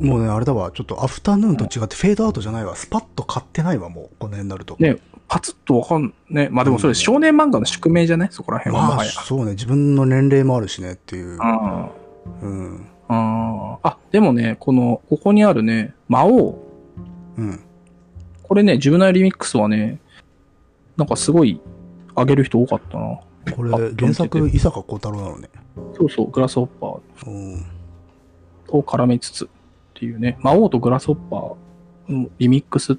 Speaker 2: もうね、あれだわ。ちょっとアフタヌーンと違ってフェードアウトじゃないわ。スパッと買ってないわ、もう。この辺になると。
Speaker 1: ねパツッとわかんね。まあでもそれ少年漫画の宿命じゃないそこら辺はも
Speaker 2: まあ、
Speaker 1: はや。
Speaker 2: そうね。自分の年齢もあるしねっていう。
Speaker 1: あ
Speaker 2: うん。
Speaker 1: ああ、でもね、この、ここにあるね、魔王。
Speaker 2: うん。
Speaker 1: これね、ジュブナイルリミックスはね、なんかすごい、あげる人多かったな。
Speaker 2: こ
Speaker 1: あ
Speaker 2: れ、原作、伊坂幸太郎なのね。
Speaker 1: そうそう、グラスホッパー
Speaker 2: うん。
Speaker 1: を絡めつつっていうね、魔王とグラスホッパーのリミックス。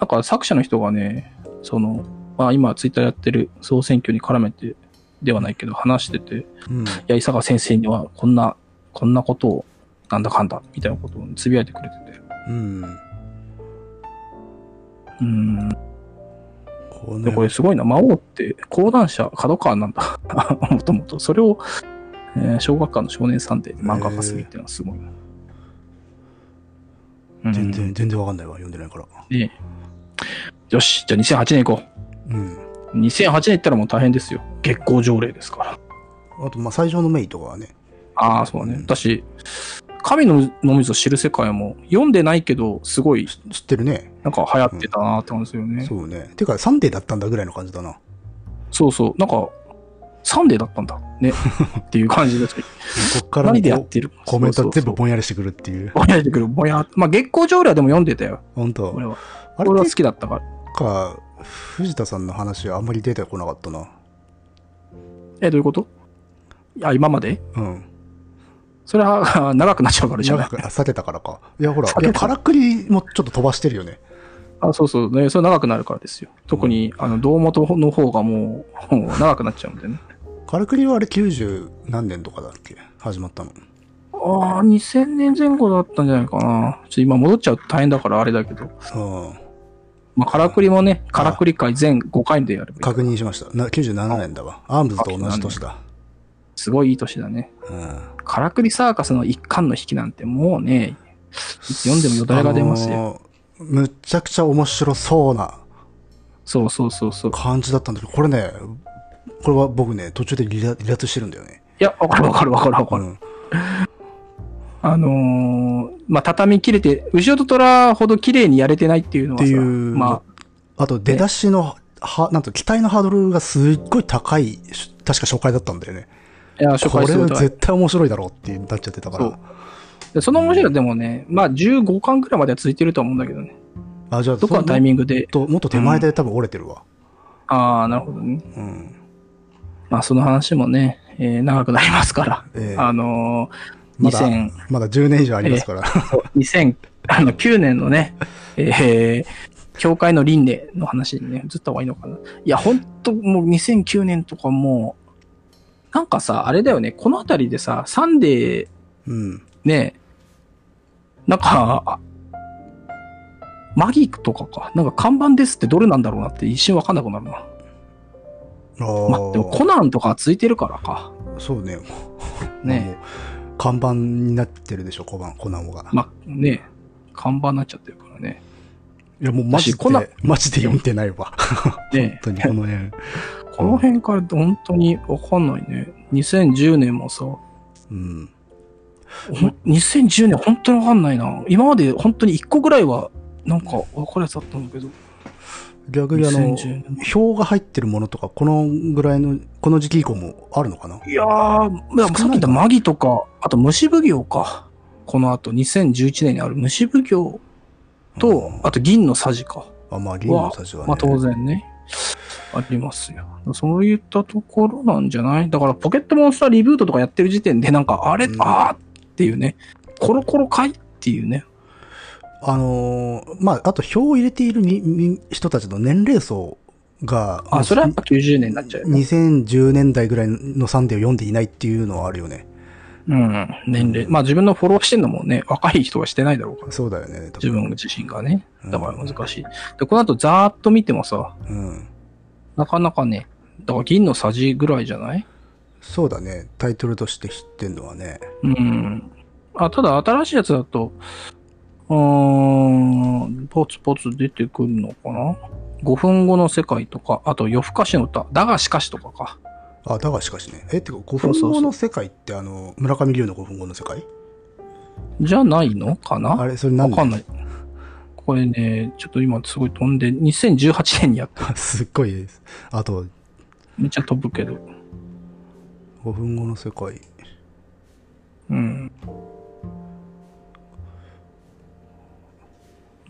Speaker 1: なんか作者の人がね、その、まあ今ツイッターやってる総選挙に絡めてではないけど話してて、
Speaker 2: うん。
Speaker 1: いや、伊坂先生にはこんな、こんなことを、なんだかんだ、みたいなことをつぶやいてくれてて。
Speaker 2: うん。
Speaker 1: うん。
Speaker 2: こ
Speaker 1: で、
Speaker 2: の
Speaker 1: これすごいな。魔王って、講談社、角川なんだ。 <laughs> もともと。それを、えー小学館の少年さんで漫画化するっていうのはすごいな。うん
Speaker 2: 全然、全然わかんないわ。読んでないから。
Speaker 1: ねよし、じゃあ2008年行こ
Speaker 2: うん。
Speaker 1: う。2008年行ったらもう大変ですよ。月光条例ですから。
Speaker 2: あと、まあ、最初のメイとかはね。
Speaker 1: ああ、そうだね。
Speaker 2: うん
Speaker 1: 私、神の飲み水を知る世界も、読んでないけど、すごい、
Speaker 2: 知ってるね。
Speaker 1: なんか流行ってたなーって感じするよね。
Speaker 2: そうね。てか、サンデーだったんだぐらいの感じだな。
Speaker 1: そうそう、なんか、サンデーだったんだ。ね。
Speaker 2: <laughs>
Speaker 1: っていう感じですけど、
Speaker 2: こっから
Speaker 1: 何でや
Speaker 2: こ
Speaker 1: ってる
Speaker 2: うコメント全部
Speaker 1: ぼ
Speaker 2: ぼんやりしてくるっていう。
Speaker 1: やってくる。ぼやっまあ、月光条例はでも読んでたよ。
Speaker 2: 本当
Speaker 1: 俺は。
Speaker 2: あ
Speaker 1: 俺は
Speaker 2: れ
Speaker 1: 好
Speaker 2: て
Speaker 1: きだったから。
Speaker 2: か、藤田さんの話はあんまり出てこなかったな。
Speaker 1: え、どういうことあ、今まで
Speaker 2: うん。
Speaker 1: それは長くなっちゃうからじゃ
Speaker 2: 長
Speaker 1: ない。
Speaker 2: く、あ避けたからか。いや、ほら、
Speaker 1: 避け
Speaker 2: い
Speaker 1: た
Speaker 2: や、からくりもちょっと飛ばしてるよね。
Speaker 1: あそうそう、ね、それ長くなるからですよ。特に、あの、堂本の方がもう、 <laughs> もう長くなっちゃうんでね。
Speaker 2: カラクリはあれ90何年とかだっけ始まったの。
Speaker 1: ああ、2000年前後だったんじゃないかな。ちょっと今戻っちゃうと大変だからあれだけど。
Speaker 2: うん。
Speaker 1: まあ、カラクリもね、カラクリ会全5回でやればいい。
Speaker 2: 確認しました。な97年だわ。アームズと同じ年だ。
Speaker 1: すごいいい年だね。
Speaker 2: うん。
Speaker 1: カラクリサーカスの一巻の引きなんてもうね、読んでもよだれが出ますよ
Speaker 2: あのーむちゃくちゃ面白そうな
Speaker 1: そうそうそうそう。
Speaker 2: 感じだったんだけど、これね、これは僕ね、途中で離脱離脱してるんだよね。
Speaker 1: いや、わかるわかるわかるわか
Speaker 2: う
Speaker 1: る。
Speaker 2: ん。
Speaker 1: あのーまあ、畳み切れて、後ろと虎ほど綺麗にやれてないっていうのはさ、
Speaker 2: っていう
Speaker 1: まあ、
Speaker 2: あと、出だしの、は、なんと、期待のハードルがすっごい高い、し確か初回だったんだよね。
Speaker 1: いや、初
Speaker 2: こ
Speaker 1: 回
Speaker 2: れ
Speaker 1: する
Speaker 2: は
Speaker 1: とは
Speaker 2: 絶対面白いだろうってなっちゃってたか
Speaker 1: そう
Speaker 2: ら。
Speaker 1: でその面白いのはでもね、まあ、15巻くらいまでは続いてると思うんだけどね。
Speaker 2: あ、じゃあ、
Speaker 1: どこかのタイ
Speaker 2: ン
Speaker 1: ミングで、
Speaker 2: グもっと手前で多分折れてるわ。
Speaker 1: ああ、なるほどね。
Speaker 2: うん。
Speaker 1: まあ、その話もね、えー長くなりますから。
Speaker 2: <laughs> ええ
Speaker 1: あのー
Speaker 2: まだ
Speaker 1: 2000、
Speaker 2: まだ10年以上ありますから。
Speaker 1: 2009年の
Speaker 2: <laughs>
Speaker 1: ね、えー教会の輪廻の話にね、移った方がいいのかな。いや、ほんと、もう2009年とかもう、なんかさ、あれだよね、この辺りでさ、サンデー
Speaker 2: うん。
Speaker 1: ね、なんか、あマギーとかか、なんか看板ですってどれなんだろうなって一瞬わかんなくなるな。
Speaker 2: あ
Speaker 1: まあ、でもコ
Speaker 2: あ、
Speaker 1: ナンとかついてるからか。
Speaker 2: そうね。
Speaker 1: ね、
Speaker 2: もう看板になってるでしょ、コナン、コナンが。
Speaker 1: まあ、ね、看板になっちゃってるからね。
Speaker 2: いや、もうマジ
Speaker 1: 私コナン
Speaker 2: で、マジで読んでないわ。
Speaker 1: ね
Speaker 2: 本当に、この辺。
Speaker 1: この辺から本当にわかんないね。2010年もさ、
Speaker 2: うん。
Speaker 1: ほん2010年本当にわかんないな。今まで本当に1個ぐらいは、なんか分かるやつあったんだけど。
Speaker 2: 逆にあの
Speaker 1: 2010、
Speaker 2: 表が入ってるものとか、このぐらいの、この時期以降もあるのかない
Speaker 1: やー、いやさっき
Speaker 2: 少な
Speaker 1: 言
Speaker 2: い
Speaker 1: った
Speaker 2: な
Speaker 1: マギとか、あと虫奉行か。この後、2011年にある虫奉行と、
Speaker 2: うん
Speaker 1: あと銀のさじか。
Speaker 2: あ、まあ、銀のたちはね。
Speaker 1: まあ当然ね。ありますよ。そういったところなんじゃないだからポケットモンスターリブートとかやってる時点で、なんか、あれ、
Speaker 2: うん
Speaker 1: あーっていうね。コロコロかいっていうね。
Speaker 2: あのーまあ、あと、表を入れているにに人たちの年齢層が、
Speaker 1: あ、それはやっぱ90年になっちゃうよね。
Speaker 2: 2010年代ぐらいのサンデーを読んでいないっていうのはあるよね。
Speaker 1: うん。年齢。まあ自分のフォローしてんのもね、若い人はしてないだろうから。
Speaker 2: そうだよね、多
Speaker 1: 自
Speaker 2: 分。
Speaker 1: 分自身がね。だから
Speaker 2: うん
Speaker 1: 難しい。で、この後ざーっと見てもさ、
Speaker 2: うん。
Speaker 1: なかなかね、だから銀のさじぐらいじゃない
Speaker 2: そうだね、タイトルとして知ってんのはね。
Speaker 1: うん。あ、ただ新しいやつだと、うーん、ポツポツ出てくるのかな ?5 分後の世界とか、あと夜更かしの歌、だがしかしとかか。
Speaker 2: あ、だがしかしね。え、ってか、古
Speaker 1: そう
Speaker 2: 墳
Speaker 1: そうそう
Speaker 2: 後の世界って、あの、村上龍の古墳後の世界
Speaker 1: じゃないのかな
Speaker 2: あ
Speaker 1: わ
Speaker 2: れ、それ何
Speaker 1: かんない。これね、ちょっと今すごい飛んで、2018年にやった。
Speaker 2: あ <laughs> すっごいです。あと、
Speaker 1: めっちゃ飛ぶけど。
Speaker 2: 5分後の世界。
Speaker 1: うん。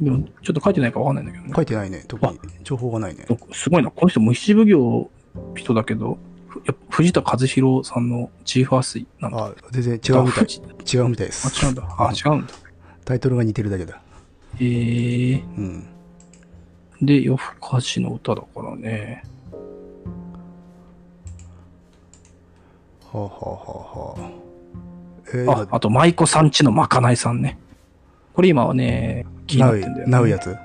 Speaker 1: でも、ちょっと書いてないからわかんないんだけどね。
Speaker 2: 書いてないね。特に情報がないね。
Speaker 1: すごいな、この人、虫奉行人だけど、ふやっぱ藤田和弘さんのチーフアースイなんだ。
Speaker 2: あ、全然違うみたい。
Speaker 1: 藤
Speaker 2: 違うみたい
Speaker 1: あ、
Speaker 2: です。
Speaker 1: 違うんだ。あ、違うんだ。
Speaker 2: タイトルが似てるだけだ。
Speaker 1: へえー。
Speaker 2: うん。
Speaker 1: で、夜更かしの歌だからね。
Speaker 2: はあ、はあはあはあ、えー、
Speaker 1: あ、あと、舞妓さんちのまかないさんね。これ今はね、気に
Speaker 2: 今
Speaker 1: なっ
Speaker 2: ナウ
Speaker 1: てん
Speaker 2: イ
Speaker 1: だよ、ね。
Speaker 2: ナウイやつ。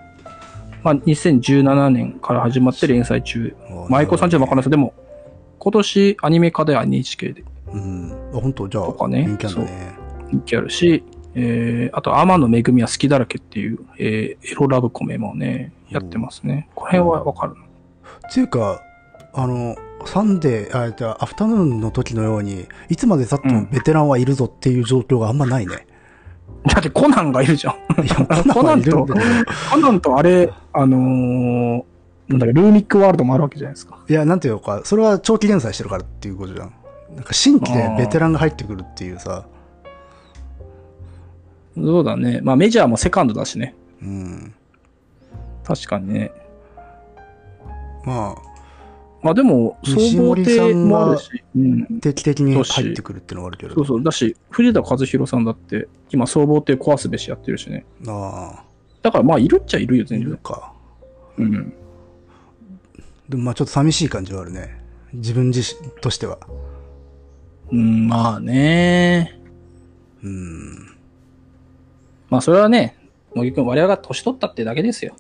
Speaker 1: まあ、2017年から始まって連載中。舞妓さんちのまかないさん、でも、今年アニメ化で NHK で
Speaker 2: うん。あ、本当じゃあ
Speaker 1: と、かね
Speaker 2: 人気なんだね。
Speaker 1: 人気あるし、えー、あと、天野めぐみは好きだらけっていう、えーエロラブコメもね、やってますね。この辺はわかるな。
Speaker 2: っていうか、あの、サンデー、あ、えっとアフタヌーンの時のように、いつまで経って
Speaker 1: う
Speaker 2: も
Speaker 1: ん
Speaker 2: ベテランはいるぞっていう状況があんまない
Speaker 1: <laughs>
Speaker 2: ね。
Speaker 1: だってコナンがいるじゃん。
Speaker 2: いや、
Speaker 1: <laughs> コナンと
Speaker 2: けど
Speaker 1: コナンとあれ、あのーなんだっけ、ルーミックワールドもあるわけじゃないですか。
Speaker 2: いや、なんていうか、それは長期連載してるからっていうことじゃん。なんか新規でベテランが入ってくるっていうさ、
Speaker 1: そうだね。まあメジャーもセカンドだしね。
Speaker 2: うん。
Speaker 1: 確かにね。
Speaker 2: まあ、
Speaker 1: まあでも、総合
Speaker 2: 西森
Speaker 1: 亭
Speaker 2: さんは
Speaker 1: もあるし、うん。
Speaker 2: 定期的に入ってくるっていうのがあるけど。
Speaker 1: そうそう。だし、藤田和弘さんだって、今、総合亭壊すべしやってるしね。
Speaker 2: ああ、
Speaker 1: だからまあ、いるっちゃいるよ、
Speaker 2: い
Speaker 1: 全
Speaker 2: る
Speaker 1: 然。
Speaker 2: か。
Speaker 1: うん。
Speaker 2: でもまあちょっと寂しい感じはあるね。自分自身としては。
Speaker 1: うん、まあね。
Speaker 2: うん。
Speaker 1: まあそれはね、茂木君、我々が年取ったってだけですよ。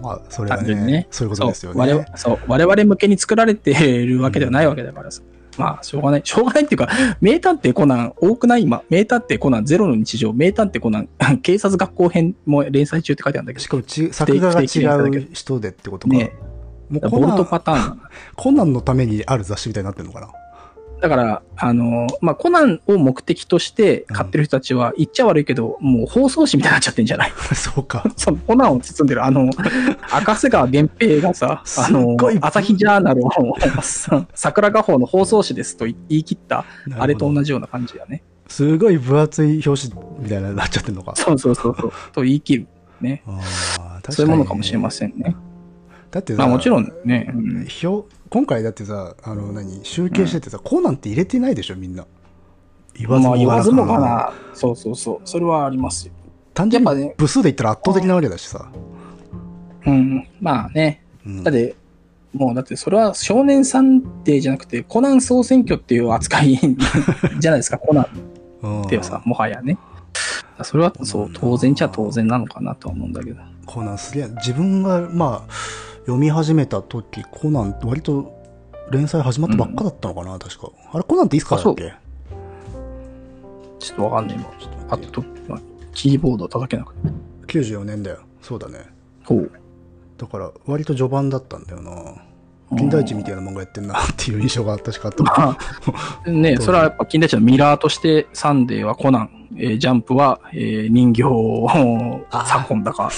Speaker 2: まあ、それは
Speaker 1: 単純
Speaker 2: ね
Speaker 1: にね。
Speaker 2: そういうことですよね。
Speaker 1: そう我々そう我々向けに作られているわけではないわけだからさ。まあ、しょうがない。し <laughs> ょうがないっていうか、名探偵コナン多くない今。名探偵コナンゼロの日常、名探偵コナン <laughs> 警察学校編も連載中って書いてあるんだけ
Speaker 2: し
Speaker 1: ど。
Speaker 2: かもち作画が
Speaker 1: 不定期連載だけ
Speaker 2: 違う人でってことか。
Speaker 1: ね
Speaker 2: もう
Speaker 1: だか
Speaker 2: コ
Speaker 1: らボ
Speaker 2: ナ
Speaker 1: ルト
Speaker 2: ン
Speaker 1: パターン。
Speaker 2: コナンのためにある雑誌みたいになってるのかな。 <laughs>
Speaker 1: だから、あの、まあ、コナンを目的として買ってる人たちは、言っちゃ悪いけど、もう放送紙みたいになっちゃってんじゃない
Speaker 2: そうか。
Speaker 1: そのコナンを包んでる、あ
Speaker 2: <laughs>
Speaker 1: の、赤瀬川源平がさ、あの
Speaker 2: すっごい、
Speaker 1: 朝日ジャーナルを、さ桜画報の放送紙ですと言い切った、 <laughs> あれと
Speaker 2: じ。
Speaker 1: 同じような感じだね。
Speaker 2: すごい分厚い表紙みたいになっちゃってる
Speaker 1: <laughs>
Speaker 2: のか。
Speaker 1: そうそうそうそう。と言い切る。ね。
Speaker 2: ああ確かに
Speaker 1: そういうものかもしれませんね。
Speaker 2: だってさ
Speaker 1: まあもちろんね。うん
Speaker 2: 表今回だってさ、あの何、集計しててさ、コナンって入れてないでしょ、みんな。言わず
Speaker 1: まあ
Speaker 2: も
Speaker 1: 言
Speaker 2: が
Speaker 1: わ
Speaker 2: な
Speaker 1: ず
Speaker 2: か
Speaker 1: もが
Speaker 2: な。
Speaker 1: な。そうそうそう。それはありますよ。
Speaker 2: 単純
Speaker 1: やっぱ
Speaker 2: に
Speaker 1: ね
Speaker 2: 部数で言ったら圧倒的なわけだしさ。
Speaker 1: うん。まあね。
Speaker 2: うん
Speaker 1: だって、もうだってそれは少年探偵じゃなくて、コナン総選挙っていう扱いじゃないですか、コナン
Speaker 2: うん
Speaker 1: ってさ、もはやね。それはそう、当然ちゃ当然なのかなとは思うんだけど。
Speaker 2: コナンすげえ自分がまあ読み始めた時コナン割と連載始まったばっかだったのかな、確かあれコナンっていつからだっけ
Speaker 1: ちょっとわかんない、今。
Speaker 2: ちょっと
Speaker 1: パ
Speaker 2: 待
Speaker 1: ッ
Speaker 2: って
Speaker 1: と、キーボード叩けなくて。
Speaker 2: 94年だよそうだね
Speaker 1: ほう。
Speaker 2: だから割と序盤だったんだよな金田一みたいな漫画やってんなっていう印象が確かあった
Speaker 1: まあ <laughs> ねそれはやっぱ金田一のミラーとして、サンデーはコナン、えージャンプは、えー人形を
Speaker 2: あー
Speaker 1: 左近だか、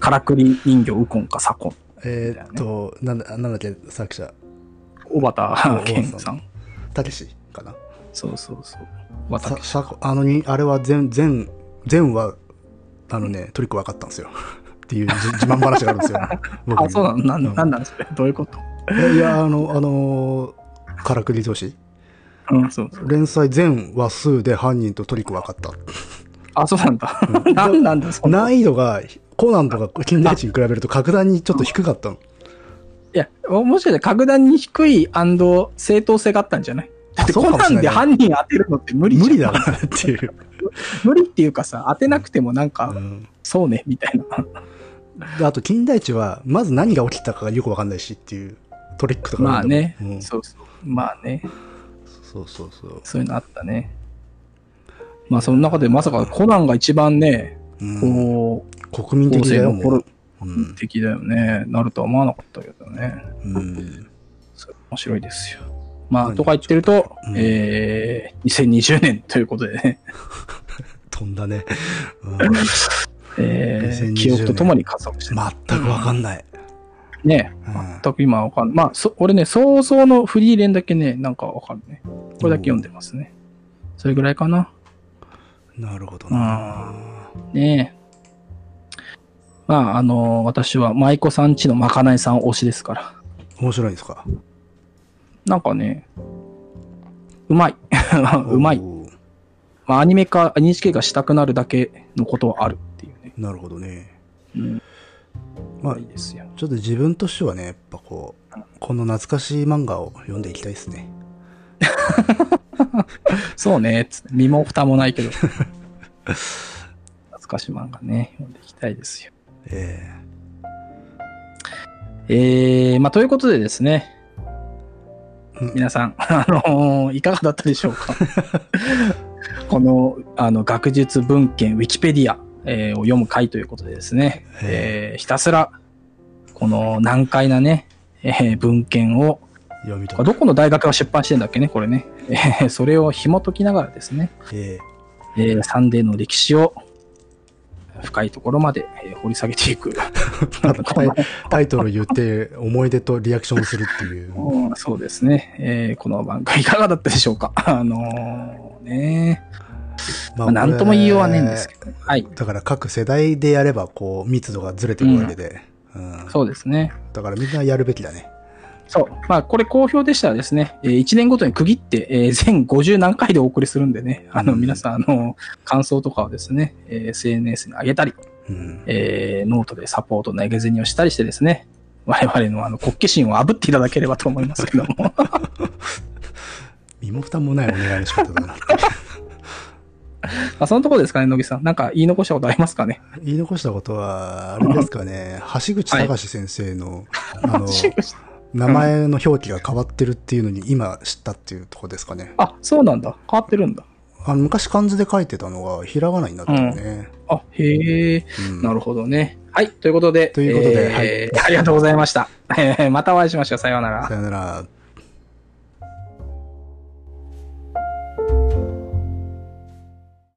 Speaker 1: からくり人形右近か左近。
Speaker 2: えーっとなんだなんだっけ作者
Speaker 1: 小
Speaker 2: 小
Speaker 1: 畑
Speaker 2: 畑
Speaker 1: 健
Speaker 2: さん
Speaker 1: さん。
Speaker 2: たけしかな
Speaker 1: そうそうそう。小
Speaker 2: さ
Speaker 1: 畑
Speaker 2: さあのにあれは全全全はあのねトリック分かったんですよ <laughs> っていう自自慢話があるんですよ <laughs> 僕に
Speaker 1: あ、そうなのなん
Speaker 2: うん
Speaker 1: なんなんそれどういうこと
Speaker 2: えいや、あの、あのー、からくり同士。
Speaker 1: うん、そうそう。
Speaker 2: 連載全話数で犯人とトリック分かった。
Speaker 1: あ、そうなんだ。 <laughs> なんなんだ、そんな。
Speaker 2: 難易度が、コナンとか金田一に比べると格段にちょっと低かったの。
Speaker 1: いや、もしかして格段に低い正当性があったんじゃないだって
Speaker 2: そう
Speaker 1: コ
Speaker 2: かもしれ
Speaker 1: ナ
Speaker 2: ない
Speaker 1: ンで犯人当てるのって無理じゃん
Speaker 2: 無理だなっていう。
Speaker 1: 無理っていうかさ、当てなくてもなんか、
Speaker 2: うん
Speaker 1: そうね、みたいな。
Speaker 2: であと、金田一は、まず何が起きたかがよく分かんないしっていう、トリックとか
Speaker 1: まあね、
Speaker 2: うんそ
Speaker 1: そうそう。まあね、
Speaker 2: うそうそう。
Speaker 1: そういうのあったね。まあその中でまさかコナンが一番ね、
Speaker 2: うん、
Speaker 1: こ
Speaker 2: 国民
Speaker 1: う、後
Speaker 2: 的だ
Speaker 1: 世
Speaker 2: よ、
Speaker 1: の
Speaker 2: も
Speaker 1: 頃
Speaker 2: う。うん。
Speaker 1: 的だよね、なるとは思わなかったけどね。
Speaker 2: うん
Speaker 1: それ面白いですよ。ま
Speaker 2: う
Speaker 1: あ、
Speaker 2: ん
Speaker 1: とか言ってると、
Speaker 2: うん
Speaker 1: えー、2020年ということでね、
Speaker 2: 飛んだね。うん
Speaker 1: え
Speaker 2: 2020
Speaker 1: ー、
Speaker 2: 年
Speaker 1: 記憶とともに加速してる。
Speaker 2: 全く分かんない。
Speaker 1: ね、
Speaker 2: うん
Speaker 1: 全く今わかんない。まあ、そ俺ね、早々のフリーレンだけね、なんかわかるね。これだけ読んでますね。それぐらいかな。
Speaker 2: なるほどな。
Speaker 1: ねえ。まあ、あの私は舞妓さんちのまかないさん推しですから。
Speaker 2: 面白いんですか
Speaker 1: なんかね、うまい。 <laughs> うまい。
Speaker 2: おー
Speaker 1: まあ、アニメ化、NHK がしたくなるだけのことはあるっていうね。
Speaker 2: なるほどね。
Speaker 1: うん。
Speaker 2: まあ
Speaker 1: いいですよ。
Speaker 2: ちょっと自分としてはね、やっぱこう、この懐かしい漫画を読んでいきたいですね。
Speaker 1: そうね、つ身も蓋もない
Speaker 2: <laughs>
Speaker 1: けど。懐かしい漫画ね、読んでいきたいですよ。
Speaker 2: え
Speaker 1: えー、まあ、ということでですね
Speaker 2: うん、
Speaker 1: 皆さん、 <laughs> あのーいかがだったでしょうか
Speaker 2: <laughs>
Speaker 1: この、あの、学術文献、ウィキペディア、えーを読む回ということでですね、
Speaker 2: え
Speaker 1: えーひたすら、この難解なね、えー文献を、
Speaker 2: 読みと
Speaker 1: どこの大学が出版してんだっけね、これね。えーそれを紐解きながらですね、
Speaker 2: え
Speaker 1: えーサンデーの歴史を深いところまで、えー掘り下げていく。
Speaker 2: ただタイタイトル言って、思い出とリアクションするっ
Speaker 1: <laughs>
Speaker 2: ていう。
Speaker 1: うんそうですね、えーこの番組いかがだったでしょうか。 <laughs> あのーね、
Speaker 2: ま
Speaker 1: まあ、なんとも言いようはねえんですけ
Speaker 2: ど。
Speaker 1: ど、はい、
Speaker 2: だから各世代でやれば、こう、密度がずれてるわけで。うん
Speaker 1: そうですね。
Speaker 2: だからみんなやるべきだね。
Speaker 1: そう、まあ、これ好評でしたらですね、え1年ごとに区切って、えー全50何回でお送りするんでね、あの
Speaker 2: うん
Speaker 1: 皆さん、あの感想とかをですね、えー SNS に上げたり、
Speaker 2: うん。
Speaker 1: えーノートでサポートのエゲゼニをしたりしてですね、我々のあの、国旗心を炙っていただければと思いますけども。
Speaker 2: 身も蓋もないお願いの仕
Speaker 1: <laughs>
Speaker 2: 方だなって。
Speaker 1: あそのところですかね、野木さん。なんか言い残したことありますかね。
Speaker 2: 言い残したことは、あれですかね、橋口隆先生の、あの、名前の表記が変わってるっていうのに今知ったっていうとこですかね。
Speaker 1: <laughs> あ、そうなんだ。変わってるんだ。
Speaker 2: あの昔漢字で書いてたのがひらがなになったよね。
Speaker 1: あ、へえ、
Speaker 2: うん
Speaker 1: なるほどね。はい、ということで。
Speaker 2: ということで
Speaker 1: えーありがとうございました。えーまたお会いしましょう。さようなら
Speaker 2: さ。よなら。